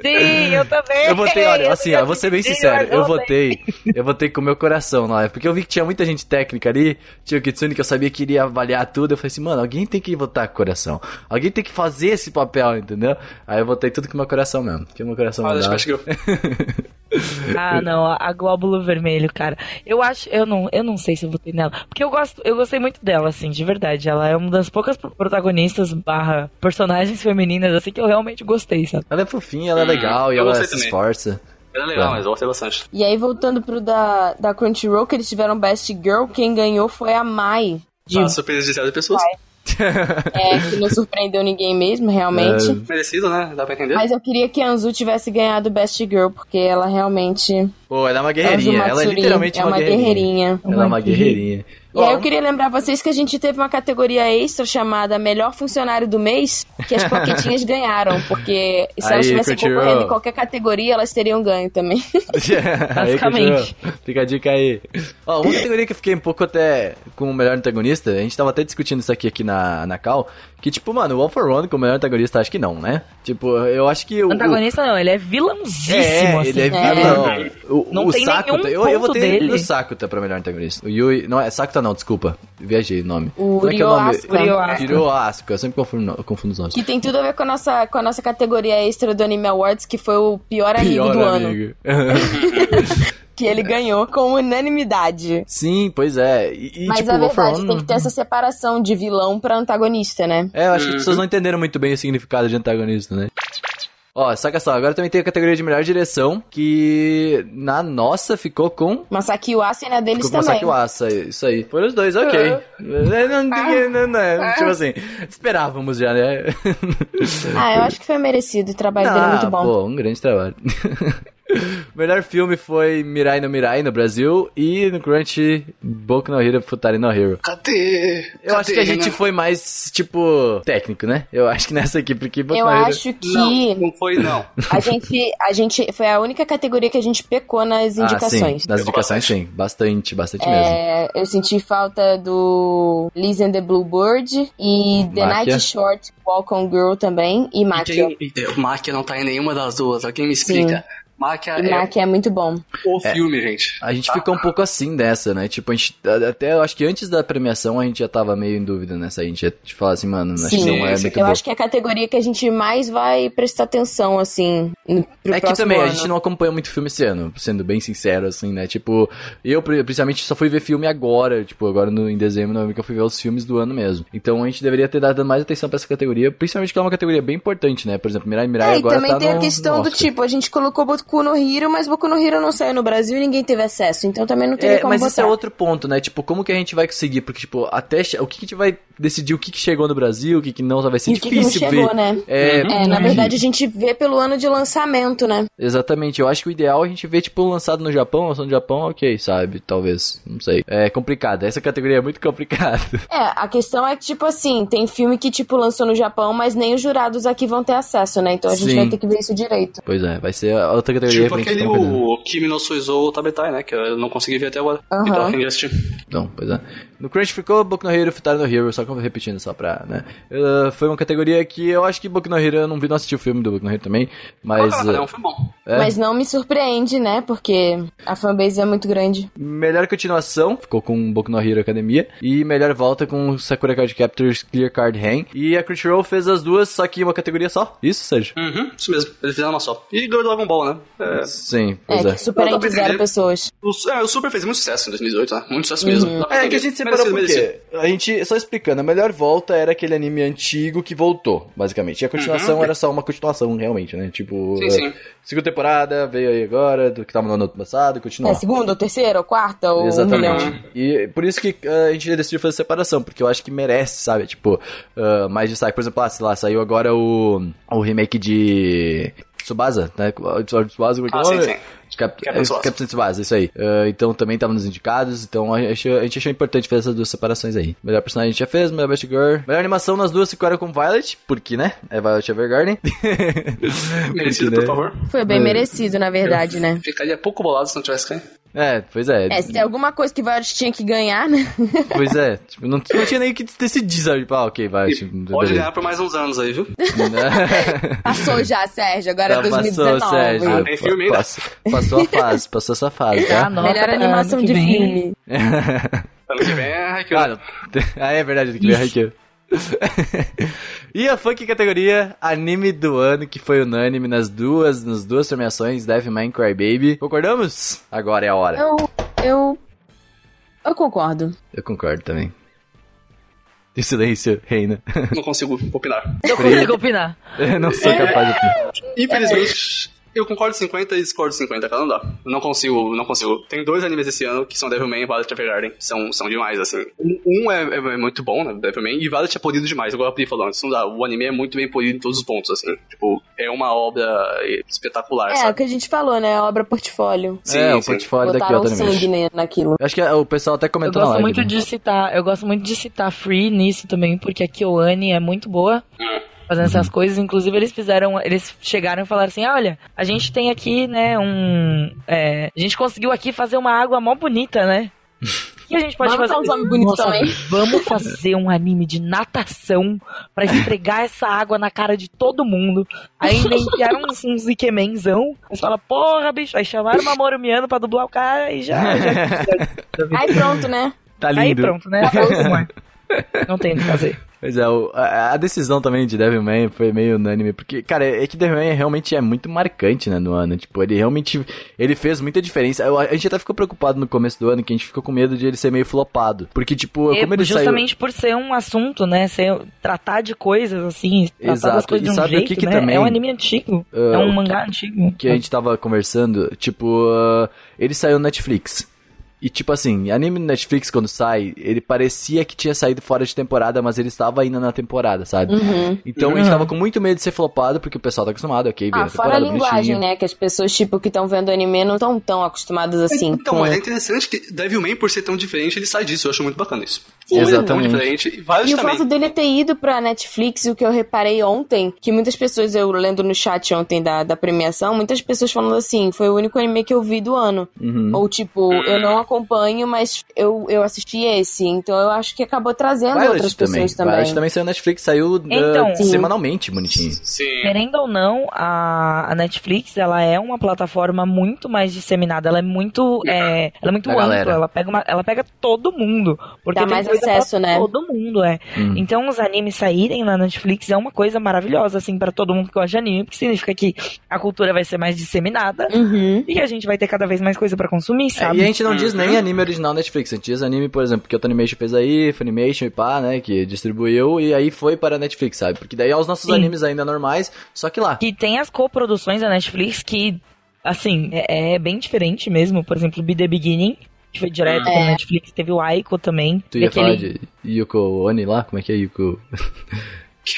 Speaker 4: Sim, eu também.
Speaker 1: Eu votei, olha, assim, ó, eu vou ser bem sincero, eu votei, eu votei com o meu coração na live, porque eu vi que tinha muita gente técnica ali, tinha o Kitsune que eu sabia que iria avaliar tudo, eu falei assim, mano, alguém tem que votar com o coração, alguém tem que fazer esse papel, entendeu? Aí eu votei tudo com o meu coração mesmo, que o meu coração
Speaker 2: Ah,
Speaker 1: não
Speaker 2: deixa
Speaker 1: dá.
Speaker 2: eu chegar.
Speaker 4: Ah, não, a- a glóbulo vermelho, cara. Eu acho, eu não, eu não sei se eu votei nela, porque eu gosto, eu gostei muito dela, assim, de verdade. Ela é uma das poucas pro- protagonistas barra personagens femininas assim que eu realmente gostei, sabe?
Speaker 1: Ela é fofinha, ela é legal e
Speaker 2: eu
Speaker 1: ela se
Speaker 2: gostei também.
Speaker 1: esforça.
Speaker 2: Era legal,
Speaker 1: Vai.
Speaker 2: mas eu gostei bastante.
Speaker 3: E aí, voltando pro da, da Crunchyroll, que eles tiveram Best Girl, quem ganhou foi a Mai. De,
Speaker 2: Ah, surpresa de certas pessoas.
Speaker 3: é, que não surpreendeu ninguém mesmo, realmente.
Speaker 2: Merecido, né? Dá pra
Speaker 1: É.
Speaker 2: entender?
Speaker 3: Mas eu queria que a Anzu tivesse ganhado Best Girl, porque ela realmente.
Speaker 1: Pô, ela é uma
Speaker 3: Anzu
Speaker 1: guerreirinha, ela é
Speaker 3: Matsuri
Speaker 1: literalmente
Speaker 3: é
Speaker 1: uma, guerreirinha. Ela é uma guerreirinha.
Speaker 3: E aí eu queria lembrar vocês que a gente teve uma categoria extra chamada Melhor Funcionário do Mês, que as Poquitinhas ganharam, porque se elas
Speaker 1: Aí,
Speaker 3: tivessem
Speaker 1: Crunchyroll.
Speaker 3: concorrendo em qualquer categoria, elas teriam ganho também.
Speaker 1: Aí,
Speaker 4: Basicamente.
Speaker 1: continua. Fica a dica aí. Ó, uma categoria que eu fiquei um pouco até com o melhor antagonista, a gente tava até discutindo isso aqui, aqui na, na Cal, que tipo, mano, o All for One como melhor antagonista, acho que não, né? Tipo, eu acho que o... o-
Speaker 4: Antagonista não, ele é vilãozíssimo,
Speaker 1: é,
Speaker 4: assim.
Speaker 1: ele é
Speaker 3: É.
Speaker 1: vilão. O,
Speaker 4: Não
Speaker 1: o
Speaker 4: tem
Speaker 1: Sakuta,
Speaker 4: nenhum
Speaker 1: eu, eu
Speaker 4: ponto
Speaker 1: votei
Speaker 4: dele.
Speaker 1: no Sakuta pra melhor antagonista. O Yui, não é Sakuta não, desculpa, viajei o nome.
Speaker 3: O
Speaker 1: Como é que é o nome?
Speaker 3: Ryoasuka.
Speaker 4: Ryoasuka.
Speaker 1: Tirou Asuka, eu sempre confundo, no- eu confundo os nomes.
Speaker 3: Que tem tudo a ver com a nossa, com a nossa categoria extra do Anime Awards, que foi o pior amigo do ano. Que ele ganhou com unanimidade.
Speaker 1: Sim, pois é. E, e,
Speaker 3: Mas
Speaker 1: tipo,
Speaker 3: a
Speaker 1: o All for
Speaker 3: verdade
Speaker 1: One-
Speaker 3: tem que ter essa separação de vilão pra antagonista, né?
Speaker 1: É, eu acho que as pessoas não entenderam muito bem o significado de antagonista, né? Ó, saca só, agora também tem a categoria de melhor direção, que na nossa ficou com.
Speaker 3: Masaki Uasa e na né, deles
Speaker 1: Ficou com
Speaker 3: também. Ah.
Speaker 1: Masaki Uasa, isso aí. Foram os dois, ok. É, Não, ninguém- não, não, tipo assim, esperávamos já, né?
Speaker 3: Ah, eu acho que foi merecido. O trabalho dele é
Speaker 1: Ah,
Speaker 3: muito bom.
Speaker 1: Pô, um grande trabalho. O melhor filme foi Mirai no Mirai no Brasil e no Crunch Boku no Hero Futari no Hero.
Speaker 2: Cadê? né?
Speaker 1: Eu acho que a gente
Speaker 2: foi.
Speaker 1: foi mais, tipo, técnico, né? Eu acho que nessa aqui, porque Boku
Speaker 3: Eu
Speaker 1: no Hero...
Speaker 3: acho
Speaker 2: Não,
Speaker 3: que
Speaker 2: não foi, não.
Speaker 3: a gente, a gente. Foi a única categoria que a gente pecou nas indicações.
Speaker 1: Ah, sim. Nas indicações, sim. Bastante, bastante mesmo.
Speaker 3: É, eu senti falta do Liz and the Bluebird e The
Speaker 1: Máquia.
Speaker 3: Night Short Walk on Girl também e
Speaker 2: E
Speaker 3: Máquia.
Speaker 2: quem, e- o Máquia não tá em nenhuma das duas. Alguém me explica. Máquia
Speaker 3: E
Speaker 2: é
Speaker 3: Máquia é muito bom.
Speaker 2: o
Speaker 1: É.
Speaker 2: filme, gente.
Speaker 1: A gente ficou um pouco assim dessa, né? Tipo, a gente, a- até eu acho que antes da premiação a gente já tava meio em dúvida nessa. A gente ia te falar assim, mano, acho que
Speaker 3: Sim.
Speaker 1: não é
Speaker 2: Sim,
Speaker 1: muito
Speaker 3: eu
Speaker 1: bom.
Speaker 3: acho que é a categoria que a gente mais vai prestar atenção, assim, no- pro
Speaker 1: É que
Speaker 3: próximo
Speaker 1: também a
Speaker 3: ano.
Speaker 1: gente não acompanha muito filme esse ano, sendo bem sincero, assim, né? Tipo, eu pri- principalmente só fui ver filme agora, tipo, agora no, em dezembro, novembro, que eu fui ver os filmes do ano mesmo. Então a gente deveria ter dado mais atenção pra essa categoria, principalmente que é uma categoria bem importante, né? Por exemplo, Mirai Mirai
Speaker 3: É, e
Speaker 1: agora
Speaker 3: também
Speaker 1: tá
Speaker 3: tem a
Speaker 1: no-
Speaker 3: questão
Speaker 1: no
Speaker 3: do
Speaker 1: Oscar.
Speaker 3: tipo, a gente colocou Boku Boku no Hero, mas Boku no Hero não saiu no Brasil e ninguém teve acesso, então também não teria
Speaker 1: É,
Speaker 3: como
Speaker 1: mas
Speaker 3: botar.
Speaker 1: isso é outro ponto, né? Tipo, como que a gente vai conseguir? Porque, tipo, até che- o que, que a gente vai decidir o que, que chegou no Brasil, o que, que não vai ser
Speaker 3: E o que, que não
Speaker 1: difícil
Speaker 3: chegou,
Speaker 1: ver.
Speaker 3: né?
Speaker 1: É,
Speaker 2: Uhum.
Speaker 3: É, na verdade a gente vê pelo ano de lançamento, né?
Speaker 1: exatamente. Eu acho que o ideal é a gente ver, tipo, lançado no Japão, lançado no Japão, ok, sabe? Talvez, não sei. É complicado. Essa categoria é muito complicada.
Speaker 3: É, a questão é que, tipo assim, tem filme que, tipo, lançou no Japão, mas nem os jurados aqui vão ter acesso, né? Então a gente
Speaker 1: Sim.
Speaker 3: vai ter que ver isso direito.
Speaker 1: pois é, vai ser a outra categoria
Speaker 2: Tipo
Speaker 1: pra gente tá
Speaker 2: aquele
Speaker 1: ficar olhando.
Speaker 2: o Kimi no Suizou Tabetai, né? Que eu não consegui ver até agora.
Speaker 3: Aham.
Speaker 2: Então, quem já assistiu.
Speaker 1: Então, pois é. No Crunch ficou Boku no Hero, Futari no Hero, só que eu vou repetindo só pra, né? Eh, foi uma categoria que eu acho que Boku no Hero, eu não vi, não assisti o filme do Boku no Hero também, mas...
Speaker 2: Ah,
Speaker 1: eh,
Speaker 2: não, foi bom.
Speaker 1: É.
Speaker 3: Mas não me surpreende, né? Porque a fanbase é muito grande.
Speaker 1: Melhor continuação, ficou com Boku no Hero Academia. E melhor volta com Sakura Card Captors Clear Card Hang. E a Crunchyroll fez as duas, só que em uma categoria só. Isso, Sérgio?
Speaker 2: Uhum, isso mesmo. Eles fizeram uma só. E ganhou Dragon Ball, né? É,
Speaker 1: Sim,
Speaker 3: É,
Speaker 1: pois é.
Speaker 3: que surpreende
Speaker 2: Eu tô
Speaker 3: zero
Speaker 2: entendendo.
Speaker 3: pessoas.
Speaker 2: O, Su- é, o Super fez muito sucesso em 2018, né? Muito sucesso mesmo. Dá pra
Speaker 1: É
Speaker 2: entender.
Speaker 1: que a gente separou
Speaker 2: Merecido,
Speaker 1: por
Speaker 2: merecido.
Speaker 1: quê? A gente, só explicando, a melhor volta era aquele anime antigo que voltou, basicamente. E a continuação era só uma continuação, realmente, né? Tipo,
Speaker 2: Uhum. Sim, sim.
Speaker 1: eh, segunda temporada, veio aí agora, do que tava no ano passado, continua.
Speaker 3: É, segunda, ou terceira, ou quarta, ou um milhão.
Speaker 1: Exatamente. E por isso que ah, a gente decidiu fazer separação, porque eu acho que merece, sabe? Tipo, ah, mais destaque. Por exemplo, ah, sei lá, saiu agora o, o remake de. Tsubasa, né? O episódio de Tsubasa, como é que é
Speaker 2: Ah,
Speaker 1: o
Speaker 2: sim,
Speaker 1: nome?
Speaker 2: sim.
Speaker 1: Cap-
Speaker 2: Captain
Speaker 1: é,
Speaker 2: Tsubasa.
Speaker 1: Captain Tsubasa, isso aí. Ah, então também tava nos indicados, então a gente, a gente achou importante fazer essas duas separações aí. Melhor personagem a gente já fez, melhor Best Girl. Melhor animação nas duas ficaram com Violet, porque, né? É Violet Evergarden.
Speaker 2: Merecido,
Speaker 1: Porque,
Speaker 2: por
Speaker 1: né?
Speaker 2: favor.
Speaker 3: Foi bem merecido, na verdade, né?
Speaker 2: Ficaria pouco bolado se não tivesse ganho.
Speaker 1: É, pois é.
Speaker 3: É, se tem alguma coisa que Violet tinha que ganhar, né?
Speaker 1: Pois é. Tipo, não, não tinha nem o que decidir, sabe? Tipo, ah, ok,
Speaker 2: E
Speaker 1: Violet.
Speaker 2: Pode
Speaker 1: beleza. né?
Speaker 2: ganhar por mais uns anos aí, viu?
Speaker 3: Passou já, Sérgio, agora é
Speaker 1: Já passou,
Speaker 3: 2019.
Speaker 1: Sérgio.
Speaker 2: Ah, tem filme ainda?
Speaker 1: Passou, passou a fase, passou essa fase,
Speaker 4: Ah,
Speaker 1: tá?
Speaker 4: não.
Speaker 3: Melhor
Speaker 4: Nossa,
Speaker 3: animação
Speaker 4: ano
Speaker 3: de
Speaker 4: que vem.
Speaker 3: filme.
Speaker 2: Ano que vem é Haikyuu.
Speaker 1: Ah, não. Ah, é verdade, tem que ver aqui. e a funk categoria anime do ano, que foi unânime nas duas, nas duas premiações, Devilman Crybaby. Concordamos? Agora é a hora.
Speaker 3: Eu, eu... Eu concordo.
Speaker 1: Eu concordo também. E silêncio reina.
Speaker 2: Não consigo opinar.
Speaker 4: Eu consigo opinar.
Speaker 1: Eu não sou capaz de...
Speaker 2: Infelizmente, eu concordo 50 e discordo 50, cara, não dá. Eu não consigo, não consigo. Tem dois animes esse ano que são Devilman e Violet Evergarden. São, são demais, assim. Um- Um é, é- é muito bom, né, Devilman, e Violet é polido demais, igual a Pri falando. Isso não dá. O anime é muito bem polido em todos os pontos, assim. Tipo, é uma obra espetacular,
Speaker 3: É, o
Speaker 2: sabe?
Speaker 3: que a gente falou, né? Obra portfólio.
Speaker 2: Sim,
Speaker 1: é, o
Speaker 2: sim.
Speaker 1: portfólio daqui, ó,
Speaker 3: Botaram um
Speaker 1: também.
Speaker 3: sangue ne- naquilo.
Speaker 1: Acho que é, o pessoal até
Speaker 4: Eu
Speaker 1: comentou na live,
Speaker 4: gosto muito
Speaker 1: né?
Speaker 4: de citar, eu gosto muito de citar Free nisso também, porque a Kyoane é muito boa fazendo essas
Speaker 1: Uhum.
Speaker 4: coisas. Inclusive, eles fizeram, eles chegaram e falaram assim: "Ah, olha, a gente tem aqui, né, um. é, a gente conseguiu aqui fazer uma água mó bonita, né? O que a gente pode
Speaker 3: Vamos
Speaker 4: fazer?
Speaker 3: usar um nome bonito
Speaker 4: Nossa,
Speaker 3: também.
Speaker 4: Vamos fazer um anime de natação pra esfregar essa água na cara de todo mundo. Aí inventaram uns, uns Ikemenzão. Eles falam, porra, bicho. Aí chamaram o Mamoru Miano pra dublar o cara e já. já-
Speaker 3: Aí pronto, né?
Speaker 1: Tá lindo.
Speaker 4: Aí pronto, né? Não tem o que fazer.
Speaker 1: Pois é, o- a, a decisão também de Devilman foi meio unânime, porque, cara, é que Devilman realmente é muito marcante, né, no ano. Tipo, ele realmente, ele fez muita diferença. Eu- a gente até ficou preocupado no começo do ano, que a gente ficou com medo de ele ser meio flopado. Porque,
Speaker 3: É,
Speaker 1: tipo, como ele saiu...
Speaker 4: justamente por ser um assunto, né? Ser, tratar de coisas assim, tratar das
Speaker 1: Exato.
Speaker 4: coisas
Speaker 1: E
Speaker 4: de um
Speaker 1: sabe o que
Speaker 4: jeito,
Speaker 1: que
Speaker 4: né?
Speaker 1: também- Ah,
Speaker 4: É um anime antigo, é um mangá antigo.
Speaker 1: que a gente tava conversando, tipo, ah, ele saiu no Netflix. E tipo assim, anime no Netflix quando sai, ele parecia que tinha saído fora de temporada, mas ele estava ainda na temporada, sabe?
Speaker 3: Uhum.
Speaker 1: Então a gente tava com muito medo de ser flopado, porque o pessoal tá acostumado, ok, vira
Speaker 3: Ah, fora a
Speaker 1: temporada,
Speaker 3: linguagem,
Speaker 1: bonitinho.
Speaker 3: né? Que as pessoas, tipo, que estão vendo anime não estão tão acostumadas assim.
Speaker 2: Então,
Speaker 3: com...
Speaker 2: é interessante que Devilman, por ser tão diferente, ele sai disso. Eu acho muito bacana isso. é
Speaker 3: Sim.
Speaker 2: Muito,
Speaker 1: Exatamente.
Speaker 2: Muito diferente. E Violet
Speaker 3: E o
Speaker 2: também.
Speaker 3: fato dele ter ido pra Netflix, o que eu reparei ontem, que muitas pessoas, eu lendo no chat ontem da, da premiação, muitas pessoas falando assim, foi o único anime que eu vi do ano.
Speaker 1: Uhum.
Speaker 3: Ou tipo, eu não acompanho, mas eu, eu assisti esse. Então eu acho que acabou trazendo outras pessoas também.
Speaker 1: Violet também saiu na Netflix, saiu uh,
Speaker 4: Então.
Speaker 3: Sim.
Speaker 1: semanalmente, bonitinho.
Speaker 2: Sim.
Speaker 4: Querendo ou não, a, a Netflix, ela é uma plataforma muito mais disseminada, ela é muito, é, ela é muito
Speaker 1: Da
Speaker 4: ampla,
Speaker 1: galera.
Speaker 4: ela pega, uma- ela pega todo mundo. Porque
Speaker 3: Dá
Speaker 4: tem
Speaker 3: mais
Speaker 4: coisa pra
Speaker 3: acesso, né?
Speaker 4: Todo mundo, é.
Speaker 1: Hum.
Speaker 4: Então, os animes saírem na Netflix é uma coisa maravilhosa, assim, pra todo mundo que gosta de anime, porque significa que a cultura vai ser mais disseminada
Speaker 3: Uhum.
Speaker 4: e a gente vai ter cada vez mais coisa pra consumir,
Speaker 1: É,
Speaker 4: sabe?
Speaker 1: e a gente não diz
Speaker 4: Uhum.
Speaker 1: nem anime original Netflix, a gente diz anime, por exemplo, que o Animation fez aí, Funimation e pá, né, que distribuiu e aí foi para a Netflix, sabe? Porque daí é os nossos
Speaker 4: Sim.
Speaker 1: animes ainda normais, só que lá.
Speaker 4: Que tem as coproduções da Netflix que Assim, é, é bem diferente mesmo. Por exemplo, Be The Beginning, que foi direto pra Netflix. Teve o Aiko também.
Speaker 1: Ah.
Speaker 4: é
Speaker 1: Tu ia
Speaker 4: Aquele-
Speaker 1: falar de Yuko Oni lá? Como é que é Yuko?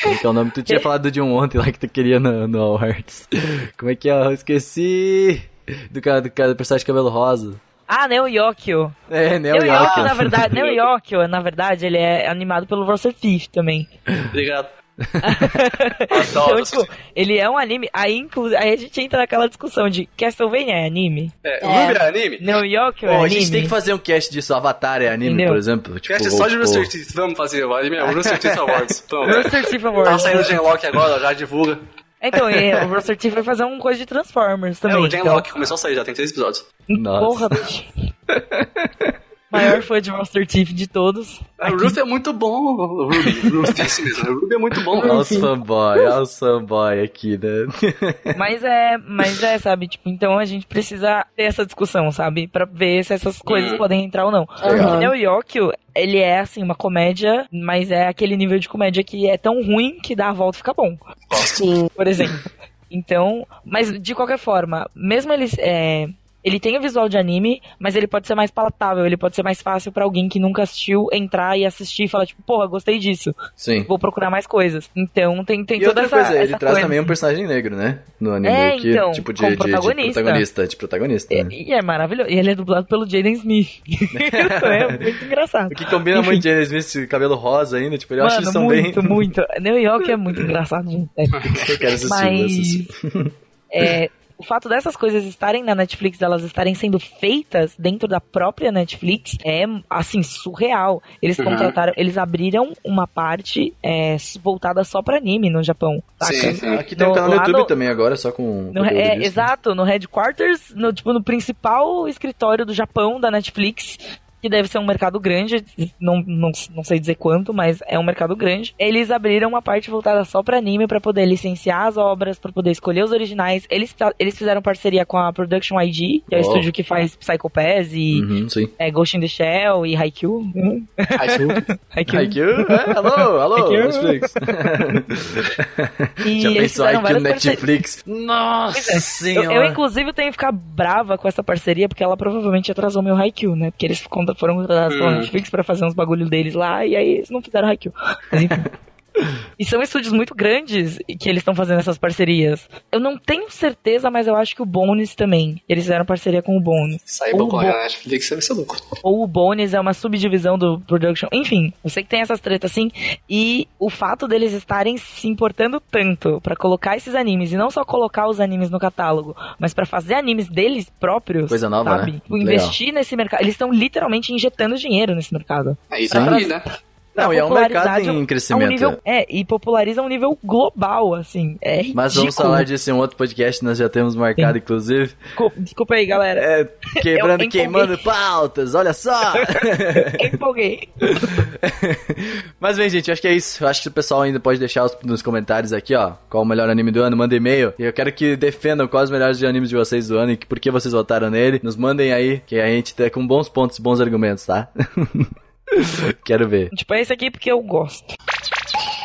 Speaker 1: Como é que é o nome? Tu tinha falado de um ontem lá que tu queria no, no All Hearts. Como é que é? Eu esqueci! Do cara, do cara, do personagem de cabelo rosa.
Speaker 4: Ah, Neo Yokio.
Speaker 1: É, né? O
Speaker 4: Neo Yokio, na
Speaker 1: Yoko.
Speaker 4: verdade, Neo Yokio, na verdade, ele é animado pelo Russell Thief também.
Speaker 3: É.
Speaker 2: Obrigado.
Speaker 5: Adoro.
Speaker 4: Então, tipo, ele é um anime. Aí, inclu... aí a gente entra naquela discussão de Castlevania é anime?
Speaker 2: É,
Speaker 3: É.
Speaker 2: Ruby é anime?
Speaker 4: Neo Yokio
Speaker 1: Pô,
Speaker 4: é
Speaker 1: a
Speaker 4: anime?
Speaker 1: gente tem que fazer um cast disso. Avatar é anime,
Speaker 4: Entendeu?
Speaker 1: por exemplo. Tipo,
Speaker 2: Cast só de
Speaker 1: ou-
Speaker 2: Rooster Teeth. Vamos fazer o anime. é o Rooster Teeth Awards. Pronto.
Speaker 4: Rooster Teeth
Speaker 2: Tá
Speaker 4: Awards.
Speaker 2: saindo o Genlock agora, já divulga.
Speaker 4: é Então, é, o Rooster Teeth vai fazer uma coisa de Transformers
Speaker 2: É,
Speaker 4: também.
Speaker 2: o
Speaker 4: então.
Speaker 2: Genlock começou a sair, já tem três episódios.
Speaker 1: Nossa.
Speaker 4: Porra, bicho. Maior fã de Monster Thief de todos.
Speaker 2: Ah, O Ruth é muito bom, o Ruby. O Ruth é isso mesmo. O Ruby é muito bom.
Speaker 1: Olha o fanboy, olha o fanboy aqui, né?
Speaker 4: Mas é, mas é, sabe? Tipo, então a gente precisa ter essa discussão, sabe? Pra ver se essas coisas
Speaker 2: Hum.
Speaker 4: podem entrar ou não.
Speaker 3: Aham.
Speaker 4: O Neo Yokio, ele é, assim, uma comédia, mas é aquele nível de comédia que é tão ruim que dá a volta e fica bom.
Speaker 3: Sim.
Speaker 4: por exemplo. Então, mas de qualquer forma, mesmo ele é, ele tem o visual de anime, mas ele pode ser mais palatável, ele pode ser mais fácil pra alguém que nunca assistiu entrar e assistir e falar tipo, porra, gostei disso,
Speaker 1: Sim.
Speaker 4: vou procurar mais coisas. Então, tem tem
Speaker 1: E
Speaker 4: toda
Speaker 1: outra
Speaker 4: essa,
Speaker 1: coisa, ele
Speaker 4: essa
Speaker 1: traz
Speaker 4: coisa.
Speaker 1: também um personagem negro, né? No anime,
Speaker 4: É,
Speaker 1: que
Speaker 4: então,
Speaker 1: tipo de,
Speaker 4: como
Speaker 1: de- de
Speaker 4: protagonista.
Speaker 1: protagonista, de protagonista, né?
Speaker 4: E e é maravilhoso. E ele é dublado pelo Jaden Smith. Isso é muito engraçado.
Speaker 1: O que combina muito James Smith, cabelo rosa ainda, tipo, eu acho
Speaker 4: Mano,
Speaker 1: que eles são
Speaker 4: muito,
Speaker 1: bem...
Speaker 4: muito. New York é muito engraçado, gente. É.
Speaker 1: Eu quero assistir,
Speaker 4: Mas-
Speaker 1: vou assistir.
Speaker 4: É, o fato dessas coisas estarem na Netflix, elas estarem sendo feitas dentro da própria Netflix, é assim surreal. Eles
Speaker 2: Uhum.
Speaker 4: contrataram, eles abriram uma parte é, voltada só pra anime no Japão. saca?
Speaker 2: Sim, sim.
Speaker 1: Aqui tem um
Speaker 4: No-
Speaker 1: canal no
Speaker 4: lá
Speaker 1: YouTube
Speaker 4: no-
Speaker 1: também agora, só com...
Speaker 4: No-
Speaker 1: conteúdo
Speaker 4: é,
Speaker 1: disso. né?
Speaker 4: exato, no headquarters, no, tipo, no principal escritório do Japão da Netflix, que deve ser um mercado grande, não, não, não sei dizer quanto, mas é um mercado grande. Eles abriram uma parte voltada só pra anime, pra poder licenciar as obras, pra poder escolher os originais. Eles, fa- eles fizeram parceria com a Production ID, que é o
Speaker 1: Uau.
Speaker 4: estúdio que faz Psycho Pass e
Speaker 1: Uhum, sim.
Speaker 4: é, Ghost in the Shell e Haikyuu. Hum, Haikyuu.
Speaker 1: Haikyuu? É, alô, alô,
Speaker 4: Haikyuu.
Speaker 1: Netflix.
Speaker 4: E
Speaker 1: Já
Speaker 4: eles
Speaker 1: pensou
Speaker 4: fizeram
Speaker 1: Haikyuu
Speaker 4: várias
Speaker 1: no
Speaker 4: parcerias.
Speaker 1: Netflix? Nossa
Speaker 4: Eu,
Speaker 1: senhora!
Speaker 4: é. eu, inclusive, tenho que ficar brava com essa parceria, porque ela provavelmente atrasou meu Haikyuu, né? Porque eles contra- foram contratados pela
Speaker 2: Hum.
Speaker 4: Netflix pra fazer uns bagulho deles lá, e aí eles não fizeram Haikyuu. Mas, enfim. e são estúdios muito grandes que eles estão fazendo essas parcerias. Eu não tenho certeza, mas eu acho que o Bones também. Eles fizeram parceria com o Bones.
Speaker 2: Sair pra
Speaker 4: Ou
Speaker 2: correr né?
Speaker 4: bom.
Speaker 2: na Netflix deve ser louco.
Speaker 4: Ou o Bones é uma subdivisão do Production. Enfim, eu sei que tem essas tretas assim. E o fato deles estarem se importando tanto pra colocar esses animes, e não só colocar os animes no catálogo, mas pra fazer animes deles próprios.
Speaker 1: Coisa nova,
Speaker 4: sabe?
Speaker 1: né?
Speaker 4: Tipo, investir nesse mercado. Eles estão literalmente injetando dinheiro nesse mercado.
Speaker 2: Aí
Speaker 1: Sim.
Speaker 2: tá aí, né?
Speaker 1: Não, e é um mercado
Speaker 4: popularidade, é
Speaker 1: em
Speaker 4: A um
Speaker 1: crescimento.
Speaker 4: nível, é, e populariza a um nível global, assim. É ridículo.
Speaker 1: Mas vamos falar disso em um outro podcast, nós já temos marcado, inclusive.
Speaker 4: Descul- Desculpa aí, galera.
Speaker 1: É, quebrando,
Speaker 4: Eu empolguei.
Speaker 1: queimando pautas, olha só!
Speaker 4: Empolguei.
Speaker 1: Mas bem, gente, eu acho que é isso. Eu acho que o pessoal ainda pode deixar os- nos comentários aqui, ó, qual o melhor anime do ano, manda e-mail. E eu quero que defendam quais os melhores animes de vocês do ano e que- por que vocês votaram nele. Nos mandem aí, que a gente tá com bons pontos, bons argumentos, tá? quero ver.
Speaker 4: Tipo, é esse aqui porque eu gosto.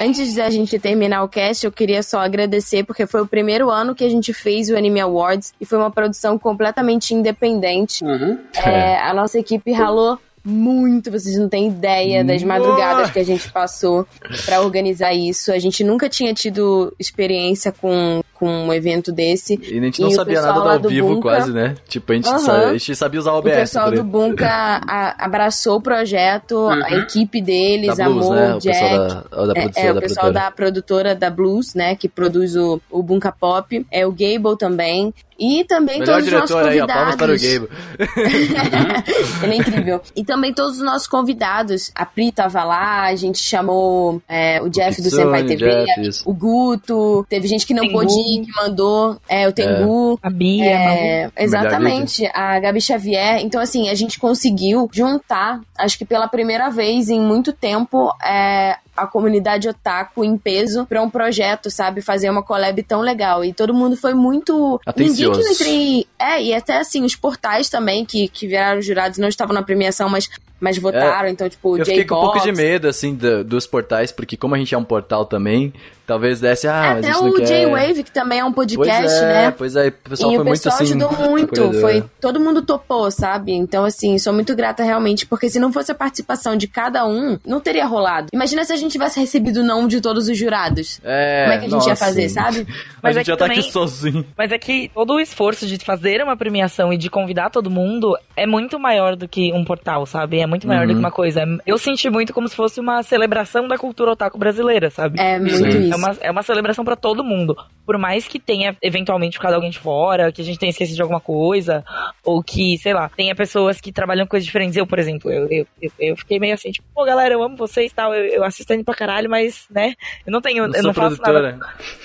Speaker 3: Antes da gente terminar o cast, eu queria só agradecer porque foi o primeiro ano que a gente fez o Anime Awards e foi uma produção completamente independente.
Speaker 2: Uhum.
Speaker 3: É, a nossa equipe ralou muito, vocês não têm ideia das madrugadas que a gente passou pra organizar isso. A gente nunca tinha tido experiência com, com um evento desse.
Speaker 1: E a gente
Speaker 3: E
Speaker 1: não
Speaker 3: o
Speaker 1: sabia
Speaker 3: pessoal
Speaker 1: nada do
Speaker 3: lá
Speaker 1: ao
Speaker 3: do
Speaker 1: vivo,
Speaker 3: Bunka.
Speaker 1: quase, né? Tipo, a gente,
Speaker 3: Aham.
Speaker 1: sa- a gente sabia usar o tá
Speaker 3: O
Speaker 1: OBS.
Speaker 3: pessoal
Speaker 1: por
Speaker 3: do
Speaker 1: exemplo.
Speaker 3: Bunka a- abraçou o projeto, a equipe deles,
Speaker 1: Uhum. da Blues,
Speaker 3: amor,
Speaker 1: né? O
Speaker 3: Jack.
Speaker 1: pessoal da, ó, da produção,
Speaker 3: É, é,
Speaker 1: da
Speaker 3: o pessoal
Speaker 1: produtora.
Speaker 3: da produtora da Blues, né, que produz o, o Bunka Pop, é o Gable também, e também
Speaker 1: Melhor
Speaker 3: todos os nossos
Speaker 1: diretor aí, ó, palmas para o
Speaker 3: convidados.
Speaker 1: Gabe.
Speaker 3: Ele é incrível. E também todos os nossos convidados, a Pri tava lá, a gente chamou é, o Jeff do
Speaker 1: Kitsune,
Speaker 3: Senpai TV,
Speaker 1: Jeff, isso.
Speaker 3: o Guto, teve gente que não
Speaker 4: Tengu.
Speaker 3: pôde ir, que mandou, é, o Tengu.
Speaker 4: A Bia, a
Speaker 3: É, exatamente, a Gabi Xavier. Então, assim, a gente conseguiu juntar, acho que pela primeira vez em muito tempo, é, a comunidade otaku em peso pra um projeto, sabe? Fazer uma collab tão legal. E todo mundo foi muito.
Speaker 1: Atencioso.
Speaker 3: Ninguém que eu entrei. É, e até assim, os portais também, que, que viraram jurados, não estavam na premiação, mas mas votaram. Então, tipo,
Speaker 1: Eu
Speaker 3: J.
Speaker 1: fiquei com um pouco
Speaker 3: Cox,
Speaker 1: de medo, assim, da- dos portais, porque como a gente é um portal também, talvez desse, ah, mas a
Speaker 3: Até
Speaker 1: gente não
Speaker 3: o
Speaker 1: quer...
Speaker 3: J-Wave, que também é um
Speaker 1: pois
Speaker 3: podcast,
Speaker 1: é,
Speaker 3: né?
Speaker 1: Pois é, o pessoal
Speaker 3: e
Speaker 1: foi
Speaker 3: o pessoal
Speaker 1: muito, assim,
Speaker 3: ajudou muito,
Speaker 1: acolhedor.
Speaker 3: foi todo mundo topou, sabe? Então assim, sou muito grata realmente, porque se não fosse a participação de cada um, não teria rolado. Imagina se a gente tivesse recebido o não de todos os jurados.
Speaker 1: É,
Speaker 3: Como é que a gente ia
Speaker 1: nossa.
Speaker 3: fazer, sabe?
Speaker 1: A
Speaker 4: Mas é
Speaker 1: gente
Speaker 4: que
Speaker 1: já tá aqui
Speaker 4: também-
Speaker 1: sozinho.
Speaker 4: Mas é que todo o esforço de fazer uma premiação e de convidar todo mundo é muito maior do que um portal, sabe? É muito maior do
Speaker 1: Uhum.
Speaker 4: que uma coisa. Eu senti muito como se fosse uma celebração da cultura otaku brasileira, sabe?
Speaker 3: É muito
Speaker 1: Sim.
Speaker 3: isso.
Speaker 4: É uma, é uma celebração pra todo mundo. Por mais que tenha eventualmente ficado alguém de fora, que a gente tenha esquecido de alguma coisa, ou que, sei lá, tenha pessoas que trabalham coisas diferentes. Eu, por exemplo, eu, eu, eu, eu fiquei meio assim, tipo, pô, galera, eu amo vocês e tal, eu, eu assisto anime pra caralho, mas, né, eu não tenho,
Speaker 1: Não
Speaker 4: eu
Speaker 1: sou
Speaker 4: não faço nada
Speaker 1: produtora.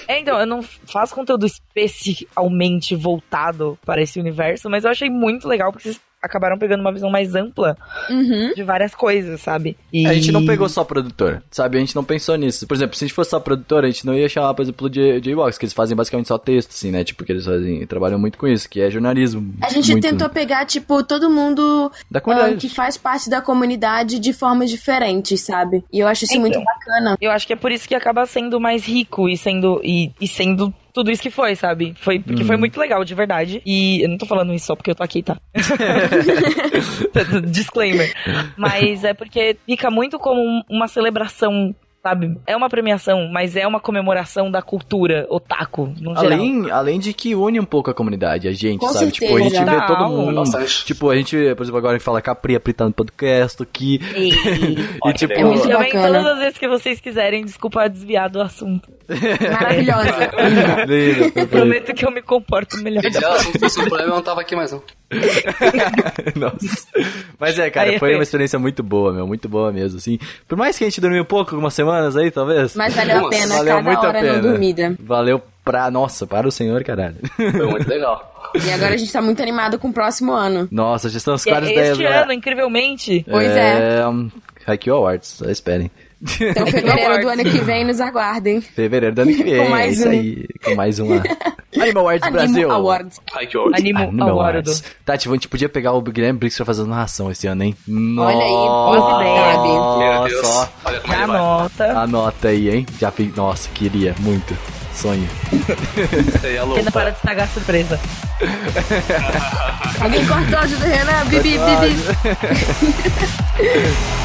Speaker 4: é, então, eu não faço conteúdo especialmente voltado para esse universo, mas eu achei muito legal porque vocês acabaram pegando uma visão mais ampla
Speaker 3: Uhum.
Speaker 4: de várias coisas, sabe? E-
Speaker 1: A gente não pegou só produtora, sabe? A gente não pensou nisso. Por exemplo, se a gente fosse só produtora, a gente não ia chamar, por exemplo, de J-Box, que eles fazem basicamente só texto, assim, né? Tipo, que eles fazem, trabalham muito com isso, que é jornalismo.
Speaker 3: A gente
Speaker 1: muito
Speaker 3: tentou pegar, tipo, todo mundo
Speaker 1: Da
Speaker 3: ah,
Speaker 1: comunidade.
Speaker 3: que faz parte da comunidade de formas diferentes, sabe? E eu acho isso
Speaker 4: Então.
Speaker 3: muito bacana.
Speaker 4: Eu acho que é por isso que acaba sendo mais rico e sendo e, e sendo tudo isso que foi, sabe? Foi porque
Speaker 1: Uhum.
Speaker 4: foi muito legal, de verdade. E eu não tô falando isso só porque eu tô aqui, tá? Disclaimer. Mas é porque fica muito como um- uma celebração, sabe? É uma premiação, mas é uma comemoração da cultura otaku, no geral.
Speaker 1: Além, além de que une um pouco a comunidade, a gente,
Speaker 3: Com
Speaker 1: sabe?
Speaker 3: certeza.
Speaker 1: Tipo, a
Speaker 3: né? um-
Speaker 1: gente vê
Speaker 4: Total.
Speaker 1: todo mundo.
Speaker 2: Bastante.
Speaker 1: Tipo, a gente, por exemplo, agora fala Capri, a Pri tá no podcast aqui.
Speaker 4: E,
Speaker 1: E tipo,
Speaker 5: É muito
Speaker 4: também
Speaker 3: bacana.
Speaker 4: todas as vezes que vocês quiserem, desculpa desviar do assunto.
Speaker 3: Maravilhosa.
Speaker 1: Beleza,
Speaker 4: Eu prometo que eu me comporto melhor.
Speaker 2: Se ela não fosse um problema, eu não tava aqui mais, não.
Speaker 1: Nossa. Mas é, cara,
Speaker 4: Aí,
Speaker 1: foi
Speaker 4: aí.
Speaker 1: uma experiência muito boa, meu, muito boa mesmo, assim. Por mais que a gente dormiu pouco, algumas semanas aí, talvez.
Speaker 3: Mas valeu a
Speaker 2: Nossa,
Speaker 3: pena
Speaker 1: valeu
Speaker 3: cada
Speaker 1: muito a
Speaker 3: hora não
Speaker 1: pena.
Speaker 3: dormida.
Speaker 1: Valeu pra. Nossa, para o senhor, caralho.
Speaker 5: Foi muito legal.
Speaker 3: E agora a gente tá muito animado com o próximo ano.
Speaker 1: Nossa, já estamos
Speaker 4: E é
Speaker 1: quase
Speaker 3: É,
Speaker 1: 10
Speaker 4: este
Speaker 1: horas.
Speaker 4: ano, incrivelmente,
Speaker 3: Pois é.
Speaker 1: um, Haikyuu Awards, só esperem.
Speaker 3: Então, fevereiro do ano que vem, nos aguardem.
Speaker 1: Fevereiro do ano que vem.
Speaker 3: Com mais
Speaker 1: é isso
Speaker 3: um.
Speaker 1: aí. Com mais uma. Animal Awards
Speaker 3: Animo
Speaker 1: Brasil.
Speaker 3: Awards.
Speaker 5: Ai, que ódio.
Speaker 4: animo
Speaker 1: Animal
Speaker 4: ao hora do.
Speaker 1: Awards. Tati, a gente podia pegar o Guilherme Briggs pra fazer uma narração esse ano, hein?
Speaker 3: Olha aí, boas ideias, Gabi.
Speaker 5: Meu Deus.
Speaker 1: Nossa,
Speaker 5: Olha como
Speaker 4: Dá
Speaker 5: ele vai.
Speaker 4: nota.
Speaker 1: anota aí, hein? Já fi- Nossa, queria muito. Sonho.
Speaker 2: é
Speaker 5: Seria
Speaker 4: Porque
Speaker 5: louco.
Speaker 4: não para de estragar a surpresa.
Speaker 3: Alguém corta o áudio do Renan? Bibi, bibi.